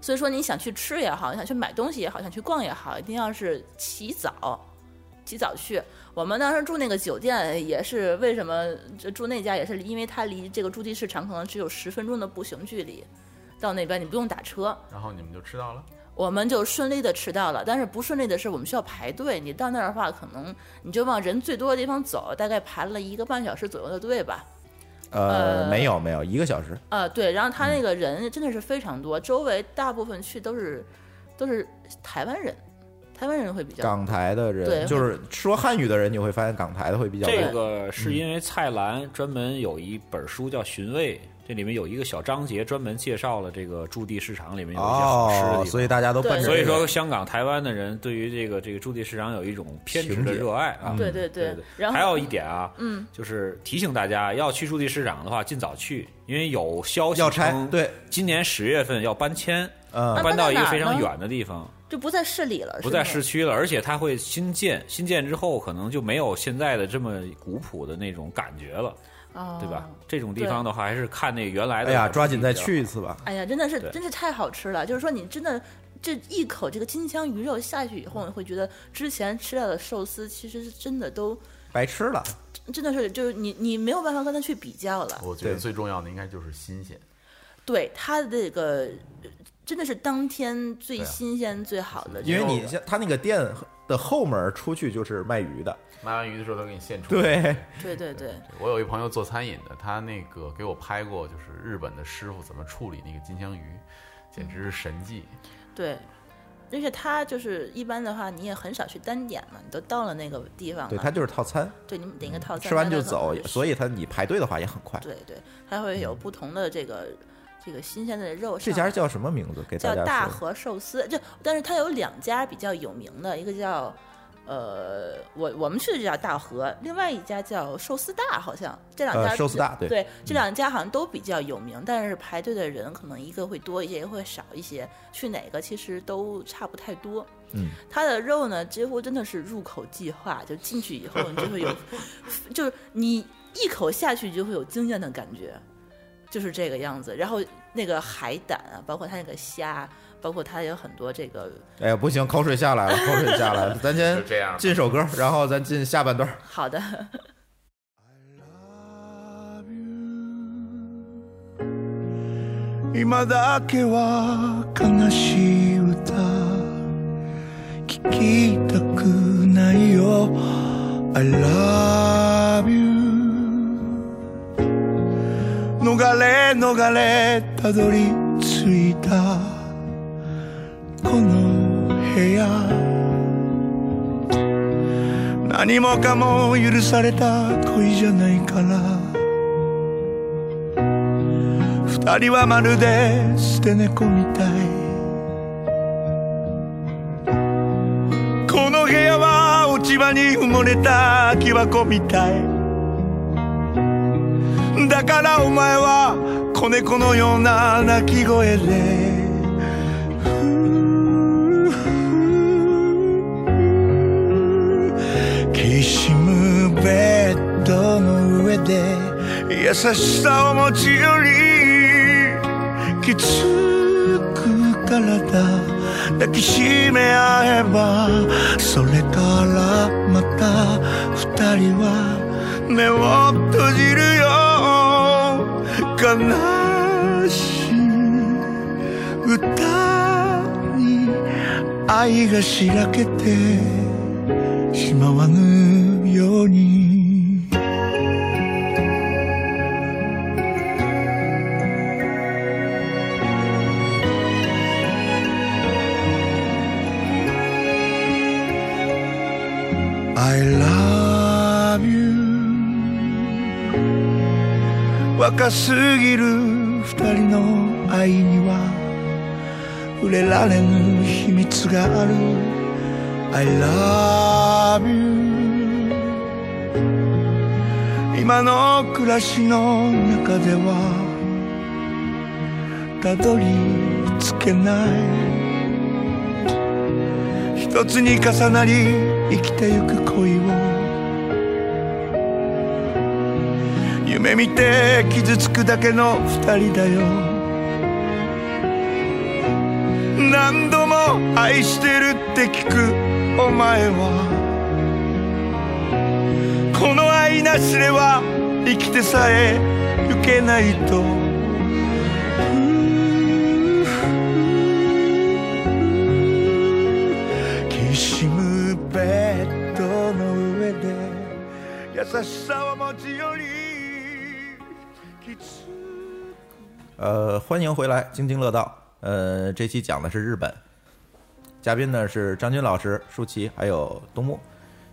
Speaker 5: 所以说你想去吃也好，你想去买东西也好，想去逛也好，一定要是起早，起早去。我们当时住那个酒店也是为什么就住那家也是因为它离这个驻地市场可能只有十分钟的步行距离，到那边你不用打车，
Speaker 6: 然后你们就吃到了。
Speaker 5: 我们就顺利的迟到了。但是不顺利的是我们需要排队，你到那儿的话，可能你就往人最多的地方走，大概排了一个半小时左右的队吧。
Speaker 3: 呃
Speaker 5: 呃
Speaker 3: 没有没有一个小时，
Speaker 5: 啊，对，然后他那个人真的是非常多，周围大部分去都是都是台湾人，台湾人会比较
Speaker 3: 港台的
Speaker 5: 对
Speaker 3: 人就是说汉语的人，你会发现港台的会比较
Speaker 4: 这
Speaker 3: 多。
Speaker 4: 个是因为蔡澜专门有一本书叫《寻味》，这里面有一个小章节专门介绍了这个驻地市场里面有一些好吃的地
Speaker 3: 哦
Speaker 4: 方，，
Speaker 3: 所以大家都奔着
Speaker 5: 对
Speaker 4: 所以
Speaker 3: 这个
Speaker 4: 说香港、台湾的人对于这个这个驻地市场有一种偏执
Speaker 3: 情嗯
Speaker 4: 的
Speaker 3: 结
Speaker 4: 热爱啊。
Speaker 5: 对对
Speaker 4: 对对，
Speaker 5: 然后
Speaker 4: 还有一点啊，嗯，就是提醒大家要去驻地市场的话，尽早去，因为有消息
Speaker 3: 要拆
Speaker 4: 称
Speaker 3: 对，
Speaker 4: 今年十月份要搬迁，
Speaker 3: 嗯
Speaker 4: 搬到一个非
Speaker 5: 搬到哪
Speaker 4: 常
Speaker 5: 儿呢
Speaker 4: 远的地方，
Speaker 5: 就不在市里了，
Speaker 4: 不在
Speaker 5: 是
Speaker 4: 市
Speaker 5: 吗
Speaker 4: 区了，而且它会新建，新建之后可能就没有现在的这么古朴的那种感觉了，
Speaker 5: 哦
Speaker 4: 对吧？这种地方的话，还是看那原来的。
Speaker 3: 哎呀，抓紧再去一。次吧。
Speaker 5: 哎呀，真的是
Speaker 4: 对
Speaker 5: 真是太好吃了！就是说，你真的这一口这个金枪鱼肉下去以后，你会觉得之前吃到的寿司其实是真的都
Speaker 3: 白吃了，
Speaker 5: 真的是就是你你没有办法跟它去比较了。
Speaker 6: 我觉得
Speaker 3: 对
Speaker 6: 最重要的应该就是新鲜。
Speaker 5: 对它的这个呃真的是当天最
Speaker 3: 对啊
Speaker 5: 新鲜最好的这
Speaker 3: 因
Speaker 5: 个，
Speaker 3: 为你像他那个店的后门出去就是卖鱼
Speaker 6: (laughs)
Speaker 3: 的，
Speaker 6: 卖完鱼的时候，他给你现出。
Speaker 3: 对，
Speaker 5: 对对对，
Speaker 6: 我有一朋友做餐饮的，他那个给我拍过，就是日本的师傅怎么处理那个金枪鱼，简直是神技。
Speaker 5: 对，而且它就是一般的话，你也很少去单点嘛，你都到了那个地方了，
Speaker 3: 对，它就是套餐，
Speaker 5: 对你们点一个套餐，
Speaker 3: 吃完
Speaker 5: 大
Speaker 3: 就
Speaker 5: 家都
Speaker 3: 走
Speaker 5: 很，
Speaker 3: 所以它你排队的话也很快。
Speaker 5: 对对，它会有不同的这个这个新鲜的肉
Speaker 3: 这
Speaker 5: 上
Speaker 3: 家
Speaker 5: 来。
Speaker 3: 叫什么名字？给大
Speaker 5: 叫大
Speaker 3: 家说。
Speaker 5: 和寿司，就但是它有两家比较有名的，一个叫呃，我我们去的这叫大和，另外一家叫寿司大，好像这两家、
Speaker 3: 呃，寿司大，对，
Speaker 5: 对这两家好像都比较有名，但是排队的人可能一个会多一些，一个会少一些，去哪个其实都差不太多。
Speaker 3: 嗯，
Speaker 5: 它的肉呢，几乎真的是入口即化，就进去以后你就
Speaker 3: (laughs)
Speaker 5: 会有，就是你一口下去就会有惊艳的感觉，就是这个样子。然后那个海胆啊，包括它那个虾，包括它有很多这个
Speaker 3: 哎呀，不行，口水下来了，口水下来了，咱先
Speaker 6: 就这样吧
Speaker 3: 进首歌，然后咱进下半段。
Speaker 5: 好的，
Speaker 7: 今だけは悲しい歌聞きたくないよ I love you 逃れ逃れたどり着いたこの部屋何もかも許された恋じゃないから二人はまるで捨て猫みたいこの部屋は落ち葉に埋もれた空き箱みたいだからお前は子猫のような鳴き声でふーふーきしむベッドの上で優しさを持ちよりきつく体抱きしめ合えばそれからまた二人は目を閉じるよ悲しい歌に愛がしらけてしまわぬように「I love you」若すぎる二人の愛には触れられぬ秘密がある I love you 今の暮らしの中ではたどり着けない一つに重なり生きてゆく恋を夢見て傷つくだけの二人だよ何度も愛してるって聞くお前はこの愛なしでは生きてさえゆけないときしむベッドの上で優しさは持ちよりきつ
Speaker 3: 呃，欢迎回来，津津乐道。呃，这期讲的是日本，嘉宾呢是张军老师、舒淇还有东木。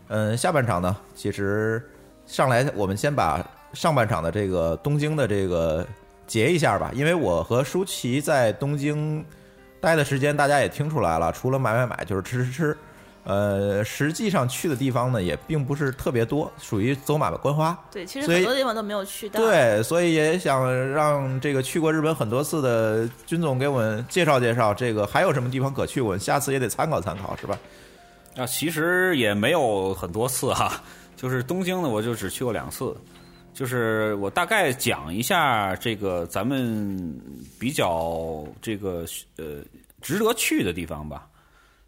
Speaker 3: 嗯、下半场呢，其实上来我们先把上半场的这个东京的这个结一下吧，因为我和舒淇在东京待的时间，大家也听出来了，除了买买买就是吃吃吃。呃，实际上去的地方呢也并不是特别多，属于走马观花。
Speaker 5: 对，其实
Speaker 3: 所以
Speaker 5: 很多地方都没有去到。，
Speaker 3: 对，所以也想让这个去过日本很多次的军总给我们介绍介绍，这个还有什么地方可去，我们下次也得参考参考，是吧？
Speaker 4: 啊，其实也没有很多次哈、就是东京呢，我就只去过两次。就是我大概讲一下这个咱们比较这个呃值得去的地方吧。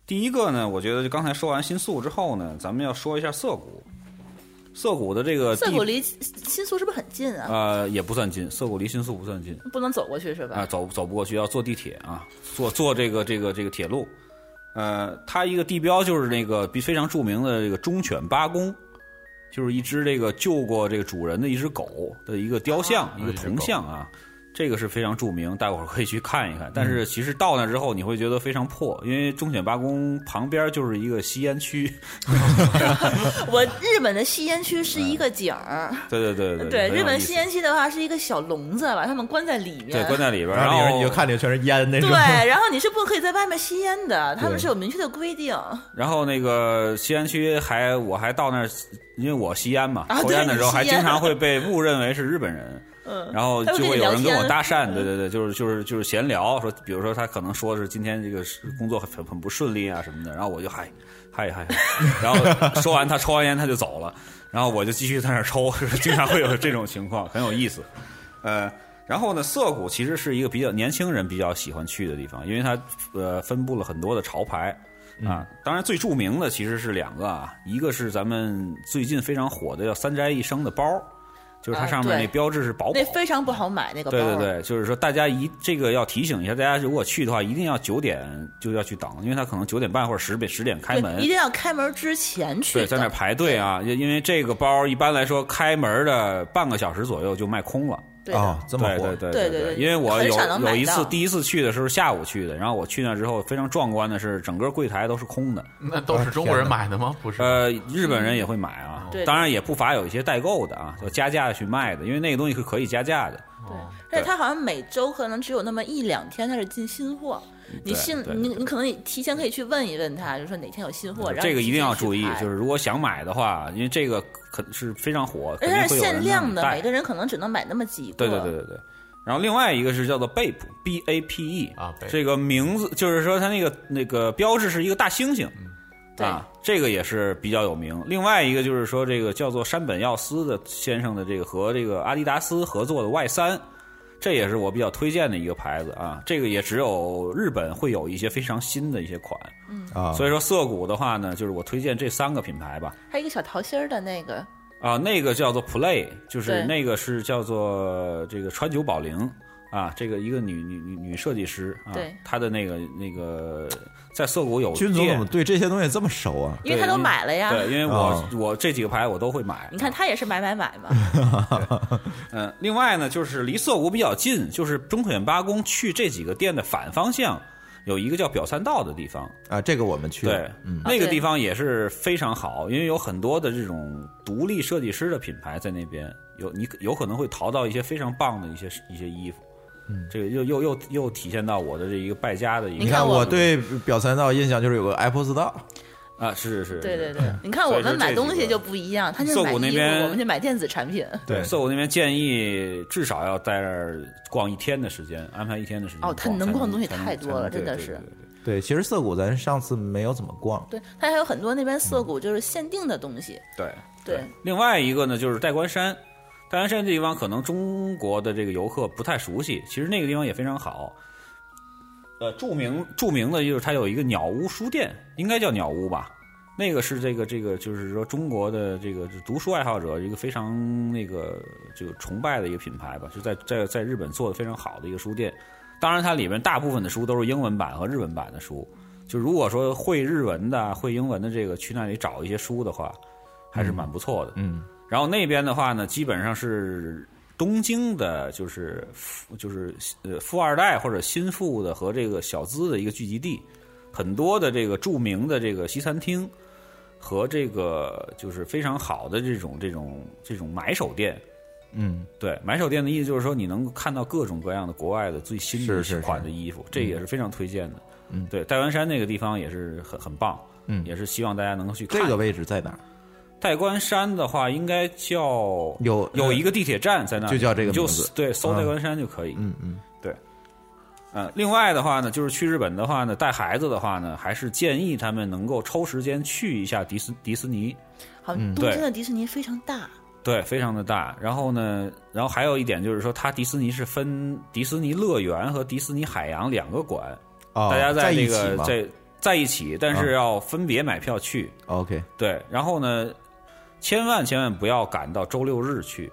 Speaker 4: 第一个呢，我觉得就刚才说完新宿之后呢，咱们要说一下涩谷。涩谷的这个地
Speaker 5: 涩谷离新宿是不是很近啊？
Speaker 4: 呃也不算近，涩谷离新宿不算近。
Speaker 5: 不能走过去是吧？
Speaker 4: 啊，走走不过去，要坐地铁啊，坐坐这个这个这个铁路。呃，它一个地标就是那个比非常著名的这个忠犬八公，就是一只这个救过这个主人的一只狗的一个雕像，一个铜像啊。这个是非常著名，大伙儿可以去看一看。
Speaker 3: 嗯
Speaker 4: 但是其实到那之后，你会觉得非常破，因为忠犬八公旁边就是一个吸烟区。 (laughs)
Speaker 5: 我日本的吸烟区是一个景儿，
Speaker 4: 对对对对
Speaker 5: 对，
Speaker 4: 非常
Speaker 5: 日
Speaker 4: 啊有
Speaker 5: 本
Speaker 4: 意思
Speaker 5: 吸烟区的话是一个小笼子，把他们关在里面。
Speaker 4: 对关在里边儿，
Speaker 3: 然
Speaker 4: 然
Speaker 3: 后里
Speaker 4: 后
Speaker 3: 面你就看见全是烟那种
Speaker 5: 对。
Speaker 4: (laughs)
Speaker 5: 然后你是不可以在外面吸烟的，他们是有明确的规定。
Speaker 4: 然后那个吸烟区还，我还到那儿，因为我吸烟嘛，(laughs)
Speaker 5: 啊
Speaker 4: 抽
Speaker 5: 对
Speaker 4: 烟的时候
Speaker 5: 你吸
Speaker 4: 还
Speaker 5: 烟
Speaker 4: 经
Speaker 5: (laughs)
Speaker 4: 常会被误认为是日本人，
Speaker 5: 嗯，
Speaker 4: 然后
Speaker 5: 他会
Speaker 4: 就
Speaker 5: 跟
Speaker 4: 会
Speaker 5: 你
Speaker 4: 有
Speaker 5: 聊
Speaker 4: 人跟我
Speaker 5: 天
Speaker 4: 搭
Speaker 5: (laughs)
Speaker 4: 讪，对对对，就是就是就是闲聊，说比如说他可能说是今天这个是工作很很不顺利啊什么的，然后我就嗨嗨嗨，嗨然后说完他抽完烟他就走了，然后我就继续在那儿抽，就是经常会有这种情况，很有意思。呃，然后呢，涩谷其实是一个比较年轻人比较喜欢去的地方，因为它呃分布了很多的潮牌啊。当然，最著名的其实是两个啊，一个是咱们最近非常火的叫三宅一生的包，就是它
Speaker 5: 啊
Speaker 4: 上面
Speaker 5: 对
Speaker 4: 那标志是宝宝。
Speaker 5: 那非常不好买那个包。
Speaker 4: 对对。对，就是说大家一这个要提醒一下，大家如果去的话，一定要九点就要去等，因为它可能九点半或者十点十点开门
Speaker 5: 对，一，定要开门之前去
Speaker 4: 对，
Speaker 5: 的。
Speaker 4: 在那儿排队啊，因因为这个包一般来说开门的半个小时左右就卖空了。
Speaker 5: 对的
Speaker 3: 哦，这么火，
Speaker 4: 对
Speaker 5: 对
Speaker 4: 对
Speaker 5: 对对
Speaker 4: 因为我
Speaker 5: 很
Speaker 4: 有
Speaker 5: 少能买
Speaker 4: 有一次
Speaker 5: 到
Speaker 4: 第一次去的时候下午去的，然后我去那之后非常壮观的是整个柜台都是空的，
Speaker 6: 那都
Speaker 3: 啊
Speaker 6: 是中国人买的吗？不是，
Speaker 4: 呃，日本人也会买
Speaker 3: 哦
Speaker 4: 啊，
Speaker 5: 嗯对
Speaker 4: 当然也不乏有一些代购的啊，就加价去卖的，因为那个东西是可以加价的。
Speaker 5: 对，而且它好像每周可能只有那么一两天它是进新货，你
Speaker 4: 嗯对
Speaker 5: 信
Speaker 4: 对
Speaker 5: 你你可能你提前可以去问一问他，就说哪天有新货，然后
Speaker 4: 这个一定要注意，就是
Speaker 5: 是。
Speaker 4: 如果想买的话，因为这个可是非常火，
Speaker 5: 而
Speaker 4: 肯
Speaker 5: 且它
Speaker 4: 定
Speaker 5: 是
Speaker 4: 会有人
Speaker 5: 限量
Speaker 4: 那么
Speaker 5: 的，
Speaker 4: 带
Speaker 5: 每个人可啊能只能买那么几个。
Speaker 4: 对对对对对。然后另外一个是叫做 Bape B A P E
Speaker 6: 啊，Bape
Speaker 4: 这个名字就是说它那个那个标志是一个大猩猩，
Speaker 5: 对
Speaker 4: 啊，这个也是比较有名。另外一个就是说这个叫做山本耀司的先生的这个和这个阿迪达斯合作的 Y 三，这也是我比较推荐的一个牌子啊。这个也只有日本会有一些非常新的一些款，
Speaker 3: 啊，
Speaker 4: 所以说涩谷的话呢，就是我推荐这三个品牌吧。
Speaker 5: 还有一个小桃心儿的那个，
Speaker 4: 啊，那个叫做 Play，就是
Speaker 5: 对
Speaker 4: 那个是叫做这个川久保玲啊，这个一个女女女女设计师啊
Speaker 5: 对，
Speaker 4: 她的那个那个在涩谷有
Speaker 3: 君总怎
Speaker 4: 店
Speaker 3: 么对这些东西这么熟啊？
Speaker 5: 因为他都买了呀。
Speaker 4: 对，因为我、
Speaker 3: 哦
Speaker 4: 我这几个牌我都会买。
Speaker 5: 你看他也是买买买嘛，
Speaker 4: 嗯，另外呢，就是离涩谷比较近，就是中口院八宫去这几个店的反方向有一个叫表参道的地方，
Speaker 3: 啊，这个我们去了
Speaker 4: 对，
Speaker 3: 嗯，
Speaker 4: 那个
Speaker 5: 对
Speaker 4: 地方也是非常好，因为有很多的这种独立设计师的品牌在那边，有你有可能会淘到一些非常棒的一些一些衣服。嗯，这个又又又又体现到我的这一个败家的一
Speaker 5: 你
Speaker 3: 你
Speaker 4: 个
Speaker 5: 看
Speaker 3: 看
Speaker 5: 我
Speaker 3: 我对表参道印象就是有个 Apple Store，
Speaker 4: 啊，是是是，
Speaker 5: 对对对，你看我们买东西就不一样，他就
Speaker 4: 涩
Speaker 5: 买
Speaker 4: 谷那
Speaker 5: 衣服，
Speaker 4: 边
Speaker 5: 我们就买电子产品。
Speaker 3: 对
Speaker 4: 涩谷那边建议至少要在那儿逛一天的时间，安排一天的时间
Speaker 5: 哦
Speaker 4: 逛。
Speaker 5: 他能逛的东西太多了真的是
Speaker 3: 对，其实涩谷咱上次没有怎么逛，
Speaker 5: 对，它还有很多那边涩谷就是限定的东西。
Speaker 4: 对
Speaker 5: 对，
Speaker 4: 另外一个呢，就是代官山。代官山这地方可能中国的这个游客不太熟悉，其实那个地方也非常好。呃，著名著名的就是它有一个鸟屋书店，应该叫鸟屋吧？那个是这个这个，就是说中国的这个读书爱好者一个非常那个就崇拜的一个品牌吧，就在在在日本做的非常好的一个书店。当然，它里面大部分的书都是英文版和日文版的书。就如果说会日文的、会英文的这个去那里找一些书的话，还是蛮不错的。
Speaker 3: 嗯，
Speaker 4: 然后那边的话呢，基本上是东京的，就是富就是呃富二代或者新富的和这个小资的一个聚集地，很多的这个著名的这个西餐厅和这个就是非常好的这种这种这种买手店。
Speaker 3: 嗯，
Speaker 4: 对，买手店的意思就是说你能够看到各种各样的国外的最新
Speaker 3: 是
Speaker 4: 的
Speaker 3: 是
Speaker 4: 款
Speaker 3: 是
Speaker 4: 的衣服，这也是非常推荐的。
Speaker 3: 嗯
Speaker 4: 对，戴湾山那个地方也是很很棒，
Speaker 3: 嗯
Speaker 4: 也是希望大家能够去看。
Speaker 3: 这个位置在哪儿？
Speaker 4: 代官山的话，应该叫
Speaker 3: 有呃
Speaker 4: 有一个地铁站在那里，
Speaker 3: 就叫这个
Speaker 4: 你就
Speaker 3: 名字
Speaker 4: 对，搜
Speaker 3: 啊
Speaker 4: 代官山就可以。
Speaker 3: 嗯嗯，
Speaker 4: 呃，另外的话呢，就是去日本的话呢，带孩子的话呢，还是建议他们能够抽时间去一下迪斯迪斯尼，
Speaker 5: 好
Speaker 4: 嗯
Speaker 5: 像东京的迪士尼非常大，
Speaker 4: 对，非常的大。然后呢，然后还有一点就是说，它迪斯尼是分迪斯尼乐园和迪士尼海洋两个馆，
Speaker 3: 哦，
Speaker 4: 大家
Speaker 3: 在
Speaker 4: 这
Speaker 3: 一起
Speaker 4: 个
Speaker 3: 吗嗯
Speaker 4: 在在一起，但是要分别买票去。
Speaker 3: ？OK，
Speaker 4: 对，然后呢，千万千万不要赶到周六日去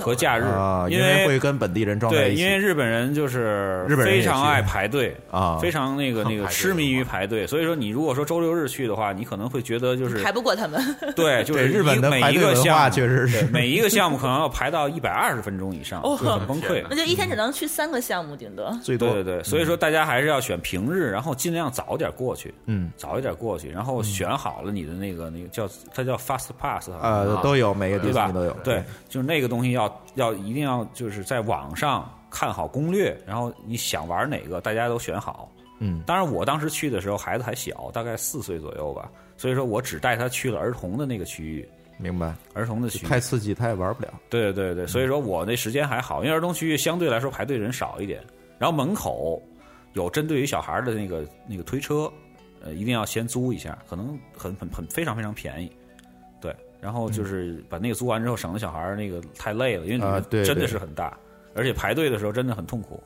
Speaker 4: 和假日
Speaker 3: 啊，，因
Speaker 4: 为
Speaker 3: 会跟本地人撞在
Speaker 4: 对，
Speaker 3: 一起，
Speaker 4: 因为日本人就是
Speaker 3: 日本人也
Speaker 4: 非常
Speaker 3: 是
Speaker 4: 爱排队
Speaker 3: 啊
Speaker 4: 非常
Speaker 3: (laughs)
Speaker 4: 那个那个痴迷于排队。所以说，你如果说周六日去的话，你可能会觉得就是
Speaker 5: 排不过他们。
Speaker 4: 对，就
Speaker 3: (laughs) 对
Speaker 4: 是
Speaker 3: 日本的
Speaker 4: 一每
Speaker 3: 排
Speaker 4: 一
Speaker 3: 队
Speaker 4: 个
Speaker 3: 文
Speaker 4: 项
Speaker 3: 化
Speaker 4: 目
Speaker 3: 确实是
Speaker 4: 对每一个
Speaker 3: (laughs)
Speaker 4: 项目可能要排到一百二十分钟以上，
Speaker 5: 哦
Speaker 4: 就很崩溃。
Speaker 5: 那就一天只能去三个项目，顶多。
Speaker 3: 最多
Speaker 4: 对对对，所以说大家还是要选平日，然后尽量早点过去，
Speaker 3: 嗯，
Speaker 4: 早一点过去，然后选好了你的那个那个叫它叫 fast pass 好像
Speaker 3: 呃都有每个地
Speaker 4: 对吧
Speaker 3: 方都有，嗯哎
Speaker 4: 对，就是那个东西要要一定要就是在网上看好攻略，然后你想玩哪个，大家都选好。
Speaker 3: 嗯
Speaker 4: 当然，我当时去的时候孩子还小，大概四岁左右吧，所以说我只带他去了儿童的那个区域，
Speaker 3: 明白。
Speaker 4: 儿童的区域。
Speaker 3: 太刺激，他也玩不了。
Speaker 4: 对对对，所以说我那时间还好，因为儿童区域相对来说排队人少一点。然后门口有针对于小孩的那个那个推车，呃，一定要先租一下，可能很很很非常非常便宜。对，然后就是把那个租完之后，省得小孩儿那个太累了，因为里
Speaker 3: 嗯啊
Speaker 4: 面
Speaker 3: 对
Speaker 4: 真的
Speaker 3: 对
Speaker 4: 是很大，而且排队的时候真的很痛苦。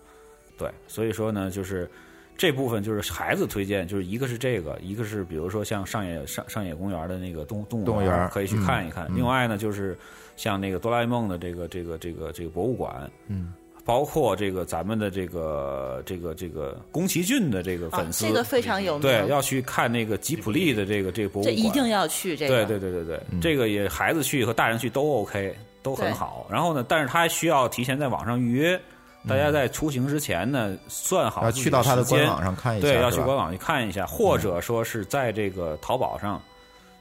Speaker 4: 对，所以说呢，就是这部分就是孩子推荐，就是一个是这个，一个是比如说像上野上上野公园的那个动动
Speaker 3: 动
Speaker 4: 物
Speaker 3: 物园儿
Speaker 4: 可以去
Speaker 3: 嗯
Speaker 4: 看一看。另外呢，就是像那个哆啦 A 梦的这个这个这个这个博物馆，
Speaker 3: 嗯，
Speaker 4: 包括这个咱们的这个这个这个宫崎骏的这个
Speaker 5: 啊
Speaker 4: 粉，丝，
Speaker 5: 这个非常有名。
Speaker 4: 对，要去看那个吉普力的这个这个博物
Speaker 5: 这
Speaker 4: 馆，
Speaker 5: 一定要去这
Speaker 4: 对
Speaker 5: 个。
Speaker 4: 对对对对，
Speaker 3: 嗯
Speaker 4: 这个也孩子去和大人去都 OK，都很
Speaker 5: 对
Speaker 4: 好。然后呢，但是他需要提前在网上预约，大家在出行之前呢，算好
Speaker 3: 要
Speaker 4: 自己
Speaker 3: 去到他的
Speaker 4: 时间
Speaker 3: 官网上看一下，
Speaker 4: 对，要去
Speaker 3: 是吧嗯
Speaker 4: 官网去看一下，或者说是在这个淘宝上，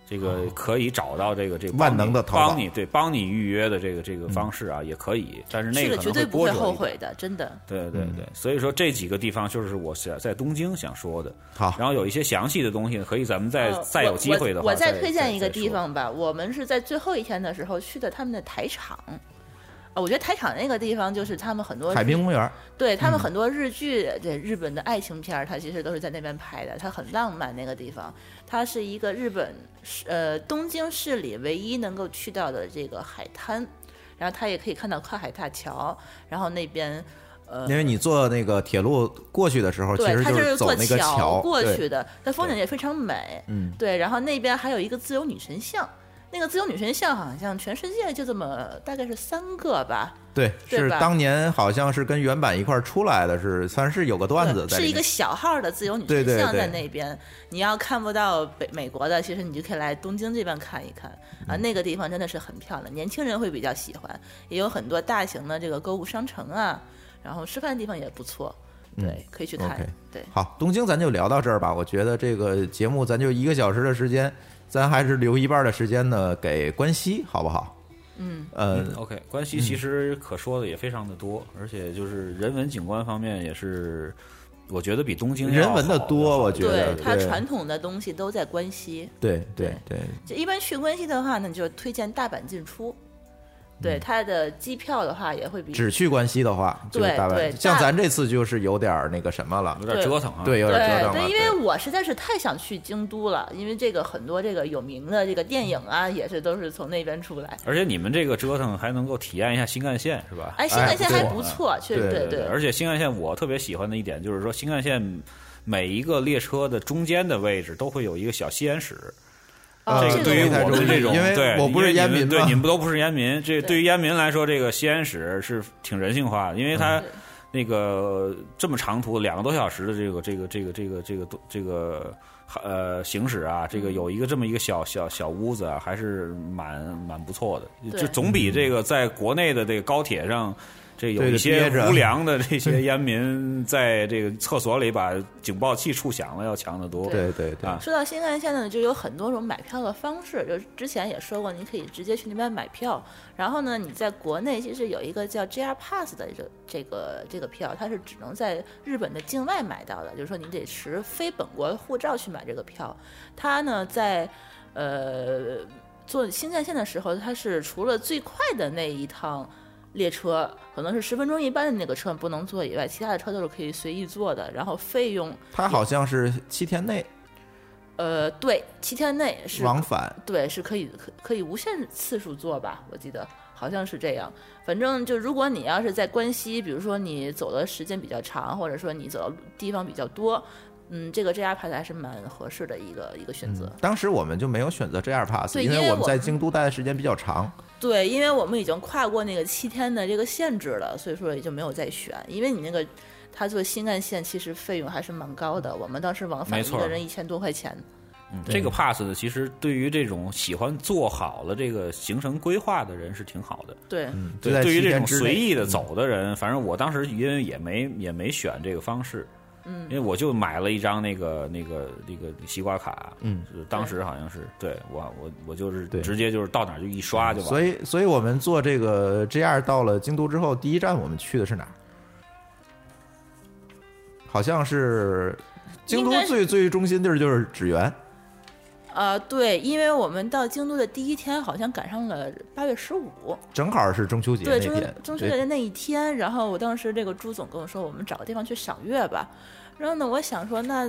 Speaker 4: 这个可以找到这个这个
Speaker 3: 哦万
Speaker 4: 帮你
Speaker 3: 能的淘宝嗯
Speaker 4: 帮你对帮你预约的这个这个方式啊，也可以，但是那
Speaker 5: 去
Speaker 4: 个
Speaker 5: 了
Speaker 4: 可
Speaker 5: 绝
Speaker 4: 能
Speaker 5: 对不
Speaker 4: 波
Speaker 5: 会
Speaker 4: 折一
Speaker 5: 后
Speaker 4: 点。
Speaker 5: 悔的，真的。
Speaker 4: 对对
Speaker 3: 嗯
Speaker 4: 对，所以说这几个地方就是我想在东京想说的，
Speaker 3: 好，
Speaker 4: 然后有一些详细的东西，可以咱们再
Speaker 5: 呃
Speaker 4: 再有机会的
Speaker 5: 我
Speaker 4: 话，
Speaker 5: 我再
Speaker 4: 再
Speaker 5: 推荐一个地。
Speaker 4: 再说
Speaker 5: 方吧，我们是在最后一天的时候去的他们的台场。啊，我觉得台场那个地方就是他们很多
Speaker 3: 海
Speaker 5: 日
Speaker 3: 滨公园，
Speaker 5: 对他
Speaker 4: 嗯
Speaker 5: 们很多日剧，对日本的爱情片儿，它其实都是在那边拍的，它很浪漫那个地方。它是一个日本市呃东京市里唯一能够去到的这个海滩，然后它也可以看到跨海大桥，然后那边
Speaker 4: 嗯
Speaker 3: 因为你坐那个铁路过去的时候，其
Speaker 5: 对，
Speaker 3: 实
Speaker 5: 它
Speaker 3: 就是
Speaker 5: 坐
Speaker 3: 走那个
Speaker 5: 桥过
Speaker 3: 对
Speaker 5: 去的，它风景也非常美。
Speaker 3: 嗯
Speaker 5: 对，然后那边还有一个自由女神像，那个自由女神像好像全世界就这么大概是三个吧，
Speaker 3: 对，
Speaker 5: 对
Speaker 3: 是
Speaker 5: 吧
Speaker 3: 当年好像是跟原版一块儿出来的，是算是有个段子
Speaker 5: 对
Speaker 3: 在
Speaker 5: 是
Speaker 3: 里
Speaker 5: 一个
Speaker 3: 面。
Speaker 5: 小号的自由女
Speaker 3: 对
Speaker 5: 神
Speaker 3: 对
Speaker 5: 像
Speaker 3: 对
Speaker 5: 在那边。你要看不到北美国的，其实你就可以来东京这边看一看啊，
Speaker 3: 嗯
Speaker 5: 那个地方真的是很漂亮，年轻人会比较喜欢，也有很多大型的这个购物商城啊，然后吃饭的地方也不错，对，
Speaker 3: 嗯
Speaker 5: 可以去看。
Speaker 3: OK
Speaker 5: 对，
Speaker 3: 好，东京咱就聊到这儿吧。我觉得这个节目咱就一个小时的时间，咱还是留一半的时间呢给关西，好不好？
Speaker 5: 嗯，
Speaker 3: 呃，
Speaker 4: OK，关西其实可说的也非常的多，而且就是人文景观方面也是，我觉得比东京要
Speaker 3: 人文的
Speaker 4: 好
Speaker 3: 多，我觉得
Speaker 5: 对，它
Speaker 3: 对
Speaker 5: 传统的东西都在关西。
Speaker 3: 对对对，
Speaker 5: 就一般去关西的话呢，就推荐大阪进出。对它的机票的话，也会比
Speaker 3: 只去关西的话，就是
Speaker 5: 对
Speaker 3: 大
Speaker 5: 对
Speaker 3: 阪。像
Speaker 5: 大
Speaker 3: 咱这次就是有点儿那个什么了
Speaker 4: 有，点
Speaker 5: 对
Speaker 4: 折腾啊。
Speaker 3: 对，有点折腾
Speaker 5: 对
Speaker 3: 了。
Speaker 5: 因为我实在是太想去京都了，因为这个很多这个有名的这个电影啊，也是都是从那边出来。
Speaker 4: 而且你们这个折腾还能够体验一下新干线，是吧？
Speaker 5: 哎，新干线还不错，确实
Speaker 3: 对
Speaker 5: 对
Speaker 4: 而且新干线我特别喜欢的一点就是说，新干线每一个列车的中间的位置都会有一个小吸烟室。
Speaker 3: 啊
Speaker 5: 哦
Speaker 4: 这
Speaker 5: 这
Speaker 4: 个
Speaker 5: 个
Speaker 4: 对
Speaker 3: 不太注
Speaker 4: 于我们这
Speaker 5: 我
Speaker 4: 种，
Speaker 3: 意因为
Speaker 4: 对
Speaker 3: 我不是
Speaker 4: 因为
Speaker 3: 烟
Speaker 4: 你们
Speaker 3: 民
Speaker 4: 对
Speaker 3: 嘛
Speaker 4: 你们都不是烟民，这
Speaker 5: 对
Speaker 4: 对于烟民来说，这个吸烟室是挺人性化的，因为
Speaker 3: 嗯
Speaker 4: 它
Speaker 5: 对
Speaker 4: 那个这么长途两个多小时的这个这个这个这个这个这个呃行驶啊，
Speaker 3: 嗯
Speaker 4: 这个有一个这么一个小小小屋子啊，还是蛮蛮不错的，
Speaker 5: 对
Speaker 4: 就总比这个在国内的这个高铁上。这有
Speaker 3: 对
Speaker 4: 一
Speaker 3: 得
Speaker 4: 些
Speaker 3: 憋着
Speaker 4: 无良的
Speaker 3: (laughs)
Speaker 4: 这些烟民，在这个厕所里把警报器触响了，要强得多。
Speaker 3: 对对对
Speaker 4: 啊，
Speaker 5: 说到新干线呢，就有很多种买票的方式，就是之前也说过，你可以直接去那边买票。然后呢，你在国内其实有一个叫 JR Pass 的这这个这个票，它是只能在日本的境外买到的，就是说你得持非本国护照去买这个票。它呢在呃坐新干线的时候，它是除了最快的那一趟。列车可能是十分钟一班的那个车不能坐以外，其他的车都是可以随意坐的。然后费用，
Speaker 3: 它好像是七天内
Speaker 5: 呃，对，七天内是
Speaker 3: 往返，
Speaker 5: 对，是可以可可以无限次数做吧？我记得好像是这样。反正就如果你要是在关西，比如说你走的时间比较长，或者说你走的地方比较多，嗯，这个 JR 牌还是蛮合适的一个一个选择。
Speaker 3: 嗯
Speaker 4: 嗯
Speaker 3: 当时我们就没有选择 JR Pass，
Speaker 5: 对
Speaker 3: 因
Speaker 5: 因为
Speaker 3: 我们
Speaker 5: 我
Speaker 3: 在京都待的时间比较长。
Speaker 5: 对，因为我们已经跨过那个七天的这个限制了，所以说也就没有再选。因为你那个他做新干线其实费用还是蛮高的，我们当时往返
Speaker 4: 没
Speaker 5: 一
Speaker 4: 错
Speaker 5: 个人一千多块钱。
Speaker 4: 嗯这个 pass 呢，其实对于这种喜欢做好了这个行程规划的人是挺好的。
Speaker 5: 对，
Speaker 3: 嗯，就
Speaker 4: 对，
Speaker 3: 在
Speaker 4: 对于
Speaker 3: 七
Speaker 4: 这
Speaker 3: 天
Speaker 4: 种
Speaker 3: 之
Speaker 4: 随
Speaker 3: 内。嗯
Speaker 4: 意的走的人，反正我当时因为也没也没选这个方式，嗯，因为我就买了一张那个那个那个西瓜卡，
Speaker 3: 嗯
Speaker 4: 是，当时好像是对我我我就是
Speaker 3: 对嗯
Speaker 4: 直接就是到哪儿就一刷就完了。
Speaker 3: 所以，所以我们坐这个 JR 到了京都之后，第一站我们去的是哪儿？好像是京都
Speaker 5: 应该是
Speaker 3: 最最中心地儿就是纸园，
Speaker 5: 呃，对，因为我们到京都的第一天好像赶上了八月十五，
Speaker 3: 正好是中秋节
Speaker 5: 对
Speaker 3: 那
Speaker 5: 中
Speaker 3: 天。
Speaker 5: 中秋节的那一天，然后我当时这个朱总跟我说，我们找个地方去赏月吧。然后呢，我想说，那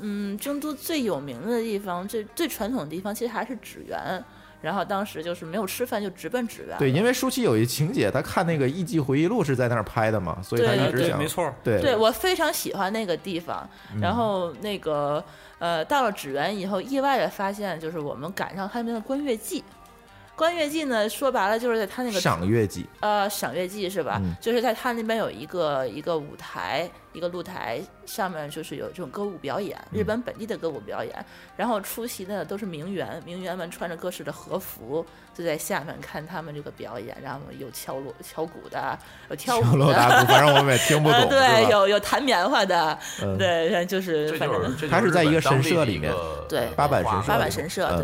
Speaker 5: 嗯，京都最有名的地方，最最传统的地方，其实还是纸园。然后当时就是没有吃饭，就直奔纸园。
Speaker 3: 对，因为舒淇有一情节，她看那个《艺伎回忆录》是在那儿拍的嘛，所以她
Speaker 5: 对
Speaker 3: 一
Speaker 4: 呃
Speaker 3: 直
Speaker 4: 对，
Speaker 3: 想
Speaker 4: 没错儿，
Speaker 3: 对
Speaker 5: 对我非常喜欢那个地方。
Speaker 3: 嗯
Speaker 5: 然后那个呃，到了纸园以后，意外的发现，就是我们赶上他们的观月季。观月季呢，说白了就是在他那个
Speaker 3: 赏月季，
Speaker 5: 呃，赏月季是吧？
Speaker 3: 嗯
Speaker 5: 就是在他那边有一个一个舞台，一个露台，上面就是有这种歌舞表演，日本本地的歌舞表演。然后出席的都是名媛，名媛们穿着各式的和服，就在下面看他们这个表演。然后有敲锣敲鼓的，有
Speaker 3: (laughs)
Speaker 5: 跳
Speaker 3: 敲
Speaker 5: 舞
Speaker 3: 锣
Speaker 5: 的，
Speaker 3: 打鼓，反正我们也听不懂，
Speaker 5: 哦 (laughs) 呃，对，
Speaker 3: 是吧？
Speaker 5: 有有弹棉花的，
Speaker 3: 嗯
Speaker 5: 对，然后就是
Speaker 6: 这
Speaker 5: 反
Speaker 6: 就是
Speaker 5: 正
Speaker 6: 这就
Speaker 3: 它是在一
Speaker 6: 日
Speaker 3: 个
Speaker 6: 本
Speaker 3: 神
Speaker 6: 当地
Speaker 3: 社
Speaker 6: 的
Speaker 3: 里
Speaker 6: 一
Speaker 3: 面
Speaker 6: 个
Speaker 5: 对
Speaker 6: 文
Speaker 3: 八坂
Speaker 6: 化
Speaker 3: 神社
Speaker 5: 八
Speaker 3: 里面
Speaker 5: 坂神社，
Speaker 3: 嗯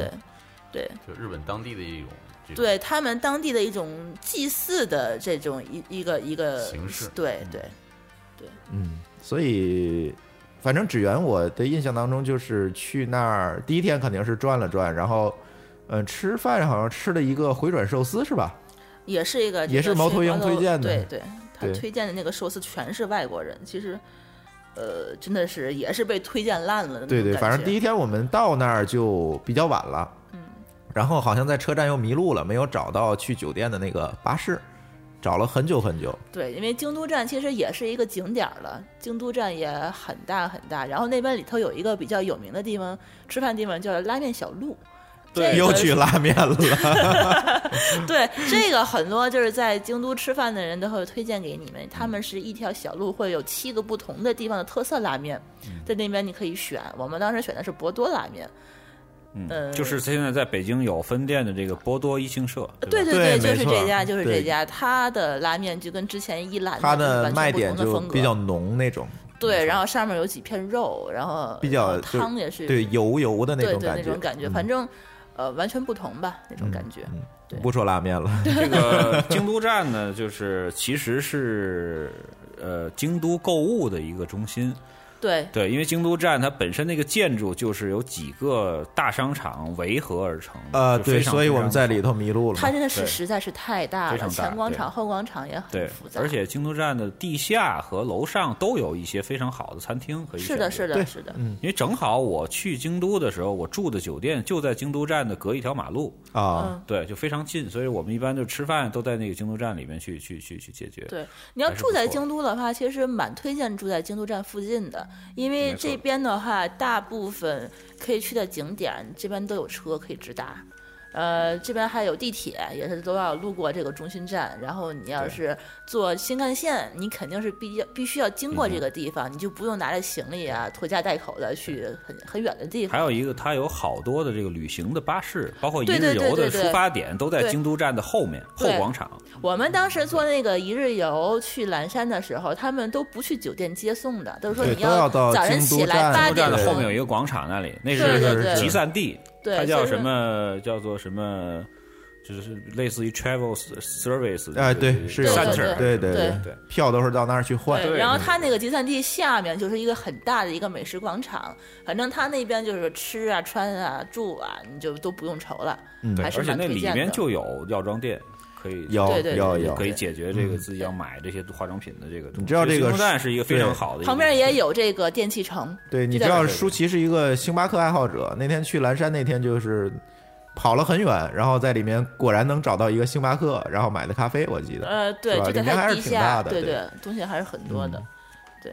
Speaker 5: 对，对。
Speaker 6: 就日本当地的一种这种
Speaker 5: 对他们当地的一种祭祀的这种一一个一个
Speaker 6: 形式
Speaker 5: 对对，
Speaker 3: 嗯，所以反正纸园我的印象当中就是去那儿第一天肯定是转了转，然后嗯、呃吃饭好像吃了一个回转寿司是吧？
Speaker 5: 也是一个这
Speaker 3: 也是
Speaker 5: 个
Speaker 3: 猫
Speaker 5: 新
Speaker 3: 头鹰
Speaker 5: 毛
Speaker 3: 推荐的
Speaker 5: 对对，他
Speaker 3: 对
Speaker 5: 推荐的那个寿司全是外国人，其实，呃，真的是也是被推荐烂了的那
Speaker 3: 对对，
Speaker 5: 种感
Speaker 3: 反正
Speaker 5: 觉
Speaker 3: 第一天我们到那儿就比较晚了，嗯，然后好像在车站又迷路了，没有找到去酒店的那个巴士，找了很久很久。
Speaker 5: 对，因为京都站其实也是一个景点儿了，京都站也很大很大，然后那边里头有一个比较有名的地方，吃饭地方叫拉面小路。这个
Speaker 3: 又去拉面了。 (laughs)
Speaker 5: 对，这个很多就是在京都吃饭的人都会推荐给你们，他们是一条小路会有七个不同的地方的特色拉面，在那边你可以选。我们当时选的是博多拉面，
Speaker 3: 嗯
Speaker 5: 呃，
Speaker 4: 就是现在在北京有分店的这个波多一庆社，
Speaker 5: 对
Speaker 4: 吧
Speaker 3: 对
Speaker 5: 对，就是
Speaker 3: 没错
Speaker 5: 这家，就是这
Speaker 3: 对
Speaker 5: 家，它的拉面就跟之前一兰
Speaker 3: 它
Speaker 5: 的
Speaker 3: 的
Speaker 5: 完
Speaker 3: 卖
Speaker 5: 全不
Speaker 3: 点
Speaker 5: 同的
Speaker 3: 就
Speaker 5: 风格，
Speaker 3: 比较浓那种，
Speaker 5: 对，然后上面有几片肉，然后
Speaker 3: 比较
Speaker 5: 然后
Speaker 3: 就
Speaker 5: 汤也是
Speaker 3: 对油油的那
Speaker 5: 对
Speaker 3: 种
Speaker 5: 对
Speaker 3: 感
Speaker 5: 那
Speaker 3: 觉嗯
Speaker 5: 种，感觉，嗯反正呃完全不同吧，那种感觉。对
Speaker 3: 不说拉面了，
Speaker 4: 这个京都站呢，就是其实是呃京都购物的一个中心。
Speaker 5: 对
Speaker 4: 对，因为京都站它本身那个建筑就是由几个大商场围合而成。
Speaker 3: 呃，
Speaker 4: 就
Speaker 3: 对，
Speaker 4: 非常
Speaker 3: 所以我们在。
Speaker 4: 非常
Speaker 3: 里头迷路了
Speaker 5: 它。真的是
Speaker 4: 对
Speaker 5: 实在是太大
Speaker 4: 非
Speaker 5: 了，
Speaker 4: 常大
Speaker 5: 前广场、
Speaker 4: 对
Speaker 5: 后广场也很
Speaker 4: 对
Speaker 5: 复，杂。
Speaker 4: 而且京都站的地下和楼上都有一些非常好的餐厅可以
Speaker 5: 是的，
Speaker 4: 选择嗯
Speaker 5: 是的，是的，
Speaker 4: 因为正好我去京都的时候，我住的酒店就在京都站的隔一条马路，
Speaker 3: 啊
Speaker 5: 嗯，
Speaker 4: 对，就非常近，所以我们一般就吃饭都在那个京都站里面去去去去解决。
Speaker 5: 对。你要
Speaker 4: 还是
Speaker 5: 住
Speaker 4: 不
Speaker 5: 在
Speaker 4: 错
Speaker 5: 京都的话，其实蛮推荐住在京都站附近的，因为
Speaker 4: 没错
Speaker 5: 这边的话，大部分可以去的景点，这边都有车可以直达。呃，这边还有地铁，也是都要路过这个中心站。然后你要
Speaker 4: 对
Speaker 5: 是坐新干线，你肯定是必要必须要经
Speaker 4: 嗯
Speaker 5: 过这个地方，你就不用拿着行李啊拖家带口的去很很远的地方。
Speaker 4: 还有一个，它有好多的这个旅行的巴士，包括一
Speaker 5: 对对
Speaker 4: 日
Speaker 5: 对
Speaker 4: 游
Speaker 5: 对
Speaker 4: 的
Speaker 5: 对
Speaker 4: 出发点都在
Speaker 5: 对
Speaker 4: 京都站的后面后
Speaker 5: 对
Speaker 4: 广场。
Speaker 5: 我们当时做那个一日游去蓝山的时候，他们都不去酒店接送的，都是说
Speaker 3: 对
Speaker 5: 你
Speaker 3: 都要到
Speaker 5: 早晨
Speaker 3: 京都
Speaker 5: 起来
Speaker 3: 站
Speaker 5: 八
Speaker 4: 京都
Speaker 5: 点
Speaker 4: 站的
Speaker 5: 钟，
Speaker 4: 后面有一个广场，那里那
Speaker 5: 对对
Speaker 4: 是
Speaker 5: 对
Speaker 4: 集散地，
Speaker 5: 对
Speaker 4: 它叫
Speaker 5: 所以说
Speaker 4: 什么？叫做什么？就是类似于 travel service
Speaker 3: 哎，对，是有
Speaker 5: 对
Speaker 3: 的
Speaker 4: center，
Speaker 3: 对对
Speaker 5: 对
Speaker 4: 对
Speaker 3: 票都是到那儿去换。嗯
Speaker 5: 对，
Speaker 4: 对
Speaker 5: 然后它那个集散地下面就是一个很大的一个美食广场，反正它那边就是吃啊、穿啊、住啊，你就都不用愁了，
Speaker 3: 嗯
Speaker 5: 还是
Speaker 4: 而且
Speaker 5: 蛮
Speaker 4: 那
Speaker 5: 推
Speaker 4: 里
Speaker 5: 荐
Speaker 4: 面
Speaker 5: 的。
Speaker 4: 就有药妆店，可以
Speaker 3: 有
Speaker 5: 对对对
Speaker 3: 有
Speaker 5: 对
Speaker 3: 有，
Speaker 4: 可以解决这个自己要买这些化妆品的这个东西。
Speaker 3: 嗯你知道这个
Speaker 4: 京东站是一个非常好的一个，
Speaker 5: 旁边也有这个电器城，
Speaker 3: 对，你知
Speaker 5: 就在
Speaker 3: 道
Speaker 5: 这
Speaker 3: 舒淇是一个星巴克爱好者，那天去蓝山那天就是跑了很远，然后在里面果然能找到一个星巴克，然后买的咖啡，我记得。
Speaker 5: 呃，对
Speaker 3: 是，吧
Speaker 5: 就在
Speaker 3: 里面
Speaker 5: 它
Speaker 3: 还是
Speaker 5: 地
Speaker 3: 挺大
Speaker 5: 下，
Speaker 3: 的
Speaker 5: 对
Speaker 3: 对，
Speaker 5: 东西还是很多的，对，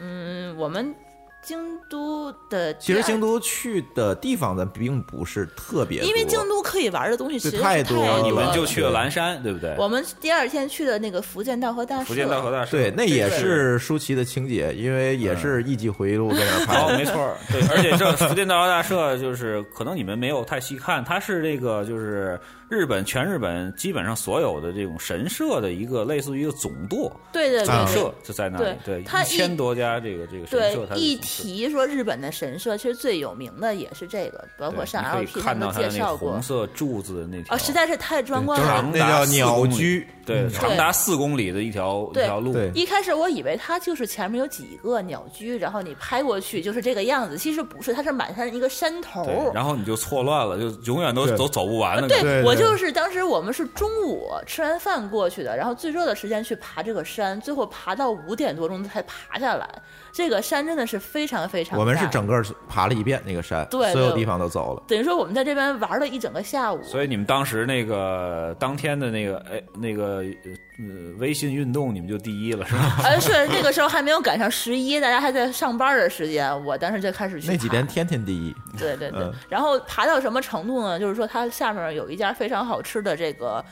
Speaker 5: 嗯，我们京都的
Speaker 3: 其实
Speaker 5: 第二
Speaker 3: 京都去的地方咱并不是特别多，
Speaker 5: 因为京都可以玩的东西
Speaker 3: 对
Speaker 5: 实在是
Speaker 3: 太
Speaker 5: 多
Speaker 3: 多
Speaker 5: 了，
Speaker 3: 了
Speaker 4: 你们就去了蓝山，对不对？
Speaker 5: 我们第二天去的那个福建道和大社，
Speaker 4: 福建道和大社，
Speaker 3: (laughs) 对，那也
Speaker 5: 对
Speaker 3: 是舒淇的情节，因为也是艺伎回忆录在那儿拍
Speaker 4: 嗯哦，
Speaker 3: 的。
Speaker 4: 没错儿，对，而且这福建道和大社就是可能你们没有太细看，它是这个就是日本全日本基本上所有的这种神社的一个类似于一个总舵
Speaker 5: 对对对
Speaker 3: 啊
Speaker 4: 神
Speaker 5: 对
Speaker 4: 社就在那里，
Speaker 5: 对
Speaker 4: 对，
Speaker 5: 它
Speaker 4: 一
Speaker 5: 一
Speaker 4: 千多家这个这个神社，
Speaker 5: 对
Speaker 4: 它，是
Speaker 5: 一
Speaker 4: 总社
Speaker 5: 提说日本的神社，其实最有名的也是这个，包括
Speaker 4: 对
Speaker 5: 上
Speaker 4: 你
Speaker 5: LP
Speaker 4: 可以
Speaker 5: 他
Speaker 4: 看
Speaker 5: 们
Speaker 4: 到
Speaker 5: 都
Speaker 4: 它的
Speaker 5: 介
Speaker 4: 那
Speaker 5: 绍
Speaker 4: 个
Speaker 5: 过
Speaker 4: 红，色柱子的那条
Speaker 5: 啊，实在是太壮观
Speaker 3: 就是
Speaker 5: 了。
Speaker 4: 长
Speaker 3: 那
Speaker 4: 达
Speaker 3: 叫
Speaker 4: 四
Speaker 3: 鸟
Speaker 4: 公里
Speaker 3: 居，
Speaker 4: 对，长达四公里的一条一
Speaker 5: 对
Speaker 4: 条路，
Speaker 3: 对
Speaker 5: 一开始我以为它就是前面有几个鸟居，然后你拍过去就是这个样子，其实不是，它是满山一个山头。
Speaker 4: 对，然后你就错乱了，就永远都
Speaker 3: 对
Speaker 4: 都走不完了。
Speaker 5: 对
Speaker 3: 对
Speaker 5: 我
Speaker 3: 对
Speaker 5: 就是当时我们是中午吃完饭过去的，然后最热的时间去爬这个山，最后爬到五点多钟才爬下来。这个山真的是非常非
Speaker 3: (laughs)
Speaker 5: 常大，
Speaker 3: 我们是整个爬了一遍那个山，
Speaker 5: 对
Speaker 3: 所有
Speaker 5: 对
Speaker 3: 地方都走了。
Speaker 5: 等于说我们在这边玩了一整个下午。
Speaker 4: 所以你们当时那个当天的那个哎那个呃微信运动，你们就第一了是吧？
Speaker 5: 而是那个时候还没有赶上十一，大家还在上班的时间，我当时就开始去
Speaker 3: 那几
Speaker 5: 爬
Speaker 3: 天天天第一，
Speaker 5: 对对对
Speaker 3: 嗯，
Speaker 5: 然后爬到什么程度呢？就是说它下面有一家非常好吃的这个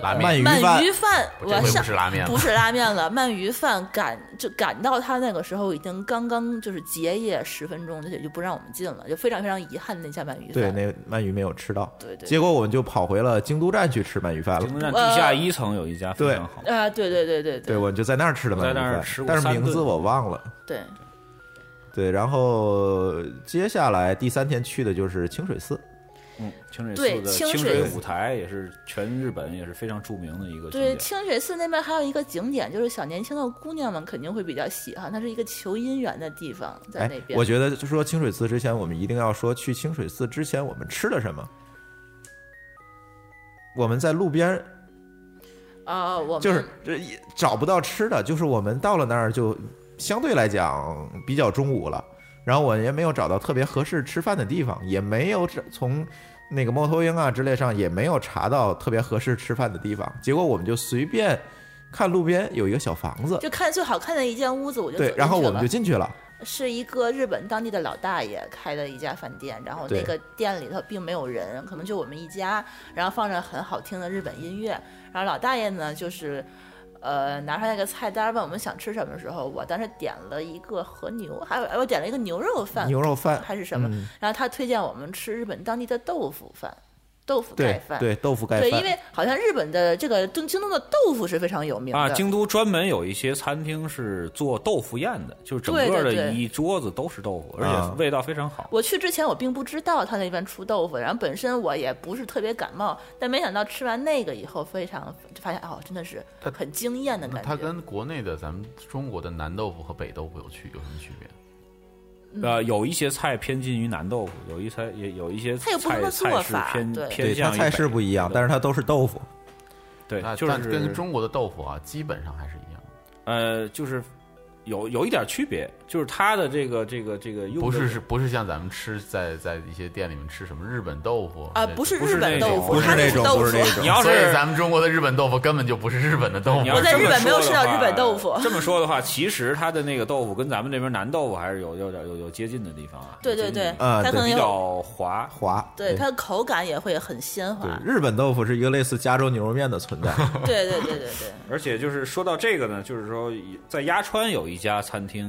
Speaker 6: 拉面
Speaker 3: 鳗鱼
Speaker 5: 鳗
Speaker 3: 饭
Speaker 5: 鱼饭，
Speaker 6: 我这
Speaker 5: 我
Speaker 6: 回
Speaker 5: 上
Speaker 6: 不是拉面了
Speaker 5: 不是拉面了， (laughs) 鳗鱼饭赶就赶到它那个时候已经刚刚就是结业十分钟，就就不让我们进了，就非常非常遗憾那家鳗鱼
Speaker 3: 对，
Speaker 5: 饭。
Speaker 3: 那鳗鱼没有吃到，
Speaker 5: 对对
Speaker 3: 结果我们就跑回了京都站去吃鳗鱼饭
Speaker 4: 京东
Speaker 3: 了。
Speaker 4: 站地下一层有一家非常好，
Speaker 5: 啊，对对对对
Speaker 3: 对，我就在那儿吃的鳗
Speaker 4: 我在
Speaker 3: 鱼
Speaker 4: 那儿
Speaker 3: 饭
Speaker 4: 吃，过
Speaker 3: 但是
Speaker 4: 三
Speaker 3: 名字
Speaker 4: 顿
Speaker 3: 我忘了。
Speaker 5: 对，
Speaker 3: 对，然后接下来第三天去的就是清水寺，
Speaker 4: 嗯，清水
Speaker 5: 对
Speaker 4: 寺的
Speaker 5: 清
Speaker 4: 清
Speaker 5: 水
Speaker 4: 水舞台也是全日本也是非常著名的一个景
Speaker 5: 对，
Speaker 4: 点。
Speaker 5: 清水寺那边还有一个景点，就是小年轻的姑娘们肯定会比较喜欢，它是一个求姻缘的地方，在
Speaker 3: 哎
Speaker 5: 那，边。
Speaker 3: 我觉得就说清水寺之前，我们一定要说去清水寺之前我们吃了什么。我们在路边
Speaker 5: 啊、我们
Speaker 3: 就是这也找不到吃的，就是我们到了那儿就相对来讲比较中午了，然后我也没有找到特别合适吃饭的地方，也没有找从那个猫头鹰啊之类上也没有查到特别合适吃饭的地方，结果我们就随便看路边有一个小房子，
Speaker 5: 就看最好看的一间屋子，我就走
Speaker 3: 对，
Speaker 5: 进
Speaker 3: 然后
Speaker 5: 去
Speaker 3: 我们
Speaker 5: 了
Speaker 3: 就进去了，
Speaker 5: 是一个日本当地的老大爷开的一家饭店，然后那
Speaker 3: 对
Speaker 5: 个店里头并没有人，可能就我们一家，然后放着很好听的日本音乐，然后老大爷呢就是。呃，拿上那个菜单问我们想吃什么的时候，我当时点了一个和牛，还有哎我点了一个牛肉饭，
Speaker 3: 牛肉饭
Speaker 5: 还是什么，
Speaker 3: 嗯
Speaker 5: 然后他推荐我们吃日本当地的豆腐饭，豆腐盖
Speaker 3: 对
Speaker 5: 饭，
Speaker 3: 对，豆腐盖
Speaker 5: 对，
Speaker 3: 饭，
Speaker 5: 因为好像日本的这个东京东的豆腐是非常有名的。
Speaker 4: 啊，京都专门有一些餐厅是做豆腐宴的，就是整
Speaker 5: 对
Speaker 4: 个
Speaker 5: 对
Speaker 4: 的
Speaker 5: 对
Speaker 4: 一桌子都是豆腐，而
Speaker 3: 啊
Speaker 4: 且味道非常好。
Speaker 5: 我去之前我并不知道他那边出豆腐，然后本身我也不是特别感冒，但没想到吃完那个以后，非常就发现哦，真的是
Speaker 6: 它
Speaker 5: 很惊艳的
Speaker 4: 嗯
Speaker 6: 那
Speaker 5: 感
Speaker 6: 它
Speaker 5: 觉。
Speaker 6: 跟国内的咱们中国的南豆腐和北豆腐有区有什么区别？
Speaker 5: 嗯
Speaker 4: 呃，有一些菜偏近于南豆腐，有一菜也有一些
Speaker 5: 它有不同
Speaker 4: 菜
Speaker 5: 的做
Speaker 4: 菜式
Speaker 5: 法
Speaker 4: 偏
Speaker 5: 对
Speaker 4: 偏
Speaker 3: 对它
Speaker 4: 向于
Speaker 3: 菜式不一样，但是它都是豆腐。
Speaker 4: 对
Speaker 6: 那，
Speaker 4: 就
Speaker 6: 但
Speaker 4: 是
Speaker 6: 跟中国的豆腐啊，基本上还是一样的，
Speaker 4: 呃，就是有有一点区别，就是它的这个这个这个用的
Speaker 6: 不是是不是像咱们吃在在一些店里面吃什么日本豆腐
Speaker 5: 啊，
Speaker 6: 那
Speaker 5: 不
Speaker 6: 种
Speaker 5: 是
Speaker 4: 不是
Speaker 5: 日本
Speaker 4: 那
Speaker 5: 豆
Speaker 4: 种
Speaker 5: 腐，
Speaker 3: 不是
Speaker 5: 它
Speaker 3: 那
Speaker 5: 是
Speaker 3: 种
Speaker 5: 豆
Speaker 3: 不是
Speaker 5: 腐。
Speaker 3: 那种
Speaker 4: 你要
Speaker 6: 所以
Speaker 4: 是
Speaker 6: 咱们中国的日本豆腐根本就不是日本的豆腐
Speaker 4: 你。要
Speaker 5: 我
Speaker 4: 是
Speaker 5: 在
Speaker 4: 这么
Speaker 5: 日本没有
Speaker 4: 说
Speaker 5: 吃
Speaker 4: 的
Speaker 5: 到日
Speaker 4: 话
Speaker 5: 本豆腐
Speaker 4: 这么说的话，其实它的那个豆腐跟咱们这边南豆腐还是有有点有有接近的地方啊。
Speaker 5: 对
Speaker 4: 有接
Speaker 5: 对
Speaker 4: 近
Speaker 5: 对
Speaker 4: 的，地方
Speaker 3: 啊
Speaker 5: 它可能
Speaker 4: 比
Speaker 5: 有，
Speaker 4: 较滑。
Speaker 3: 滑，
Speaker 5: 对它的口感也会很鲜
Speaker 3: 对
Speaker 5: 滑。
Speaker 3: 日本豆腐是一个类似加州牛肉面的
Speaker 4: (laughs)
Speaker 3: 存在。
Speaker 5: 对对对对对，
Speaker 4: 而且就是说到这个呢，就是说在鸭川有一家餐厅，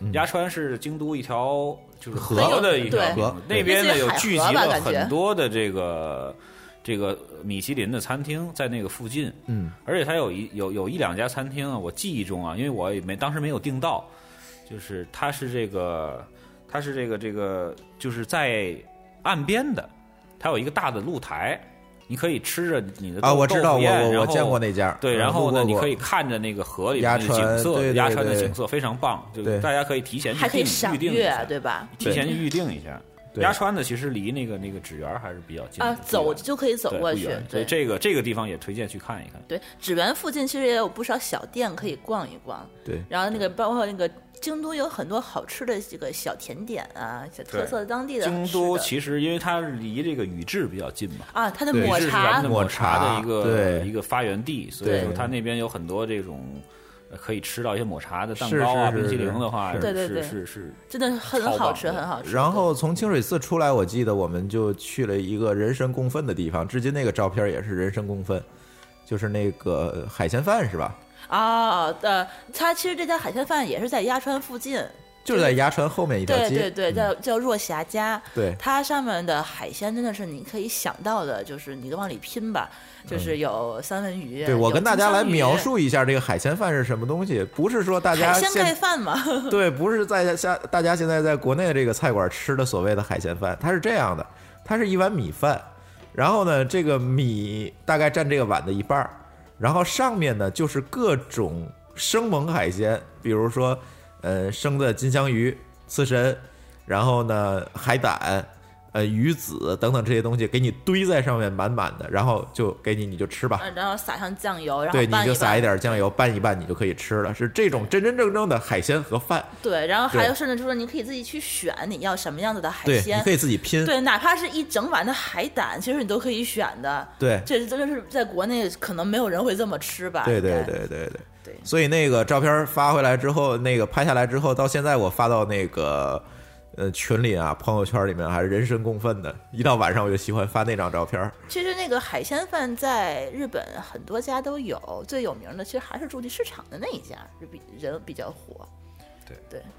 Speaker 3: 嗯
Speaker 4: 鸭川是京都一条就是河的一条
Speaker 5: 很有
Speaker 3: 对
Speaker 4: 那边
Speaker 5: 类
Speaker 4: 呢
Speaker 5: 似于
Speaker 4: 有
Speaker 5: 海河
Speaker 4: 聚集
Speaker 5: 吧
Speaker 4: 了
Speaker 5: 感觉
Speaker 4: 很多的这个这个米其林的餐厅在那个附近，
Speaker 3: 嗯，
Speaker 4: 而且它有一有有一两家餐厅啊，我记忆中啊，因为我也没当时没有订到，就是它是这个它是这个这个就是在岸边的，它有一个大的露台，你可以吃着你的
Speaker 3: 啊，
Speaker 4: 豆
Speaker 3: 我知道，我
Speaker 4: 豆腐宴
Speaker 3: 我我
Speaker 4: 然后
Speaker 3: 见过那家。
Speaker 4: 对，
Speaker 3: 嗯
Speaker 4: 然后呢，
Speaker 3: 路过
Speaker 4: 你
Speaker 3: 过
Speaker 4: 可以看着那个河里
Speaker 3: 鸭
Speaker 4: 的那个景
Speaker 3: 川
Speaker 4: 色
Speaker 3: 对，对
Speaker 4: 鸭川的
Speaker 3: 对
Speaker 4: 景色非常棒，就
Speaker 3: 对
Speaker 4: 大家可以提前去
Speaker 5: 还可以
Speaker 4: 定
Speaker 5: 赏
Speaker 4: 预定一下
Speaker 5: 月，，对吧？
Speaker 4: 提前预定一下。
Speaker 3: 对
Speaker 4: 鸭川呢，其实离那个那个纸园还是比较近
Speaker 5: 啊
Speaker 4: 的，
Speaker 5: 走
Speaker 4: 不远
Speaker 5: 就可以走
Speaker 4: 对
Speaker 5: 过
Speaker 4: 不
Speaker 5: 去
Speaker 4: 远。所以
Speaker 5: 对
Speaker 4: 这个这个地方也推荐去看一看。
Speaker 5: 对，纸园附近其实也有不少小店可以逛一逛。
Speaker 3: 对
Speaker 5: 然后那个包括那个京都有很多好吃的这个小甜点啊，小特
Speaker 4: 对
Speaker 5: 色当地的
Speaker 4: 京
Speaker 5: 吃
Speaker 4: 都
Speaker 5: 的
Speaker 4: 其实因为它离这个宇治比较近嘛，
Speaker 5: 啊，它的
Speaker 3: 对
Speaker 5: 抹
Speaker 4: 宇治是咱
Speaker 5: 茶
Speaker 4: 们的
Speaker 3: 抹
Speaker 4: 抹茶
Speaker 3: 茶
Speaker 4: 的一个
Speaker 3: 对
Speaker 4: 一个发源地，所以
Speaker 3: 对
Speaker 4: 说它那边有很多这种呃可以吃到一些抹茶的蛋
Speaker 3: 是
Speaker 4: 糕啊、
Speaker 3: 是是
Speaker 4: 冰淇
Speaker 3: 是
Speaker 4: 淋的话，
Speaker 5: 对对对
Speaker 4: 是是是
Speaker 5: 真的很
Speaker 4: 超
Speaker 5: 好
Speaker 4: 棒
Speaker 5: 吃，
Speaker 4: 的
Speaker 5: 很好吃。
Speaker 3: 然后从清水寺出来，我记得我们就去了一个人神共愤的地方，至今那个照片也是人神共愤，就是那个海鲜饭是吧？
Speaker 5: 啊，呃，它其实这家海鲜饭也是在鸭川附近，
Speaker 3: 就是在鸭川后面一条
Speaker 5: 对
Speaker 3: 街。嗯
Speaker 5: 对对，叫叫若霞家。
Speaker 3: 对
Speaker 5: 它上面的海鲜真的是你可以想到的，就是你往里拼吧，就是有三文鱼。
Speaker 3: 嗯对，我
Speaker 5: 有
Speaker 3: 跟大
Speaker 5: 金
Speaker 3: 家
Speaker 5: 枪
Speaker 3: 来
Speaker 5: 鱼
Speaker 3: 描述一下这个海鲜饭是什么东西，不是说大家
Speaker 5: 海鲜盖
Speaker 3: 现
Speaker 5: 饭嘛， (laughs)
Speaker 3: 对，不是在下大家现在在国内这个菜馆吃的所谓的海鲜饭，它是这样的，它是一碗米饭，然后呢，这个米大概占这个碗的一半儿，然后上面呢就是各种生猛海鲜，比如说，呃，生的金枪鱼、刺身，然后呢海胆。呃，鱼子等等这些东西给你堆在上面满满的，然后就给你，你就吃吧。
Speaker 5: 嗯然后撒上酱油，然后
Speaker 3: 对，你
Speaker 5: 拌
Speaker 3: 就撒
Speaker 5: 拌
Speaker 3: 一点酱油拌一拌，你就可以吃了。是这种真真正正的海鲜和饭，
Speaker 5: 对，然后还
Speaker 3: 对
Speaker 5: 有甚至说你可以自己去选你要什么样子的海
Speaker 3: 对，你
Speaker 5: 鲜
Speaker 3: 可，以自己拼。
Speaker 5: 对，哪怕是一整碗的海胆，其实你都可以选的。
Speaker 3: 对
Speaker 5: 这真的是在国内可能没有人会这么吃吧？
Speaker 3: 对
Speaker 5: 应
Speaker 3: 对
Speaker 5: 该
Speaker 3: 对对对
Speaker 5: 对
Speaker 3: 所以那个照片发回来之后，那个拍下来之后，到现在我发到那个呃群里啊、朋友圈里面，还是人神共愤的。一到晚上我就喜欢发那张照片儿。
Speaker 5: 其实那个海鲜饭在日本很多家都有，最有名的其实还是筑地市场的那一家，是比人比较火。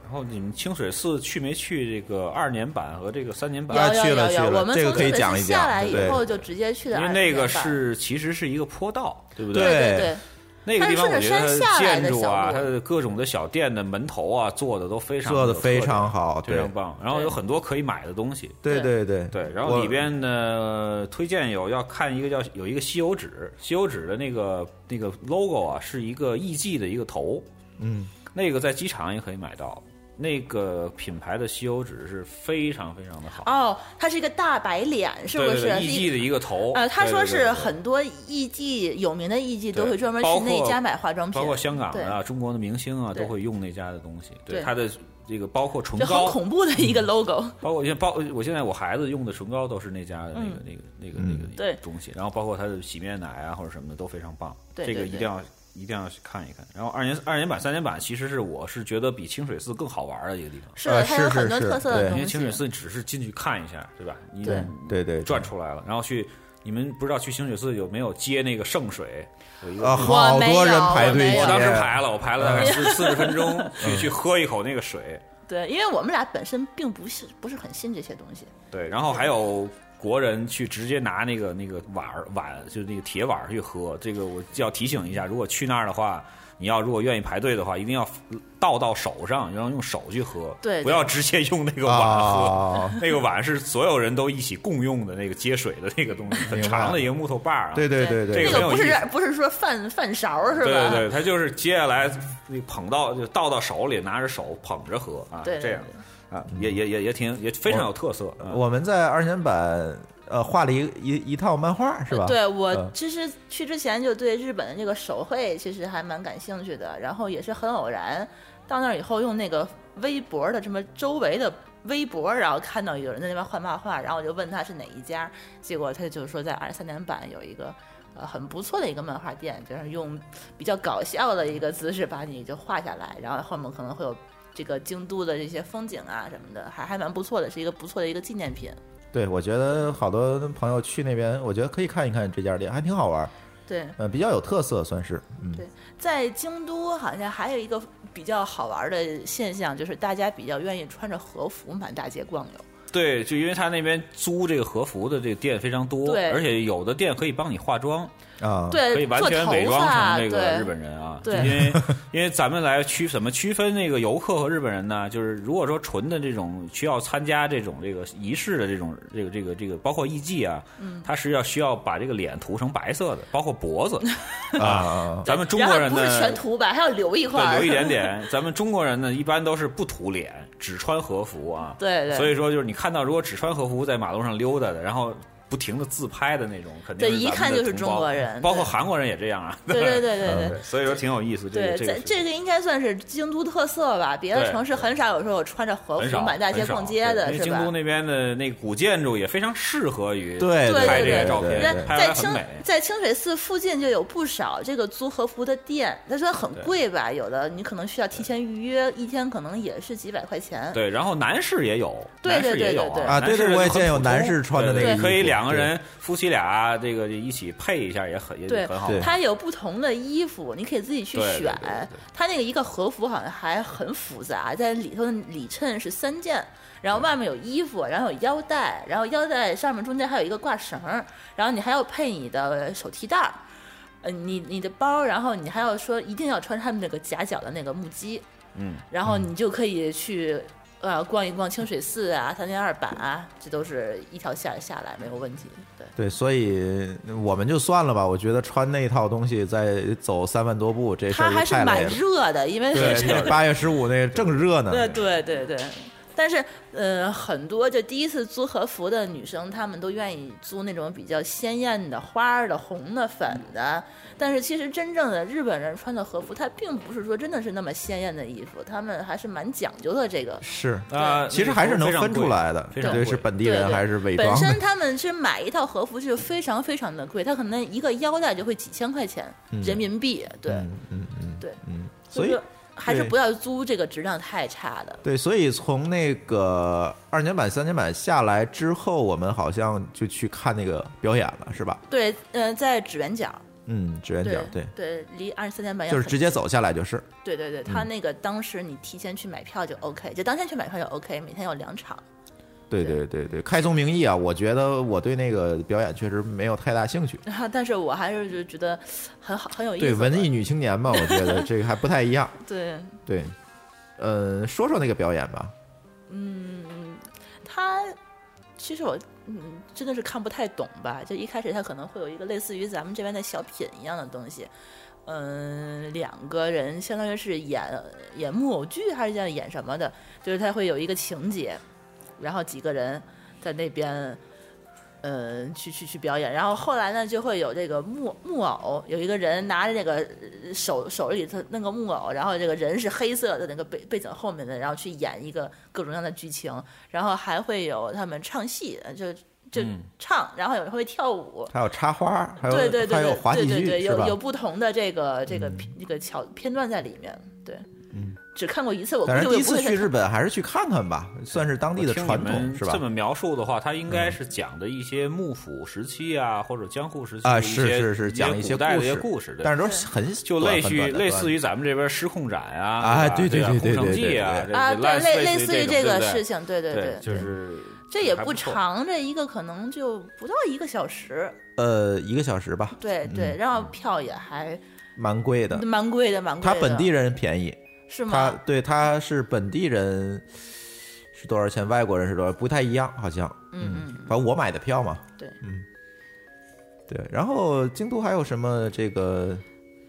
Speaker 4: 然后你们清水寺去没去这个二年版和这个三年版？
Speaker 3: 啊
Speaker 5: 有有
Speaker 3: 去了
Speaker 5: 有
Speaker 3: 去
Speaker 5: 有，
Speaker 3: 了
Speaker 5: 我们
Speaker 3: 这
Speaker 5: 从
Speaker 3: 个可以
Speaker 5: 日本
Speaker 3: 讲一
Speaker 5: 下
Speaker 3: 讲
Speaker 5: 来以
Speaker 3: 对
Speaker 5: 后就直接去的
Speaker 4: 因为
Speaker 5: 二
Speaker 4: 那
Speaker 5: 年
Speaker 4: 个
Speaker 5: 饭
Speaker 4: 是其实是一个坡道，对不
Speaker 5: 对对对，
Speaker 4: 那个地方我觉得它的建筑啊，它
Speaker 5: 它是
Speaker 4: 的各种的小店的门头啊，做的都非常
Speaker 3: 做得
Speaker 4: 有特
Speaker 3: 非
Speaker 4: 点
Speaker 3: 常好
Speaker 4: 非
Speaker 3: 对
Speaker 4: 常棒。然后有很多可以买的东西。
Speaker 3: 对对对
Speaker 4: 对，然后
Speaker 3: 我
Speaker 4: 里边呢，推荐有要看一个叫有一个吸油纸，吸油纸的那个那个 logo 啊，是一个艺伎的一个头，
Speaker 3: 嗯，
Speaker 4: 那个在机场也可以买到。那个品牌的吸油纸是非常非常的好，
Speaker 5: 哦，它是一个大白脸，是不
Speaker 4: 对
Speaker 5: 是？
Speaker 4: 对对，艺
Speaker 5: 是一
Speaker 4: 伎的一个头。
Speaker 5: 呃，他
Speaker 4: 哦对
Speaker 5: 说
Speaker 4: 对对
Speaker 5: 是
Speaker 4: 对
Speaker 5: 很多艺妓有名的艺妓
Speaker 4: 对
Speaker 5: 都会专门去
Speaker 4: 包括
Speaker 5: 那家买化妆品，
Speaker 4: 包括香港的啊、
Speaker 5: 对，
Speaker 4: 中国的明星啊，
Speaker 5: 对
Speaker 4: 都会用那家的东西。对
Speaker 5: 对
Speaker 4: 它的这个包括唇
Speaker 5: 就很
Speaker 4: 膏，嗯
Speaker 5: 恐怖的一个 logo。
Speaker 4: (laughs) 包括现在包，我现在我孩子用的唇膏都是那家的那个、那个那个那个
Speaker 5: 嗯对
Speaker 4: 东西，然后包括它的洗面奶啊或者什么的都非常棒。
Speaker 5: 对
Speaker 4: 这个
Speaker 5: 对
Speaker 4: 一
Speaker 5: 对
Speaker 4: 定要一定要去看一看。然后二年二年版、三年版其实是我是觉得比清水寺更好玩的一个地方，
Speaker 5: 是
Speaker 3: 呃
Speaker 5: 的，它有
Speaker 3: 是是
Speaker 5: 很多
Speaker 3: 是
Speaker 5: 特色的
Speaker 3: 对
Speaker 4: 因
Speaker 5: 东
Speaker 4: 为清水
Speaker 5: 西。啊
Speaker 4: 寺只是进去看一下，对吧？你
Speaker 5: 对
Speaker 3: 对对，
Speaker 4: 转出来了，然后去。你们不知道去清水寺有没有接那个圣水？有一个
Speaker 3: 啊，好多人排队
Speaker 5: 没
Speaker 3: 接，
Speaker 5: 有
Speaker 4: 我当时排了，我排了大
Speaker 5: 嗯
Speaker 4: 概四四十分钟，
Speaker 5: (laughs)
Speaker 4: 去去喝一口那个水。
Speaker 5: 对，因为我们俩本身并不是不是很信这些东西，
Speaker 4: 对，然后还有国人去直接拿那个那个碗儿碗，就是那个铁碗儿去喝。这个我要提醒一下，如果去那儿的话，你要如果愿意排队的话，一定要倒到手上，然后用手去喝，
Speaker 5: 对
Speaker 4: 不要直接用那个碗喝。 (laughs)
Speaker 3: 啊，
Speaker 4: 那个碗是所有人都一起共用的那个接水的那个东西，很
Speaker 3: 明白
Speaker 4: 长的一个木头把儿啊。
Speaker 3: 对对对
Speaker 4: 这
Speaker 3: 对
Speaker 5: 那
Speaker 4: 个很有
Speaker 5: 个不
Speaker 4: 意
Speaker 5: 是
Speaker 4: 思
Speaker 5: 不是说饭饭勺儿是
Speaker 4: 对
Speaker 5: 吧？
Speaker 4: 对对，他就是接下来那捧到就倒到手里，拿着手捧着喝啊，
Speaker 5: 对对
Speaker 4: 这样啊，也也也也挺也非常有特色。啊
Speaker 3: 我们在二年版呃画了一一一套漫画是吧？
Speaker 5: 对我
Speaker 3: 嗯
Speaker 5: 其实去之前就对日本的这个手绘其实还蛮感兴趣的，然后也是很偶然到那儿以后，用那个微博的什么周围的微博，然后看到有人在那边画漫画，然后我就问他是哪一家，结果他就说在二十三年版有一个。呃，很不错的一个漫画店，就是用比较搞笑的一个姿势把你就画下来，然后后面可能会有这个京都的这些风景啊什么的，还还蛮不错的，是一个不错的一个纪念品。
Speaker 3: 对，我觉得好多朋友去那边，我觉得可以看一看这家店，还挺好玩，
Speaker 5: 对，
Speaker 3: 呃，比较有特色，算是，嗯，
Speaker 5: 对在京都好像还有一个比较好玩的现象，就是大家比较愿意穿着和服满大街逛游。
Speaker 4: 对，就因为他那边租这个和服的这个店非常多，
Speaker 5: 对
Speaker 4: 而且有的店可以帮你化妆，
Speaker 3: 啊，
Speaker 4: 可以
Speaker 5: 对，
Speaker 4: 完
Speaker 5: 做
Speaker 4: 全
Speaker 5: 头
Speaker 4: 伪装
Speaker 5: 发，
Speaker 4: 成这
Speaker 5: 对，
Speaker 4: 个日本人啊。
Speaker 5: 对
Speaker 4: 因为因为咱们来区怎么区分那个游客和日本人呢？就是如果说纯的这种需要参加这种这个仪式的这种这个这个这个，包括艺伎啊，嗯，他是要需要把这个脸涂成白色的，包括脖 (laughs) 子。
Speaker 3: 啊，
Speaker 4: 咱们中
Speaker 5: 然
Speaker 4: 国
Speaker 5: 后
Speaker 4: 人
Speaker 5: 不是
Speaker 4: 呢，
Speaker 5: 全涂吧，还要留 (laughs) 一块
Speaker 4: 对，
Speaker 5: 儿，
Speaker 4: 留一点点。咱们中国人呢，一般都是不涂脸， (laughs) 只穿和服啊。
Speaker 5: 对对
Speaker 4: 所以说，就是你看到如果只穿和服在马路上溜达的，然后不停的自拍的那种，肯定
Speaker 5: 对一
Speaker 4: 咱们
Speaker 5: 看
Speaker 4: 的
Speaker 5: 就是
Speaker 4: 同
Speaker 5: 中
Speaker 4: 胞
Speaker 5: 国人
Speaker 4: 包括
Speaker 5: 对
Speaker 4: 韩国人也这样啊。 (laughs)
Speaker 5: 对对对对对。
Speaker 4: 所以说挺有意思。这个
Speaker 5: 对，
Speaker 4: 这个
Speaker 5: 咱
Speaker 4: 是
Speaker 5: 这个应该算是京都特色吧，别
Speaker 4: 对
Speaker 5: 的城市很少有说我穿着和
Speaker 4: 很
Speaker 5: 服
Speaker 4: 少
Speaker 5: 满大街
Speaker 4: 很少
Speaker 5: 逛街的
Speaker 4: 对因为
Speaker 5: 是
Speaker 4: 京都
Speaker 5: 吧？
Speaker 4: 那边的那古建筑也非常适合于
Speaker 3: 对
Speaker 5: 对
Speaker 4: 拍这
Speaker 5: 对
Speaker 4: 个照
Speaker 3: 对
Speaker 4: 片
Speaker 5: 在，
Speaker 4: 拍出
Speaker 5: 在
Speaker 4: 来很
Speaker 5: 清
Speaker 4: 美。
Speaker 5: 在清水寺附近就有不少这个租和服的店，它虽然很
Speaker 4: 对
Speaker 5: 贵吧，有的你可能需要提前预约，一天可能也是几百块钱。
Speaker 4: 对，然后男士也有，
Speaker 5: 对
Speaker 4: 男
Speaker 5: 对
Speaker 4: 士
Speaker 5: 对
Speaker 4: 也有
Speaker 5: 对对
Speaker 4: 啊，
Speaker 3: 啊
Speaker 4: 男士
Speaker 3: 对对
Speaker 4: 就
Speaker 3: 我也
Speaker 4: 很
Speaker 3: 见有
Speaker 4: 普
Speaker 3: 男
Speaker 4: 通
Speaker 3: 士穿的
Speaker 4: 对
Speaker 3: 那个
Speaker 4: 对
Speaker 3: 衣
Speaker 4: 可以
Speaker 3: 服
Speaker 4: 两个
Speaker 3: 对
Speaker 4: 人夫妻俩这个一起配一下也很也
Speaker 5: 对
Speaker 4: 很好
Speaker 3: 对
Speaker 4: 看。
Speaker 5: 它有不同的衣服，你可以自己去
Speaker 4: 对对
Speaker 5: 选
Speaker 4: 对对对。
Speaker 5: 它那个一个和服好像还很复杂，在里头的里衬是三件，然后外面有衣服，然后有腰带，然后腰带上面中间还有一个挂绳儿，然后你还要配你的手提袋儿，呃，你你的包，然后你还要说一定要穿他们那个夹脚的那个木屐，
Speaker 4: 嗯，
Speaker 5: 然后你就可以去。呃，逛一逛清水寺啊，三天二坂啊，这都是一条线儿下来没有问题。对，
Speaker 3: 对，所以我们就算了吧，我觉得穿那套东西再走三万多步，这事
Speaker 5: 它
Speaker 3: 儿
Speaker 5: 还
Speaker 3: 就是太
Speaker 5: 蛮
Speaker 3: 累了。
Speaker 5: 热的，因为是
Speaker 3: 对，八月十五那正热呢，
Speaker 5: 对对对对，但是呃，很多就第一次租和服的女生，她们都愿意租那种比较鲜艳的花儿的、红的、粉的。但是其实真正的日本人穿的和服，它并不是说真的是那么鲜艳的衣服，他们还是蛮讲究的这个。
Speaker 3: 是，
Speaker 4: 啊，
Speaker 3: 其实
Speaker 4: 那个
Speaker 3: 还是
Speaker 4: 服
Speaker 3: 能
Speaker 4: 非常
Speaker 3: 分出
Speaker 4: 贵
Speaker 3: 来的，
Speaker 4: 非常
Speaker 3: 对，
Speaker 4: 贵
Speaker 3: 是本地
Speaker 5: 对
Speaker 3: 人
Speaker 5: 对
Speaker 3: 还是伪
Speaker 5: 本
Speaker 3: 装
Speaker 5: 身
Speaker 3: 的。
Speaker 5: 他们是买一套和服就非常非常的贵，它可能一个腰带就会几千块钱人民币。对，
Speaker 3: 嗯嗯嗯，
Speaker 5: 对
Speaker 3: 嗯，
Speaker 5: 就
Speaker 3: 所
Speaker 5: 是
Speaker 3: 以
Speaker 5: 说还是
Speaker 3: 对
Speaker 5: 不要租这个质量太差的。
Speaker 3: 对，所以从那个二年版、三年版下来之后，我们好像就去看那个表演了，是吧？
Speaker 5: 对，呃，在指圆角，
Speaker 3: 嗯，志愿者，对
Speaker 5: 对，离二十三年版也
Speaker 3: 就是
Speaker 5: 很
Speaker 3: 直接走下来就是。
Speaker 5: 对对对，
Speaker 3: 嗯
Speaker 5: 他那个当时你提前去买票就 OK，就当天去买票就 OK，每天有两场。 (laughs)
Speaker 3: 对对对对，开宗明义啊，我觉得我对那个表演确实没有太大兴趣。
Speaker 5: 然后，但是我还是就觉得很好，很有意思。
Speaker 3: 对文艺，女青年嘛，我觉得这个还不太
Speaker 5: (laughs)
Speaker 3: 一样。
Speaker 5: 对
Speaker 3: 对，呃，说说那个表演吧。
Speaker 5: 他，其实我嗯真的是看不太懂吧。就一开始他可能会有一个类似于咱们这边的小品一样的东西，嗯，两个人相当于是演演木偶剧还是叫演什么的，就是他会有一个情节，然后几个人在那边，呃，去去去表演，然后后来呢就会有这个木木偶，有一个人拿着这个呃手手里头那个木偶，然后这个人是黑色的那个背背景后面的，然后去演一个各种各样的剧情，然后还会有他们唱戏，呃就就唱，然后有人会跳舞，
Speaker 3: 还有插花，还有
Speaker 5: 对对对
Speaker 3: 还有
Speaker 5: 对
Speaker 3: 滑
Speaker 5: 对
Speaker 3: 稽
Speaker 5: 对
Speaker 3: 剧
Speaker 5: 对，
Speaker 3: 是
Speaker 5: 有
Speaker 3: 吧？嗯
Speaker 5: 有不同的这个这个片这个桥片段在里面，对，只看过一次，我估
Speaker 3: 反
Speaker 5: 计
Speaker 3: 正
Speaker 5: 我
Speaker 3: 嗯第一
Speaker 5: 也
Speaker 3: 次
Speaker 5: 不会
Speaker 3: 去
Speaker 5: 再
Speaker 3: 日
Speaker 5: 看。
Speaker 3: 本还是去看看吧，算是当地的
Speaker 4: 听
Speaker 3: 传
Speaker 4: 你
Speaker 3: 统
Speaker 4: 们
Speaker 3: 是吧嗯
Speaker 4: 这？么描述的话，它应该是讲的一些幕府时期啊，或者江户时期
Speaker 3: 啊，
Speaker 4: 的一
Speaker 3: 是
Speaker 4: 些
Speaker 3: 是是，讲
Speaker 4: 一
Speaker 3: 一
Speaker 4: 些
Speaker 3: 些
Speaker 4: 古代的一些
Speaker 3: 故
Speaker 4: 故事，对
Speaker 3: 但是都是很
Speaker 4: 就
Speaker 3: 短
Speaker 4: 类似
Speaker 3: 很
Speaker 4: 于
Speaker 3: 短的
Speaker 4: 类
Speaker 3: 段
Speaker 4: 似于咱们这边失控斩啊，
Speaker 3: 啊
Speaker 4: 吧
Speaker 3: 对对
Speaker 4: 对吧
Speaker 3: 对对
Speaker 4: 空城
Speaker 3: 对
Speaker 4: 计啊
Speaker 3: 对对，
Speaker 5: 啊，
Speaker 4: 这
Speaker 5: 对，类类似于
Speaker 4: 这
Speaker 5: 这
Speaker 4: 种对不
Speaker 5: 个
Speaker 4: 对
Speaker 5: 事情，对对对，
Speaker 4: 就是
Speaker 5: 这也
Speaker 4: 还
Speaker 5: 不
Speaker 4: 不错。
Speaker 5: 长，这一个可能就不到一个小时，
Speaker 3: 呃一个小时吧，
Speaker 5: 对对，然后票也还
Speaker 3: 蛮贵嗯的。
Speaker 5: 蛮贵的，蛮贵
Speaker 3: 他
Speaker 5: 的。
Speaker 3: 本地人便宜，
Speaker 5: 是
Speaker 3: 他
Speaker 5: 吗？
Speaker 3: 对他是本地人是多少钱？外国人是多少？不太一样，好像。
Speaker 5: 嗯嗯，
Speaker 3: 反正我买的票嘛。
Speaker 5: 对
Speaker 3: 嗯，对。然后京都还有什么这个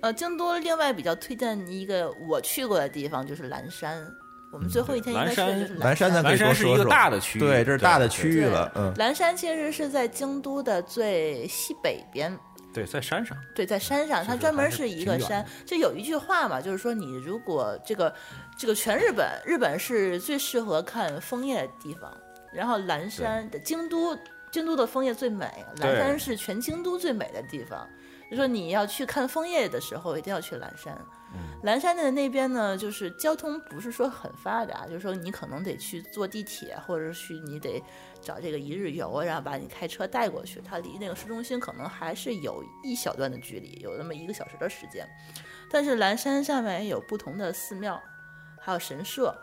Speaker 5: 呃，京都另外比较推荐一个我去过的地方就是岚山，我们最后一天应该去的就是
Speaker 3: 岚嗯山？咱
Speaker 5: 山。
Speaker 3: 可以多
Speaker 4: 岚山是一
Speaker 3: 说
Speaker 4: 个
Speaker 3: 说。
Speaker 4: 大的区域，
Speaker 3: 对，这是大的区域
Speaker 5: 对
Speaker 3: 了。嗯，
Speaker 5: 岚山其实是在京都的最西北边，
Speaker 4: 对，在山上，
Speaker 5: 对，在山上，它
Speaker 4: 是
Speaker 5: 专门
Speaker 4: 还是
Speaker 5: 是一
Speaker 4: 挺
Speaker 5: 个
Speaker 4: 远
Speaker 5: 山。这有一句话嘛，就是说你如果这个这个全日本，日本是最适合看枫叶的地方。然后岚山的京都，京都的枫叶最美，岚
Speaker 4: 对
Speaker 5: 山是全京都最美的地方。就说你要去看枫叶的时候，一定要去岚山。
Speaker 4: 嗯
Speaker 5: 岚山的那边呢，就是交通不是说很发达，就是说你可能得去坐地铁，或者是去你得找这个一日游，啊然后把你开车带过去。它离那个市中心可能还是有一小段的距离，有那么一个小时的时间。但是岚山下面有不同的寺庙，还有神社。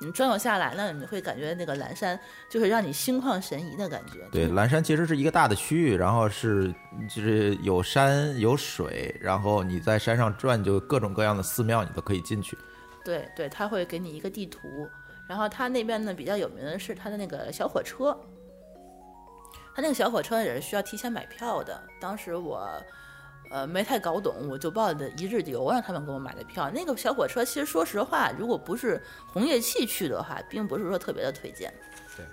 Speaker 5: 你转悠下来呢，你会感觉那个岚山就是让你心旷神怡的感觉。
Speaker 3: 对，岚山其实是一个大的区域，然后是就是有山有水，然后你在山上转，就各种各样的寺庙你都可以进去。
Speaker 5: 对对，他会给你一个地图，然后他那边呢比较有名的是他的那个小火车，他那个小火车也是需要提前买票的。当时我呃没太搞懂，我就报的一日游，让他们给我买的票。那个小火车其实说实话，如果不是红叶气去的话，并不是说特别的推荐。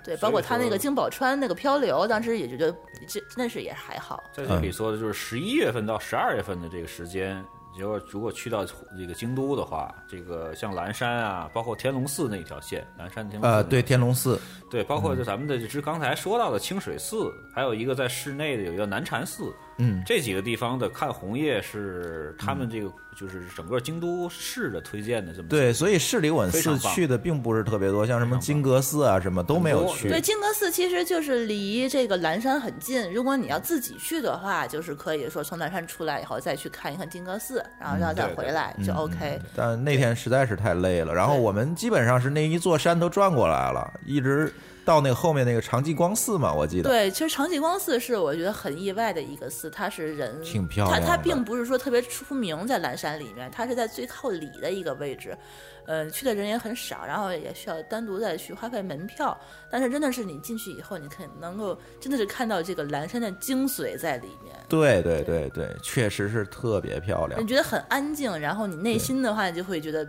Speaker 5: 对，包括他那个
Speaker 4: 京，
Speaker 5: 京宝川那个漂流，当时也就觉得这那是也还好。
Speaker 4: 在这里
Speaker 3: 嗯
Speaker 4: 说的就是十一月份到十二月份的这个时间。如果如果去到这个京都的话，这个像岚山啊，包括天龙寺那一条线，岚山天龙寺
Speaker 3: 呃，
Speaker 4: 那条
Speaker 3: 对，嗯天龙寺，
Speaker 4: 对，包括就咱们的就是刚才说到的清水寺，还有一个在室内的有一个南禅寺，
Speaker 3: 嗯，
Speaker 4: 这几个地方的看红叶是他们这个就是整个京都市的推荐的这么
Speaker 3: 对，所以市里我们
Speaker 4: 非
Speaker 3: 寺
Speaker 4: 常棒
Speaker 3: 去的并不是特别多，像什么金阁寺啊什么都没有去。
Speaker 5: 对，金阁寺其实就是离这个岚山很近。如果你要自己去的话，就是可以说从岚山出来以后再去看一看金阁寺，然后然后再
Speaker 4: 对对
Speaker 5: 回来、就 OK。
Speaker 3: 但那天实在是太累了，然后我们基本上是那一座山都转过来了，一直到那个后面那个长济光寺嘛，我记得。
Speaker 5: 对，其实长济光寺是我觉得很意外的一个寺，它是人
Speaker 3: 挺漂亮的
Speaker 5: 它它并不是说特别出名在岚山里面，它是在最靠里的一个位置，呃，去的人也很少，然后也需要单独再去花费门票。但是真的是你进去以后，你可能够真的是看到这个岚山的精髓在里面。
Speaker 3: 对对对对，确实是特别漂亮
Speaker 5: 你。觉得很安静，然后你内心的话就会觉得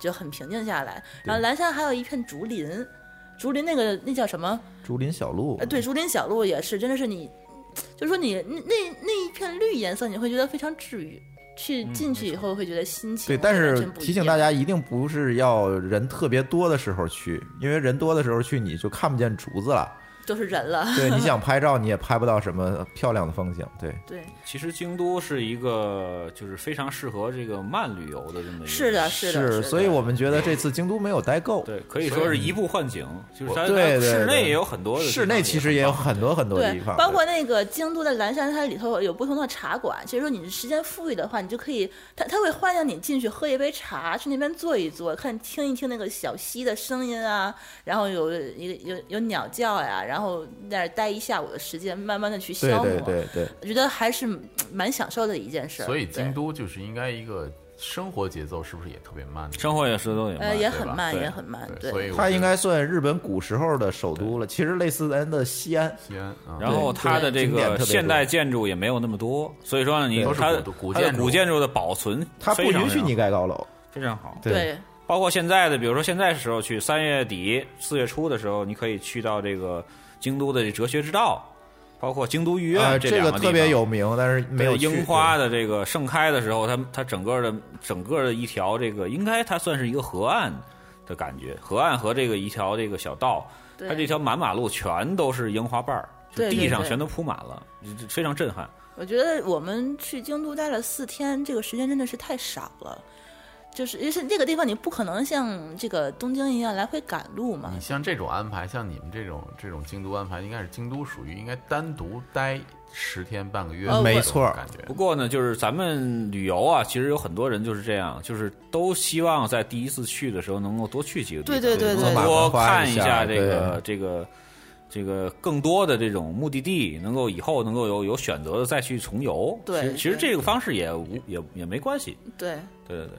Speaker 5: 就很平静下来。然后岚山还有一片竹林，竹林那个那叫什么？
Speaker 3: 竹林小路
Speaker 5: 呃，，对，竹林小路也是，真的是你，就是说你那那那一片绿颜色，你会觉得非常治愈。去进去以后会觉得心情
Speaker 3: 嗯对，但
Speaker 5: 完
Speaker 3: 是
Speaker 5: 全不一
Speaker 3: 提醒
Speaker 5: 样
Speaker 3: 大家一定不是要人特别多的时候去，因为人多的时候去你就看不见竹子
Speaker 5: (laughs)
Speaker 3: 了。
Speaker 5: 就是人了，
Speaker 3: 对，你想拍照你也拍不到什么漂亮的风景。
Speaker 5: (laughs)
Speaker 3: 对，
Speaker 5: 对，
Speaker 4: 其实京都是一个就是非常适合这个慢旅游的这么一个，
Speaker 5: 是的，啊是的，
Speaker 3: 是，
Speaker 5: 的
Speaker 3: 所以我们觉得这次京都没有待够。
Speaker 4: 对，可以说是移步换景，就是它
Speaker 3: 嗯对对
Speaker 4: 它室
Speaker 3: 对
Speaker 4: 内也有很多的地方
Speaker 3: 室内其实也有很多很多
Speaker 5: 对
Speaker 3: 地方，，
Speaker 5: 包括那个京都的岚山，它里头有不同的茶馆。其实说你时间富裕的话，你就可以，它它会欢迎你进去喝一杯茶，去那边坐一坐，看听一听那个小溪的声音啊，然后有一个有有鸟叫呀、然后在那儿待一下午的时间，慢慢的去
Speaker 3: 对
Speaker 5: 消磨。
Speaker 3: 对对对。
Speaker 5: 我觉得还是嗯蛮享受的一件事儿。
Speaker 6: 所以京
Speaker 5: 对
Speaker 6: 都就是应该一个生活节奏是不是也特别慢呢？
Speaker 4: 生活也是都有
Speaker 5: 呃
Speaker 4: 慢。
Speaker 5: 也
Speaker 6: 对
Speaker 5: 很
Speaker 6: 吧
Speaker 5: 慢，
Speaker 4: 对
Speaker 5: 也很慢，
Speaker 6: 对，
Speaker 4: 哎
Speaker 6: 所以我
Speaker 3: 它
Speaker 6: 觉
Speaker 3: 应
Speaker 6: 得
Speaker 3: 该算日本古时候的首都了，其实类似咱的西安。
Speaker 6: 西安啊，
Speaker 4: 然后它的这
Speaker 3: 景点特
Speaker 4: 个
Speaker 3: 别多
Speaker 4: 现代建筑也没有那么多，所以说呢，你
Speaker 6: 对
Speaker 4: 它
Speaker 6: 都是古古
Speaker 4: 它的
Speaker 6: 建筑
Speaker 4: 古建筑的保存
Speaker 3: 它不
Speaker 4: 非常
Speaker 3: 允许你盖高楼，
Speaker 4: 非常好。
Speaker 5: 对
Speaker 4: 包括现在的，比如说现在时候去三月底四月初的时候，你可以去到这个京都的这哲学之道，包括京都御苑、
Speaker 3: 啊，
Speaker 4: 这
Speaker 3: 这
Speaker 4: 两
Speaker 3: 个
Speaker 4: 地
Speaker 3: 特别
Speaker 4: 方
Speaker 3: 有名，但是没有去
Speaker 4: 樱花。的这个盛开的时候，它它整个的整个的一条这个，应该它算是一个河岸的感觉，河岸和这个一条这个小道，它
Speaker 5: 对
Speaker 4: 这条满马路全都是樱花瓣儿，就
Speaker 5: 对对
Speaker 4: 地上
Speaker 5: 对
Speaker 4: 全都铺满了，就非常震撼。
Speaker 5: 我觉得我们去京都待了四天，这个时间真的是太少了。就是，因为是这个地方，你不可能像这个东京一样来回赶路嘛
Speaker 6: 你。像这种安排，像你们这种这种京都安排，应该是京都属于应该单独待十天半个月
Speaker 5: 呃，我
Speaker 3: 没错
Speaker 6: 感觉
Speaker 4: 不过呢，就是咱们旅游啊，其实有很多人就是这样，就是都希望在第一次去的时候能够多去几个地方，
Speaker 5: 对对对
Speaker 4: 能多
Speaker 5: 对
Speaker 4: 看
Speaker 3: 多把
Speaker 4: 下
Speaker 3: 门划一
Speaker 4: 这
Speaker 3: 下
Speaker 4: 个这个这个更多的这种目的地，能够以后能够有有选择的再去重游。
Speaker 5: 对
Speaker 4: 其实其实
Speaker 5: 对
Speaker 4: 这个方式也无也也没关系。
Speaker 5: 对，
Speaker 4: 对对对，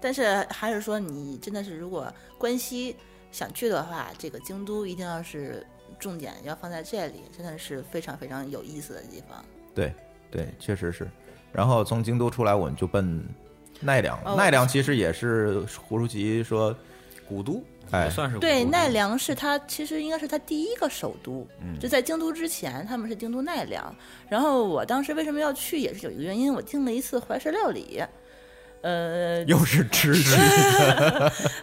Speaker 5: 但是还是说，你真的是如果关西想去的话，这个京都一定要是重点要放在这里，真的是非常非常有意思的地方。
Speaker 3: 对对，确实是。然后从京都出来，我们就奔奈良。
Speaker 5: 哦
Speaker 3: 奈良其实也是胡舒淇说，
Speaker 4: 古都
Speaker 3: 哎
Speaker 4: 也，算是古
Speaker 5: 对，
Speaker 4: 都
Speaker 5: 奈良是它其实应该是它第一个首都，
Speaker 6: 嗯
Speaker 5: 就在京都之前，他们是京都奈良。然后我当时为什么要去，也是有一个原因，我订了一次怀石料理。呃，
Speaker 3: 又是吃去，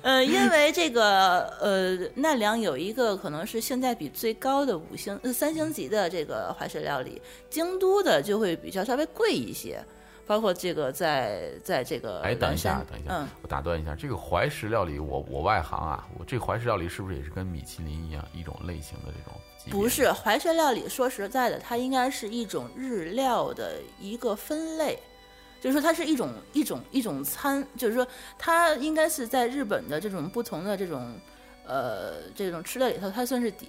Speaker 5: 呃，因为这个呃，奈良有一个可能是性价比最高的五星、呃、三星级的这个怀石料理，京都的就会比较稍微贵一些，包括这个在在这个
Speaker 6: 哎，等一下
Speaker 5: 岚山，
Speaker 6: 等一下，
Speaker 5: 嗯，
Speaker 6: 我打断一下，这个怀石料理，我我外行啊，我这怀石料理是不是也是跟米其林一样一种类型的这种级别？
Speaker 5: 不是怀石料理，说实在的，它应该是一种日料的一个分类。就是说，它是一种一种一种餐，就是说，它应该是在日本的这种不同的这种，呃，这种吃的里头，它算是地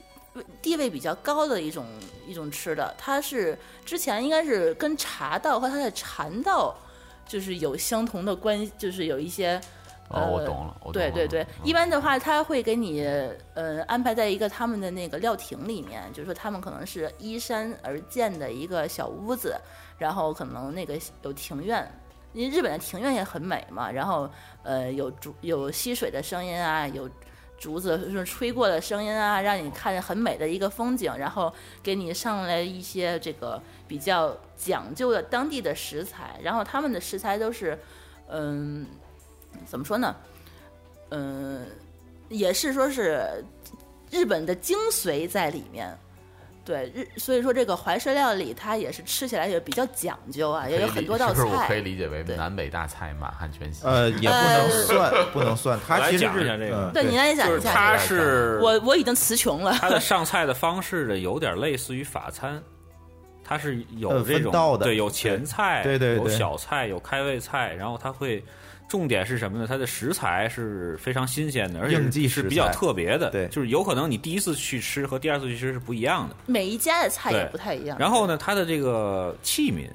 Speaker 5: 地位比较高的一种一种吃的。它是之前应该是跟茶道和它的禅道，就是有相同的关系，就是有一些
Speaker 6: 哦，我
Speaker 5: 呃
Speaker 6: 懂了，我懂
Speaker 5: 对
Speaker 6: 了。
Speaker 5: 对对
Speaker 6: 嗯，
Speaker 5: 一般的话他会给你呃安排在一个他们的那个料亭里面，就是说他们可能是依山而建的一个小屋子，然后可能那个有庭院，因为日本的庭院也很美嘛，然后呃有竹有溪水的声音啊，有。竹子就是吹过的声音啊，让你看着很美的一个风景，然后给你上来一些这个比较讲究的当地的食材，然后他们的食材都是，嗯，怎么说呢？嗯，也是说是日本的精髓在里面。对日，所以说这个怀石料理它也是吃起来也比较讲究啊，也有
Speaker 6: 可以
Speaker 5: 很
Speaker 6: 理
Speaker 5: 多道
Speaker 6: 是不是我可
Speaker 5: 菜。
Speaker 6: 以理解为
Speaker 5: 对
Speaker 6: 南北大菜满汉全
Speaker 3: (laughs)
Speaker 6: 席？
Speaker 3: 呃，也不能算，不能算。
Speaker 4: 我
Speaker 3: 他
Speaker 4: 来
Speaker 3: 其实
Speaker 4: 讲一下这个
Speaker 3: 嗯
Speaker 5: 对，你来讲
Speaker 4: 就是
Speaker 5: 一下。
Speaker 4: 它是
Speaker 5: 我我已经词穷了。
Speaker 4: 它的上菜的方式呢，有点类似于法餐，它是有
Speaker 3: 呃
Speaker 4: 这种、
Speaker 3: 分道的
Speaker 4: 对，有前菜，
Speaker 3: 对对对
Speaker 4: 有
Speaker 3: 对
Speaker 4: 小菜，有开胃菜，然后它会重点是什么呢？它的食材是非常新鲜的，而且
Speaker 3: 应季
Speaker 4: 是
Speaker 3: 食材
Speaker 4: 比较特别的，
Speaker 3: 对
Speaker 4: 就是有可能你第一次去吃和第二次去吃是不一样的。
Speaker 5: 每一家的菜也
Speaker 4: 对
Speaker 5: 不太一样。
Speaker 4: 然后呢，它的这个器皿，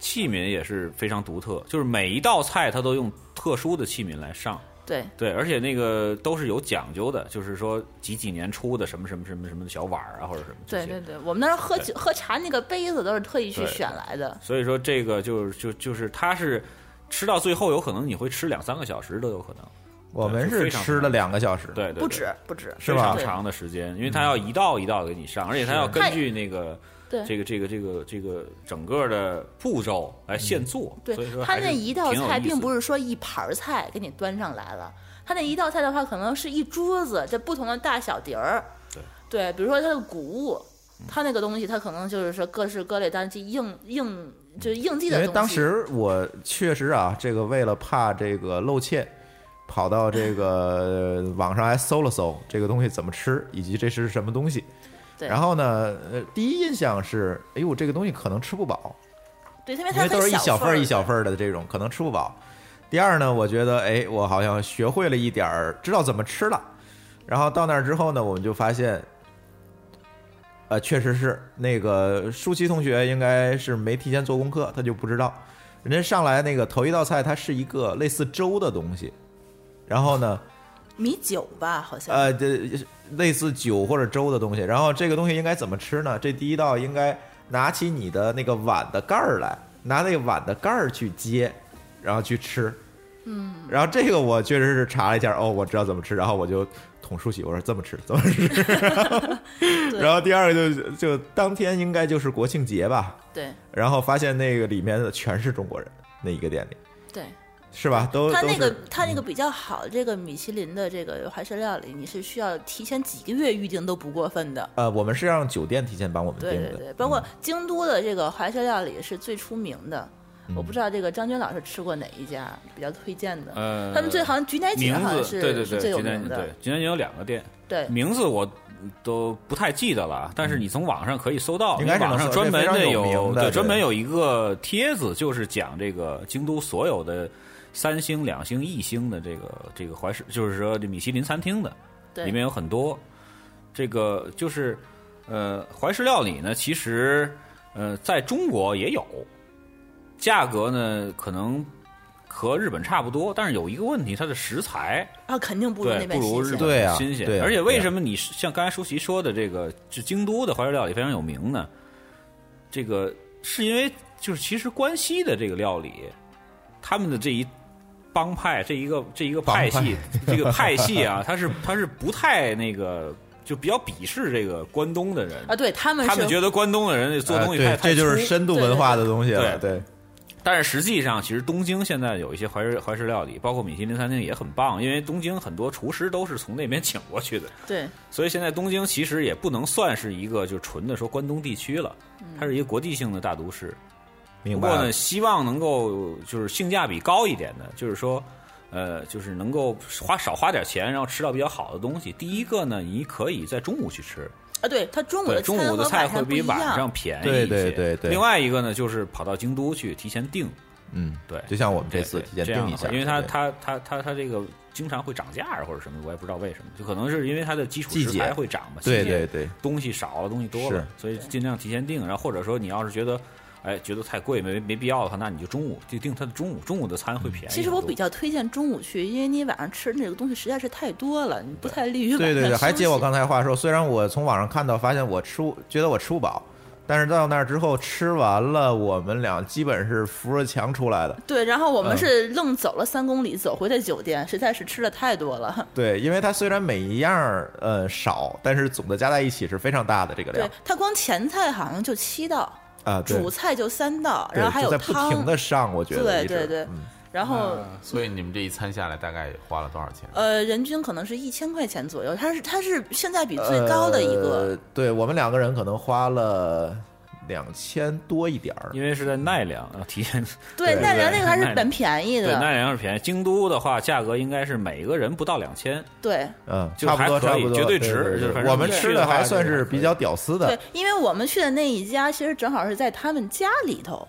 Speaker 4: 器皿也是非常独特，就是每一道菜它都用特殊的器皿来上。
Speaker 5: 对，
Speaker 4: 对，而且那个都是有讲究的，就是说几几年出的什么什么什么什么小碗儿啊，或者什么这
Speaker 5: 对
Speaker 4: 些。
Speaker 5: 对对，我们那儿喝酒喝茶那个杯子都是特意去
Speaker 4: 对
Speaker 5: 选来的。
Speaker 4: 所以说这个就是就就是它是吃到最后，有可能你会吃两三个小时都有可能。
Speaker 3: 我们是吃了两个小时，
Speaker 4: 对对对，
Speaker 5: 不止不止，
Speaker 3: 是
Speaker 4: 非
Speaker 3: 吧嗯
Speaker 4: 常长的时间，因为它要一道一道给你上，而且它要根据那个
Speaker 5: 对
Speaker 4: 这个这个这个这个整个的步骤来
Speaker 3: 嗯
Speaker 4: 现做。
Speaker 5: 对
Speaker 4: 所以说
Speaker 5: 他
Speaker 4: 还是
Speaker 5: 那一道
Speaker 4: 挺有
Speaker 5: 菜
Speaker 4: 意思
Speaker 5: 并不
Speaker 4: 的
Speaker 5: 是说一盘儿菜给你端上来了，他那一道菜的话，可能是一桌子这不同的大小碟儿。
Speaker 4: 对
Speaker 5: 比如说它的谷物，它那个东西，它可能就是说各式各类，但是应应就是应季的
Speaker 3: 因
Speaker 5: 东
Speaker 3: 为当
Speaker 5: 西。
Speaker 3: 时我确实啊，这个为了怕这个露怯，跑到这
Speaker 5: (laughs)
Speaker 3: 个呃网上还搜了搜这个东西怎么吃，以及这是什么东西。
Speaker 5: 对
Speaker 3: 然后呢，呃，第一印象是，哎呦，这个东西可能吃不饱，
Speaker 5: 对，因为
Speaker 3: 因
Speaker 5: 它
Speaker 3: 为都是
Speaker 5: 很
Speaker 3: 一小份
Speaker 5: 份儿
Speaker 3: 儿一小份儿的这种，可能吃不饱。第二呢，我觉得，哎，我好像学会了一点儿，知道怎么吃了。然后到那儿之后呢，我们就发现，呃，确实是那个舒淇同学应该是没提前做功课，他就不知道。人家上来那个头一道菜，它是一个类似粥的东西，然后呢，
Speaker 5: 米酒吧，好像。
Speaker 3: 呃，这类似酒或者粥的东西。然后这个东西应该怎么吃呢？这第一道应该拿起你的那个碗的盖儿来，拿那个碗的盖儿去接，然后去吃。嗯，然后这个我确实是查了一下，哦，我知道怎么吃，然后我就捅出去，我说这么吃，这么
Speaker 5: (laughs)
Speaker 3: 吃。然后第 (laughs) 二个就就当天应该就是国庆节吧，
Speaker 5: 对
Speaker 3: 然后发现那个里面的全是中国人，那一个店里。
Speaker 5: 对，
Speaker 3: 是吧？都
Speaker 5: 它
Speaker 3: 都
Speaker 5: 那个
Speaker 3: 是嗯
Speaker 5: 它那个比较好，这个米其林的这个韩式料理，你是需要提前几个月预定都不过分的。
Speaker 3: 呃，我们是让酒店提前帮我们
Speaker 5: 对
Speaker 3: 订
Speaker 5: 对
Speaker 3: 的，嗯
Speaker 5: 对，包括京都的这个怀石料理是最出名的。
Speaker 3: 嗯
Speaker 5: 我不知道这个张军老师吃过哪一家比较推荐的。
Speaker 4: 呃
Speaker 5: 他们最好像菊乃姐
Speaker 4: 名
Speaker 5: 好像
Speaker 4: 字
Speaker 5: 是
Speaker 4: 对对
Speaker 5: 是
Speaker 4: 对，
Speaker 5: 最有
Speaker 4: 今天
Speaker 5: 名的
Speaker 4: 对。，嗯今天有两个店，
Speaker 5: 对，
Speaker 4: 名字我都不太记得了，但是你从网上可以搜到，
Speaker 3: 嗯应该是能
Speaker 4: 网上
Speaker 3: 搜
Speaker 4: 专
Speaker 3: 这非
Speaker 4: 门
Speaker 3: 常
Speaker 4: 的
Speaker 3: 有名的对
Speaker 4: 对专门有一个帖子，就是讲这个京都所有的三星、两星、一星的这个这个怀石，就是说这米其林餐厅的，
Speaker 5: 对
Speaker 4: 里面有很多。这个就是呃，怀石料理呢，其实呃，在中国也有，价格呢可能和日本差不多，但是有一个问题，它的食材。
Speaker 5: 啊，肯定不如
Speaker 4: 对，
Speaker 5: 那边
Speaker 4: 不如日
Speaker 5: 新鲜。
Speaker 4: 本
Speaker 3: 对啊
Speaker 4: 新鲜。
Speaker 3: 对啊
Speaker 4: 而且为
Speaker 3: 对啊
Speaker 4: 什么你是像刚才舒淇说的，这个就京都的怀石料理非常有名呢？这个是因为就是其实关西的这个料理，他们的这一帮派这一个这一个派系这个派系啊，它是它是不太那个就比较鄙视这个关东的人
Speaker 5: 啊，对他们
Speaker 4: 他
Speaker 5: 是
Speaker 4: 们觉得关东的人做
Speaker 3: 呃
Speaker 4: 东西
Speaker 3: 对，
Speaker 4: 太、太
Speaker 3: 这就是
Speaker 4: 粗
Speaker 3: 深度文化的东西了，
Speaker 4: 对
Speaker 3: 对，
Speaker 4: 但是实际上，其实东京现在有一些怀石怀石料理，包括米其林餐厅也很棒，因为东京很多厨师都是从那边请过去的，
Speaker 5: 对
Speaker 4: 所以现在东京其实也不能算是一个就纯的说关东地区了，
Speaker 5: 嗯
Speaker 4: 它是一个国际性的大都市。
Speaker 3: 明
Speaker 4: 不
Speaker 3: 白
Speaker 4: 过
Speaker 3: 了
Speaker 4: 呢，。希望能够就是性价比高一点的，就是说，呃，就是能够花少花点钱，然后吃到比较好的东西。第一个呢，你可以在中午去吃，
Speaker 5: 啊，对他中午
Speaker 4: 对，
Speaker 5: 的
Speaker 4: 中
Speaker 5: 餐
Speaker 4: 午
Speaker 5: 和
Speaker 4: 的菜会
Speaker 5: 不
Speaker 4: 比
Speaker 5: 一
Speaker 4: 晚上
Speaker 5: 样。
Speaker 4: 便宜一
Speaker 3: 对
Speaker 4: 些。
Speaker 3: 对对对
Speaker 4: 另外一个呢，就是跑到京都去提前订，
Speaker 3: 嗯，
Speaker 4: 对，
Speaker 3: 就像我们这次
Speaker 4: 对
Speaker 3: 提前
Speaker 4: 这样
Speaker 3: 定一
Speaker 4: 的
Speaker 3: 下，
Speaker 4: 话因为它
Speaker 3: 对
Speaker 4: 它它它它这个经常会涨价啊或者什么，我也不知道为什么，就可能是因为它的基础
Speaker 3: 季
Speaker 4: 食
Speaker 3: 节
Speaker 4: 材会涨嘛，
Speaker 3: 对
Speaker 4: 新鲜
Speaker 3: 对对
Speaker 4: 东西少了，东西多了，所以尽量提前订。然后或者说你要是觉得，哎，觉得太贵没没必要的话，那你就中午就订它的中午，中午的餐会便宜很多。
Speaker 5: 嗯其实我比较推荐中午去，因为你晚上吃那个东西实在是太多了，你不太利于晚
Speaker 3: 对
Speaker 5: 上
Speaker 3: 对对，还接
Speaker 5: 休
Speaker 3: 我
Speaker 5: 息
Speaker 3: 刚才话说，虽然我从网上看到，发现我吃不觉得我吃不饱，但是到那儿之后吃完了，我们俩基本是扶着墙出来的。
Speaker 5: 对，然后我们
Speaker 3: 嗯
Speaker 5: 是愣走了三公里，走回的酒店，实在是吃的太多了。
Speaker 3: 对，因为它虽然每一样儿呃少，但是总的加在一起是非常大的这个量
Speaker 5: 对，它光前菜好像就七道，
Speaker 3: 啊。对
Speaker 5: 主，菜就三道，
Speaker 3: 对
Speaker 5: 然后还
Speaker 3: 就
Speaker 5: 有
Speaker 3: 在不
Speaker 5: 汤，
Speaker 3: 停的上，我觉得
Speaker 5: 对
Speaker 3: 一直
Speaker 5: 对对
Speaker 3: 嗯
Speaker 5: 然后。
Speaker 6: 所以你们这一餐下来大概花了多少钱？
Speaker 5: 呃，人均可能是一千块钱左右，它是它是性价比最高的一个，
Speaker 3: 呃对我们两个人可能花了两千多一点儿，
Speaker 4: 因为是在奈良，然后提前
Speaker 5: 对
Speaker 3: 对
Speaker 5: 奈良
Speaker 4: 对
Speaker 5: 那个还是
Speaker 4: 奈良
Speaker 5: 蛮便宜
Speaker 4: 对
Speaker 5: 的，
Speaker 4: 奈良是便宜。京都的话，价格应该是每个人不到两千，
Speaker 5: 对
Speaker 3: 嗯，
Speaker 4: 就
Speaker 3: 差不
Speaker 4: 还
Speaker 3: 多
Speaker 4: 可
Speaker 3: 差
Speaker 4: 以
Speaker 3: 不多，
Speaker 4: 绝对
Speaker 3: 对
Speaker 4: 值就
Speaker 3: 对
Speaker 4: 是
Speaker 3: 对
Speaker 4: 反正
Speaker 3: 我们
Speaker 4: 去
Speaker 3: 吃
Speaker 4: 的
Speaker 3: 的
Speaker 4: 话
Speaker 3: 还
Speaker 4: 就
Speaker 3: 算
Speaker 4: 是
Speaker 3: 是
Speaker 4: 可以
Speaker 3: 比较屌丝的
Speaker 5: 对，，因为我们去的那一家其实正好是在他们家里头，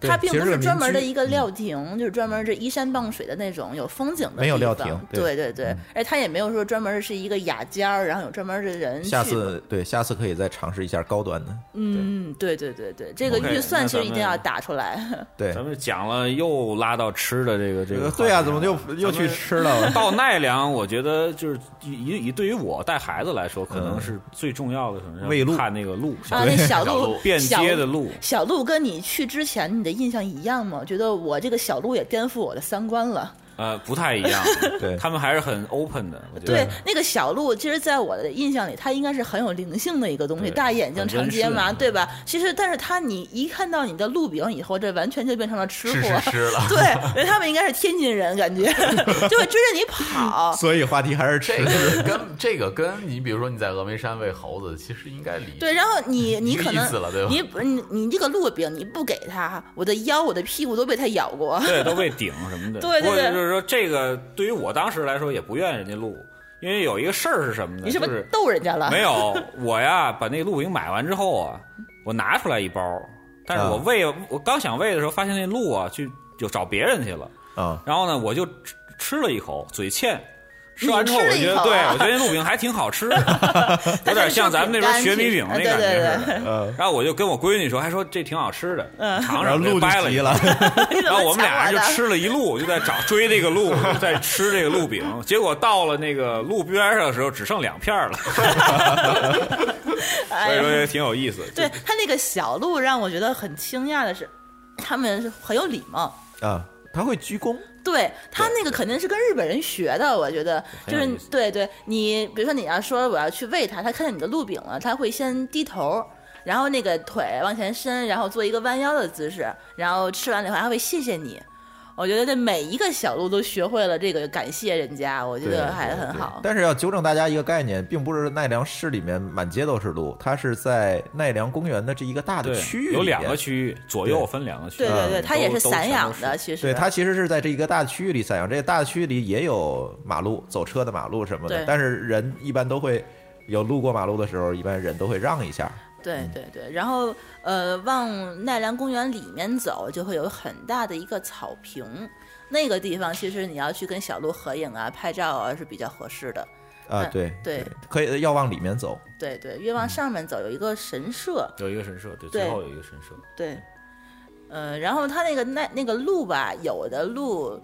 Speaker 3: 对
Speaker 5: 它并
Speaker 3: 其
Speaker 5: 不
Speaker 3: 实是
Speaker 5: 是
Speaker 3: 民
Speaker 5: 专门的
Speaker 3: 居嗯
Speaker 5: 一个料亭，就是专门这依山傍水的那种有风景的
Speaker 3: 没有
Speaker 5: 地
Speaker 3: 料
Speaker 5: 方
Speaker 3: 亭
Speaker 5: 对
Speaker 3: 对嗯
Speaker 5: 对对，而且它也没有说专门是一个雅间儿，然后有专门的人去。
Speaker 3: 下次对，下次可以再尝试一下高端的。
Speaker 5: 嗯，对对对对，这个
Speaker 4: OK，
Speaker 5: 预算
Speaker 4: 那
Speaker 5: 其实
Speaker 4: 咱
Speaker 5: 一定要
Speaker 4: 们
Speaker 5: 打出来。
Speaker 3: 对
Speaker 4: 咱，们讲了又拉到吃的这个这个话题了。
Speaker 3: 对啊，怎么 (laughs) 就又去吃
Speaker 5: (laughs)
Speaker 3: 了？
Speaker 4: 到奈良，我觉得就是以以对于我带孩子来说，可能
Speaker 3: 嗯
Speaker 4: 是最重要的，可能
Speaker 3: 喂鹿
Speaker 4: 是看那个鹿，
Speaker 5: 啊，那小鹿
Speaker 6: 鹿
Speaker 4: 遍
Speaker 5: 小
Speaker 4: 街的鹿。
Speaker 5: 小鹿跟你去之前你的印象一样吗？觉得我这个小鹿也颠覆我的三观了。
Speaker 4: 呃，不太一样，
Speaker 3: (laughs) 对
Speaker 4: 他们还是很 open 的，我觉
Speaker 5: 对
Speaker 4: 得。，
Speaker 5: 那个小鹿，其实在我的印象里，它应该是很有灵性的一个东
Speaker 4: 对
Speaker 5: 西，大眼睛、
Speaker 4: 很
Speaker 5: 长
Speaker 4: 温
Speaker 5: 睫毛，
Speaker 4: 顺
Speaker 5: 对吧？其实，但是它你一看到你的鹿饼以后，这完全就变成了吃
Speaker 6: 吃
Speaker 5: 货。，
Speaker 6: 吃 (laughs) 吃了
Speaker 5: (laughs) 对，因为他们应该是天津人，感觉 (laughs) 就会追着你
Speaker 7: (laughs)
Speaker 5: 跑。
Speaker 3: 所以话题还是
Speaker 6: 这
Speaker 3: 吃。
Speaker 6: 个跟这个跟你比如说你在峨眉山喂猴子，其实应该理
Speaker 5: 对，然后你你
Speaker 6: 一个
Speaker 5: 可
Speaker 6: 意
Speaker 5: 能
Speaker 6: 思了对吧
Speaker 5: 你不你你这个鹿饼你不给它，我的腰我的屁股都被它咬过。
Speaker 4: 对，都被顶什么的。
Speaker 5: (laughs) 对对
Speaker 4: 不过
Speaker 5: 对
Speaker 4: 就是说，这个对于我当时来说也不怨人家鹿，因为有一个事儿是什么呢？
Speaker 5: 你是不
Speaker 4: 就是是
Speaker 5: 逗人家了？
Speaker 4: 没有我呀，把那鹿饼买完之后啊，我拿出来一包，但是我
Speaker 3: 啊
Speaker 4: 喂，我刚想喂的时候，发现那鹿啊去就找别人去了。
Speaker 3: 啊，
Speaker 4: 然后呢，我就吃吃了一口，嘴欠。吃完之后，
Speaker 5: 你
Speaker 4: 我
Speaker 5: 吃了
Speaker 4: 觉
Speaker 5: 一
Speaker 4: 得，
Speaker 5: 口啊
Speaker 4: 对我觉得那鹿饼还挺好吃
Speaker 5: (laughs)
Speaker 4: 的，有点像咱们那边学米饼那感觉似的。然后我就跟我闺女说，还说这挺好吃的，尝
Speaker 3: 嗯然后
Speaker 4: 尝。
Speaker 3: 路
Speaker 4: 掰
Speaker 3: 就
Speaker 4: 了一
Speaker 3: 急
Speaker 4: 口
Speaker 3: 了，
Speaker 5: 嗯 (laughs) 你怎
Speaker 4: 然
Speaker 5: 么
Speaker 4: 后我们
Speaker 5: 抢
Speaker 4: 俩
Speaker 5: 我
Speaker 4: 就
Speaker 5: 的
Speaker 4: 吃了一路，就在找追这个鹿，在吃这个鹿饼。结果到了那个路边上的时候，只剩两片儿了，
Speaker 5: 哎
Speaker 4: 所以
Speaker 5: 呀
Speaker 4: 说也挺有意思。
Speaker 5: 哎对他那个小鹿让我觉得很惊讶的是，他们是很有礼貌。
Speaker 3: 啊，他会鞠躬，
Speaker 5: 对他那个肯定是跟日本人学的，我觉得
Speaker 4: 很
Speaker 5: 就
Speaker 4: 有
Speaker 5: 是
Speaker 4: 意思
Speaker 5: 对对，你比如说你要说我要去喂它，它看见你的鹿饼了，它会先低头，然后那个腿往前伸，然后做一个弯腰的姿势，然后吃完了以后还会谢谢你。我觉得这每一个小路都学会了这个感谢人家，我觉
Speaker 3: 对
Speaker 5: 得还
Speaker 3: 对
Speaker 5: 很
Speaker 3: 对
Speaker 5: 好。
Speaker 3: 但是要纠正大家一个概念，并不是奈良市里面满街都是路，它是在奈良公园的这一个大的
Speaker 4: 对
Speaker 3: 区域，
Speaker 4: 有两个
Speaker 3: 域。
Speaker 4: 区域左右分两个区域，
Speaker 5: 对对对，
Speaker 4: 嗯
Speaker 5: 它也是
Speaker 4: 都都
Speaker 5: 散养
Speaker 4: 全
Speaker 5: 的，
Speaker 4: 都是
Speaker 5: 其实
Speaker 3: 对，它其实是在这一个大区域里散养，这个大区域里也有马路、走车的马路什么的
Speaker 5: 对，
Speaker 3: 但是人一般都会有路过马路的时候，一般人都会让一下。
Speaker 5: 对对对，然后呃，往奈良公园里面走，就会有很大的一个草坪，那个地方其实你要去跟小鹿合影啊、拍照啊是比较合适的。
Speaker 3: 啊，
Speaker 5: 嗯
Speaker 3: 对
Speaker 5: 对，
Speaker 3: 可以要往里面走。
Speaker 5: 对对，越
Speaker 3: 嗯
Speaker 5: 往上面走有一个神社，
Speaker 4: 有一个神社，对，
Speaker 5: 对
Speaker 4: 最后有一个神社，
Speaker 5: 对，呃，然后它那个那那个路吧，有的路。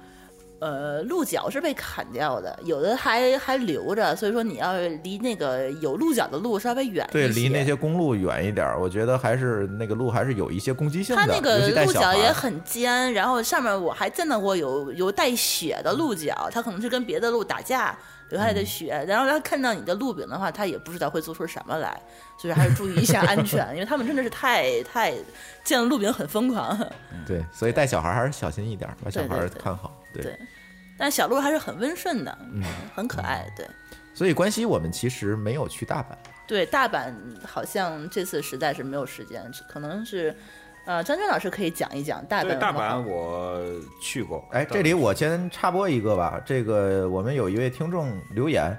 Speaker 5: 呃，鹿角是被砍掉的，有的还还留着，所以说你要离那个有鹿角的路稍微远一些。
Speaker 3: 对，离那些公路远一点儿，我觉得还是那个路还是有一些攻击性的，
Speaker 5: 它那
Speaker 3: 尤
Speaker 5: 个
Speaker 3: 其带
Speaker 5: 鹿
Speaker 3: 小
Speaker 5: 角
Speaker 3: 孩
Speaker 5: 也
Speaker 3: 儿。
Speaker 5: 很尖，然后上面我还见到过有有带血的鹿角，它可能是跟别的鹿打架留下来
Speaker 3: 嗯
Speaker 5: 的血，然后它看到你的鹿饼的话，它也不知道会做出什么来，所以还是注意一下安全，因为他们真的是太太见了鹿饼很疯狂。
Speaker 3: 对，所以带小孩儿还是小心一点儿，把小
Speaker 5: 对
Speaker 3: 孩
Speaker 5: 对
Speaker 3: 儿
Speaker 5: 对
Speaker 3: 看好。对
Speaker 5: 对但小鹿还是很温顺的，
Speaker 3: 嗯
Speaker 5: 很可爱。对
Speaker 3: 所以关西我们其实没有去大阪，
Speaker 5: 对，大阪好像这次实在是没有时间，可能是呃，张军老师可以讲一讲大阪
Speaker 4: 对，
Speaker 5: 有
Speaker 4: 大
Speaker 5: 没有好
Speaker 4: 阪我去过，
Speaker 3: 哎，
Speaker 4: 大
Speaker 3: 这
Speaker 4: 阪
Speaker 3: 里我先插播一个吧。这个我们有一位听众留言，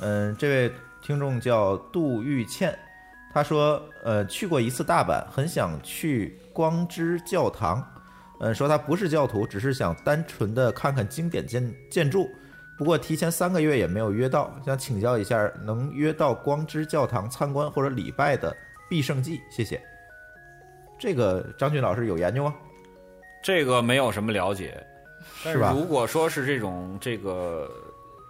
Speaker 3: 嗯，这位听众叫杜玉倩，他说，呃，去过一次大阪，很想去光之教堂，嗯，说他不是教徒，只是想单纯的看看经典建建筑。不过提前三个月也没有约到，想请教一下，能约到光之教堂参观或者礼拜的必胜记？谢谢。这个张俊老师有研究吗？
Speaker 4: 这个没有什么了解，但
Speaker 3: 是吧
Speaker 4: 如果说是这种这个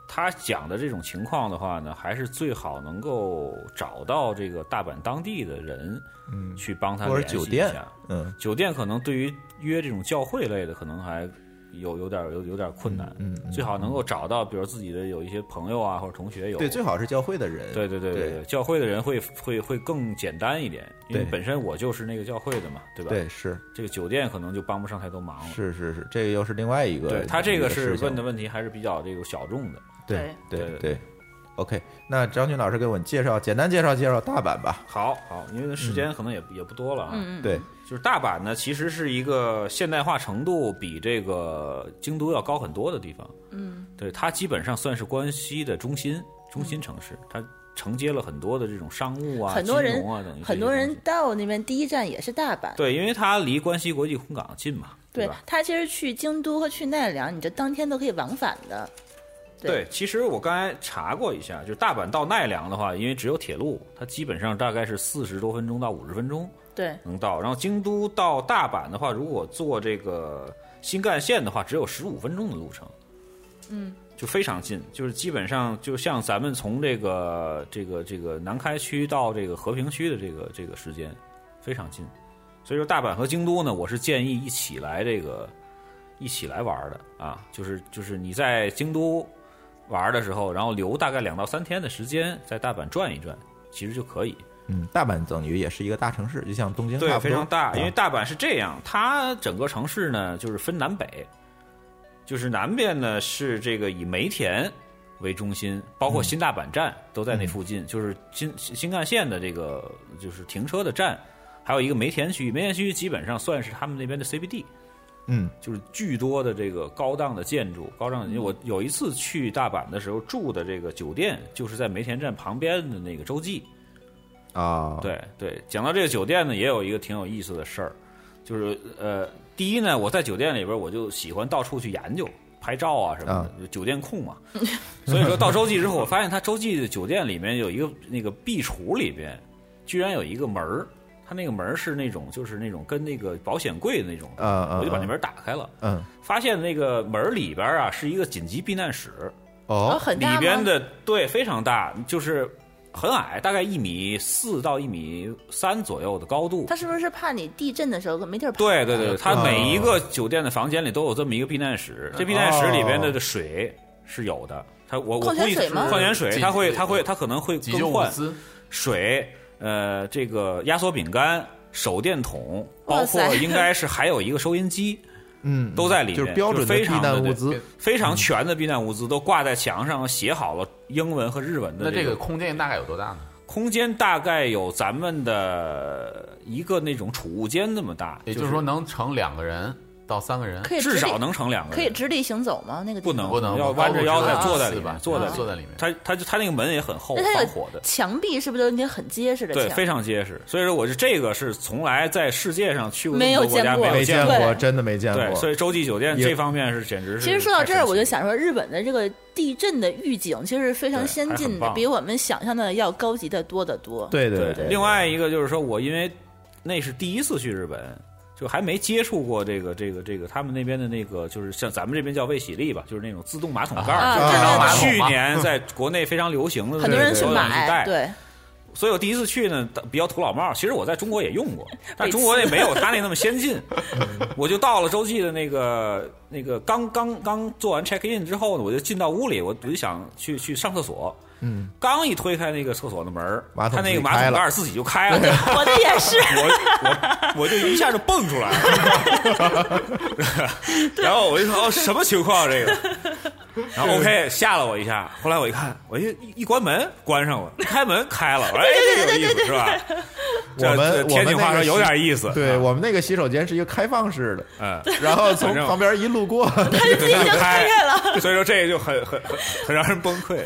Speaker 4: 他讲的这种情况的话呢，还是最好能够找到这个大阪当地的人，嗯，去帮他
Speaker 3: 或者
Speaker 4: 联系
Speaker 3: 酒
Speaker 4: 一
Speaker 3: 店
Speaker 4: 下
Speaker 3: 嗯
Speaker 4: 酒店可能对于约这种教会类的，可能还有有点有有点困难，
Speaker 3: 嗯嗯
Speaker 4: 最好能够找到，比如自己的有一些朋友啊或者同学有
Speaker 3: 对，最好是教会的人。
Speaker 4: 对对对
Speaker 3: 对
Speaker 4: 对，教会的人会会会更简单一点，因为
Speaker 3: 对
Speaker 4: 本身我就是那个教会的嘛，对吧？
Speaker 3: 对，是
Speaker 4: 这个酒店可能就帮不上太多忙了。
Speaker 3: 是是是，这个又是另外一个。
Speaker 4: 对他这个
Speaker 3: 一事
Speaker 4: 是
Speaker 3: 情
Speaker 4: 问的，问题还是比较这个小众的。
Speaker 3: 对
Speaker 4: 对
Speaker 3: 对
Speaker 4: 对
Speaker 3: 对。OK，那张军老师给我们介绍，简单介绍介绍大阪吧。
Speaker 4: 好嗯好，因为时间可能也、也不多了啊。
Speaker 5: 嗯嗯，
Speaker 3: 对，
Speaker 4: 就是大阪呢，其实是一个现代化程度比这个京都要高很多的地方。
Speaker 5: 嗯，
Speaker 4: 对，它基本上算是关西的中心中心城市，它承接了很多的这种商务啊、
Speaker 5: 很多人
Speaker 4: 金融啊等于这些
Speaker 5: 很多人
Speaker 4: 东西
Speaker 5: 到那边第一站也是大阪。
Speaker 4: 对，因为它离关西国际空港近嘛，
Speaker 5: 对
Speaker 4: 吧？
Speaker 5: 他其实去京都和去奈良，你这当天都可以往返的。对
Speaker 4: 对，其实我刚才查过一下，就是大阪到奈良的话，因为只有铁路，它基本上大概是四十多分钟到五十分钟
Speaker 5: 对
Speaker 4: 能到。然后京都到大阪的话，如果坐这个新干线的话，只有十五分钟的路程。嗯，就非常近，就是基本上就像咱们从这个这个这个南开区到这个和平区的这个这个时间非常近。所以说，大阪和京都呢，我是建议一起来这个一起来玩的啊，就是就是你在京都玩的时候，然后留大概两到三天的时间在大阪转一转，其实就可以。
Speaker 3: 嗯，大阪等于也是一个大城市，就像东京差
Speaker 4: 对，
Speaker 3: 不多
Speaker 4: 非常大，因为
Speaker 3: 啊
Speaker 4: 大阪是这样，它整个城市呢就是分南北，就是南边呢是这个以梅田为中心，包括新大阪站都在那附近，
Speaker 3: 嗯
Speaker 4: 就是新新干线的这个就是停车的站，还有一个梅田区，梅田区基本上算是他们那边的 CBD，
Speaker 3: 嗯，
Speaker 4: 就是巨多的这个高档的建筑，高档的。因为我有一次去大阪的时候住的这个酒店就是在梅田站旁边的那个洲际，
Speaker 3: 啊，
Speaker 4: 对对，讲到这个酒店呢，也有一个挺有意思的事儿，就是呃，第一呢，我在酒店里边儿我就喜欢到处去研究。拍照啊什么
Speaker 3: 啊
Speaker 4: 的，就酒店控
Speaker 3: (laughs)
Speaker 4: 嘛，所以说到洲际之后，我发现它洲际的酒店里面有一个那个壁橱里边，居然有一个门儿，它那个门儿是那种就是那种跟那个保险柜的那种，
Speaker 3: 啊啊
Speaker 4: 我就把
Speaker 3: 啊
Speaker 4: 那门儿打开了，
Speaker 3: 嗯
Speaker 4: 发现那个门儿里边儿啊是一个紧急避难室，
Speaker 5: 然后
Speaker 3: 哦
Speaker 5: 很大
Speaker 4: 里
Speaker 5: 吗
Speaker 4: 边的对非常大，就是很矮，大概一米四到一米三左右的高度哎
Speaker 5: 他。是不是怕你地震的时候没地儿跑？
Speaker 4: 对对对，它
Speaker 3: 哦
Speaker 4: 每一个酒店的房间里都有这么一个避难室，这避难室里边的的水是有的。它我我
Speaker 5: 矿泉
Speaker 4: 估计
Speaker 5: 水吗
Speaker 4: 矿泉水，
Speaker 6: 紧
Speaker 4: 它会
Speaker 6: 急
Speaker 4: 它会它可能会
Speaker 6: 急救
Speaker 4: 更
Speaker 6: 物
Speaker 4: 换
Speaker 6: 资，
Speaker 4: 水，呃，这个压缩饼干、手电筒，
Speaker 5: 哇
Speaker 4: 包
Speaker 5: 塞
Speaker 4: 括应该是还有一个收音机。
Speaker 3: 嗯，
Speaker 4: 都在里面，
Speaker 3: 就是标准的
Speaker 4: 非
Speaker 3: 避
Speaker 4: 常
Speaker 3: 难
Speaker 4: 的
Speaker 3: 物资。
Speaker 4: 非常全的避难物资都挂在墙上，写好了英文和日文的。
Speaker 6: 那这个空间大概有多大呢？
Speaker 4: 空间大概有咱们的一个那种储物间那么大，
Speaker 6: 也就是说能盛两个人到三个人，
Speaker 5: 可以直
Speaker 4: 至
Speaker 5: 立
Speaker 4: 少能盛两个人。
Speaker 5: 可以直立行走吗？那个地
Speaker 4: 不能
Speaker 6: 不能
Speaker 4: 要弯着腰再坐在里
Speaker 6: 吧
Speaker 4: 面，，坐在里面
Speaker 6: 啊坐在里面。
Speaker 4: 它它它那个门也很厚，
Speaker 5: 那它
Speaker 4: 防火的
Speaker 5: 有。墙壁是不是都已经很结实的
Speaker 4: 对，
Speaker 5: 墙？
Speaker 4: 非常结实。所以说，我是这个是从来在世界上去过那
Speaker 5: 没
Speaker 4: 么
Speaker 5: 有
Speaker 4: 多国家
Speaker 5: 见过
Speaker 4: 没有
Speaker 3: 没见
Speaker 4: 见过。
Speaker 3: 过，真的没见
Speaker 4: 对，所
Speaker 3: 过。
Speaker 4: 以洲际酒店
Speaker 3: 也
Speaker 4: 这方面是简直是。
Speaker 5: 其实说到这儿，我就，想说，日本的这个地震的预警其实是非常
Speaker 4: 对
Speaker 5: 先
Speaker 4: 还
Speaker 5: 进
Speaker 4: 很
Speaker 5: 的，
Speaker 4: 棒
Speaker 5: 比我们想象的要高级的多得多。
Speaker 3: 对
Speaker 4: 对
Speaker 3: 对，
Speaker 4: 另外一个就是说我因为那是第一次去日本，就还没接触过这个这个这个他们那边的那个，就是像咱们这边叫卫洗力吧，就是那种自动马桶盖儿。
Speaker 5: 啊
Speaker 4: 就是
Speaker 5: 对
Speaker 4: 当
Speaker 5: 对对
Speaker 4: 去年在国内非常流行的，
Speaker 5: 很多人去
Speaker 4: 所有人去
Speaker 5: 买，
Speaker 4: 带。
Speaker 5: 对，
Speaker 4: 所以我第一次去呢，比较土老帽。其实我在中国也用
Speaker 3: (laughs)
Speaker 4: 过，但中国那没有他那那么先进。我就到了洲际的那个那个刚刚刚做完 check in 之后呢，我就进到屋里，我我就想去去上厕所。嗯，刚一推开那个厕所的门儿，
Speaker 3: 马桶
Speaker 4: 他那
Speaker 3: 自
Speaker 4: 个
Speaker 3: 己
Speaker 4: 马
Speaker 3: 开
Speaker 4: 桶
Speaker 3: 了
Speaker 4: 盖儿自己就开了，
Speaker 3: (laughs)
Speaker 5: 我的也是，
Speaker 4: 我我我就一下就蹦出来了。 (laughs) 然后我就说哦，什么情况、啊、这个？然后 OK 吓了我一下，后来我一看，我一一关门关上了，一开门开了，我说哎，这有意思是吧？这
Speaker 3: 我
Speaker 4: 这
Speaker 3: 们我
Speaker 4: 天
Speaker 3: 们
Speaker 4: 津
Speaker 3: 那
Speaker 4: 话说
Speaker 3: 个洗
Speaker 4: 有点意思，
Speaker 3: 对
Speaker 4: 啊
Speaker 3: 我们那个洗手间是一个开放式
Speaker 4: (laughs)
Speaker 3: 的，
Speaker 4: 嗯，
Speaker 3: 然后从
Speaker 4: 反正
Speaker 3: 旁边一路过，
Speaker 4: 自己就
Speaker 5: 开
Speaker 4: 了，所以说这个就很很很很让人崩溃。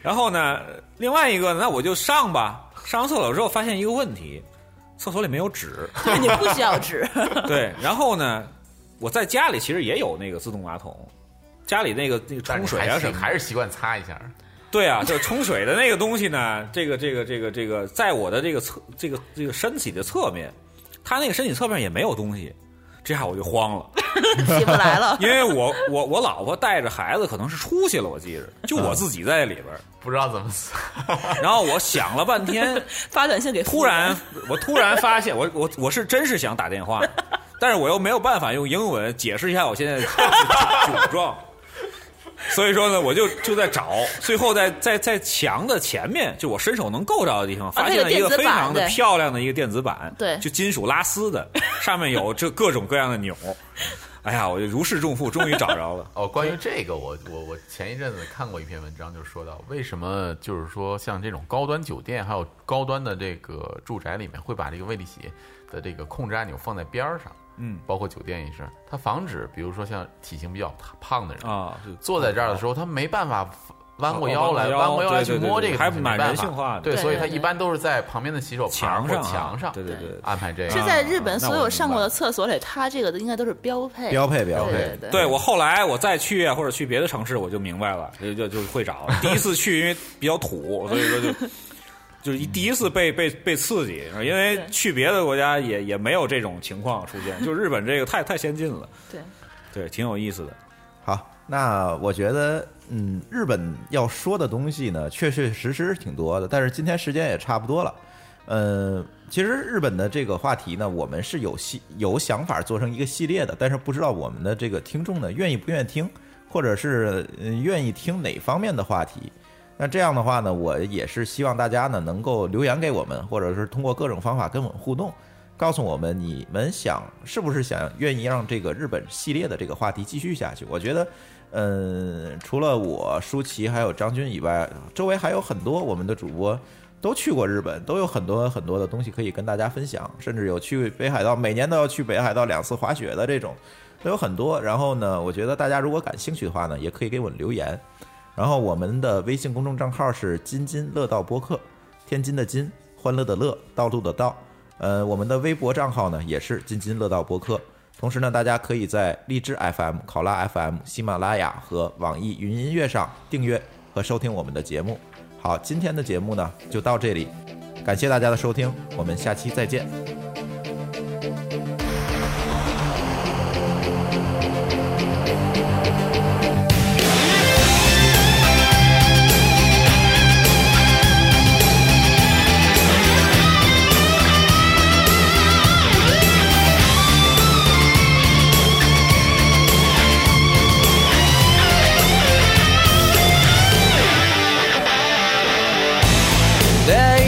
Speaker 4: 然后呢，另外一个，那我就上吧。上完厕所之后发现一个问题，厕所里没有纸。
Speaker 5: 对你不需要纸，
Speaker 4: 对，然后呢，我在家里其实也有那个自动马桶，家里那个那个
Speaker 6: 但
Speaker 4: 冲
Speaker 6: 是
Speaker 4: 水
Speaker 6: 还
Speaker 4: 啊
Speaker 6: 是
Speaker 4: 什么的，
Speaker 6: 还是习惯擦一下。
Speaker 4: 对啊，就是冲水的那个东西呢，这个这个这个这个，在我的这个侧这个这个身体的侧面，它那个身体侧面也没有东西，这下我就慌了，
Speaker 5: 起不
Speaker 4: (laughs)
Speaker 5: 来了。
Speaker 4: 因为我我我老婆带着孩子可能是出去了，我记着，就我自己在里边儿，
Speaker 6: 不知道怎么擦，
Speaker 4: 然后我想了半天，
Speaker 5: 发短信给
Speaker 4: 突
Speaker 5: 夫人 (laughs)
Speaker 4: 然，我突然发现，我我我是真是想打电话，但是我又没有办法用英文解释一下我现在的窘
Speaker 5: (laughs)
Speaker 4: 状，所以说呢，我就就在找，最后在在在墙的前面，就我伸手能够着的地方，发
Speaker 5: 啊那
Speaker 4: 现
Speaker 5: 个
Speaker 4: 了一
Speaker 5: 电
Speaker 4: 个
Speaker 5: 子
Speaker 4: 非
Speaker 5: 板
Speaker 4: 常的
Speaker 5: 对
Speaker 4: 漂亮的一个电子板，
Speaker 5: 对
Speaker 4: 就金属拉丝的，上面有这各种各样的
Speaker 5: (laughs)
Speaker 4: 钮。哎呀，我就如释重负，终于找着了。
Speaker 6: 哦，关于这个，我我我前一阵子看过一篇文章，就是说到为什么就是说像这种高端酒店还有高端的这个住宅里面会把这个卫立洗的这个控制按钮放在边儿上，
Speaker 4: 嗯
Speaker 6: 包括酒店也是，它防止比如说像体型比较胖的人
Speaker 4: 啊，
Speaker 6: 坐在这儿的时候，他没办法弯过腰来
Speaker 4: 哦弯过腰
Speaker 6: 弯过腰来
Speaker 4: 对
Speaker 6: 去
Speaker 4: 对对
Speaker 6: 摸这个
Speaker 4: 还
Speaker 6: 东西，
Speaker 4: 蛮
Speaker 6: 没办
Speaker 4: 人
Speaker 6: 法
Speaker 4: 性化的
Speaker 6: 对，
Speaker 5: 对
Speaker 6: 所以
Speaker 5: 对
Speaker 6: 他
Speaker 5: 对
Speaker 6: 一般都是在旁边的洗手盆儿
Speaker 4: 墙
Speaker 6: 或
Speaker 4: 上啊
Speaker 6: 墙上，
Speaker 4: 对对对
Speaker 6: 安排这个。
Speaker 5: 是在日本所有上过
Speaker 4: 啊
Speaker 5: 的厕所里，它这个的应该都是标配。
Speaker 3: 标配标
Speaker 5: 对
Speaker 3: 配。
Speaker 5: 对
Speaker 4: 对我后来我再去啊，或者去别的城市，我就明白了，就就就会找。第一次去因为比较土，所以说就就是一第一次被被被刺激，因为
Speaker 5: 对
Speaker 4: 去别的国家也也没有这种情况出现，就日本这个太太先进了，
Speaker 5: 对，
Speaker 4: 对，挺有意思的。
Speaker 3: 好，那我觉得，嗯，日本要说的东西呢，确确实实挺多的，但是今天时间也差不多了。呃，其实日本的这个话题呢，我们是有系有想法做成一个系列的，但是不知道我们的这个听众呢愿意不愿意听，或者是嗯愿意听哪方面的话题。那这样的话呢，我也是希望大家呢能够留言给我们，或者是通过各种方法跟我们互动，告诉我们你们想是不是想愿意让这个日本系列的这个话题继续下去。我觉得，嗯，除了我舒淇还有张军以外，周围还有很多我们的主播都去过日本，都有很多很多的东西可以跟大家分享，甚至有去北海道，每年都要去北海道两次滑雪的这种，都有很多。然后呢，我觉得大家如果感兴趣的话呢，也可以给我们留言。然后我们的微信公众账号是“津津乐道播客”，天津的津，欢乐的乐，道路的道。呃，我们的微博账号呢也是“津津乐道播客”。同时呢，大家可以在荔枝 FM、考拉 FM、喜马拉雅和网易云音乐上订阅和收听我们的节目。好，今天的节目呢就到这里，感谢大家的收听，我们下期再见。
Speaker 8: They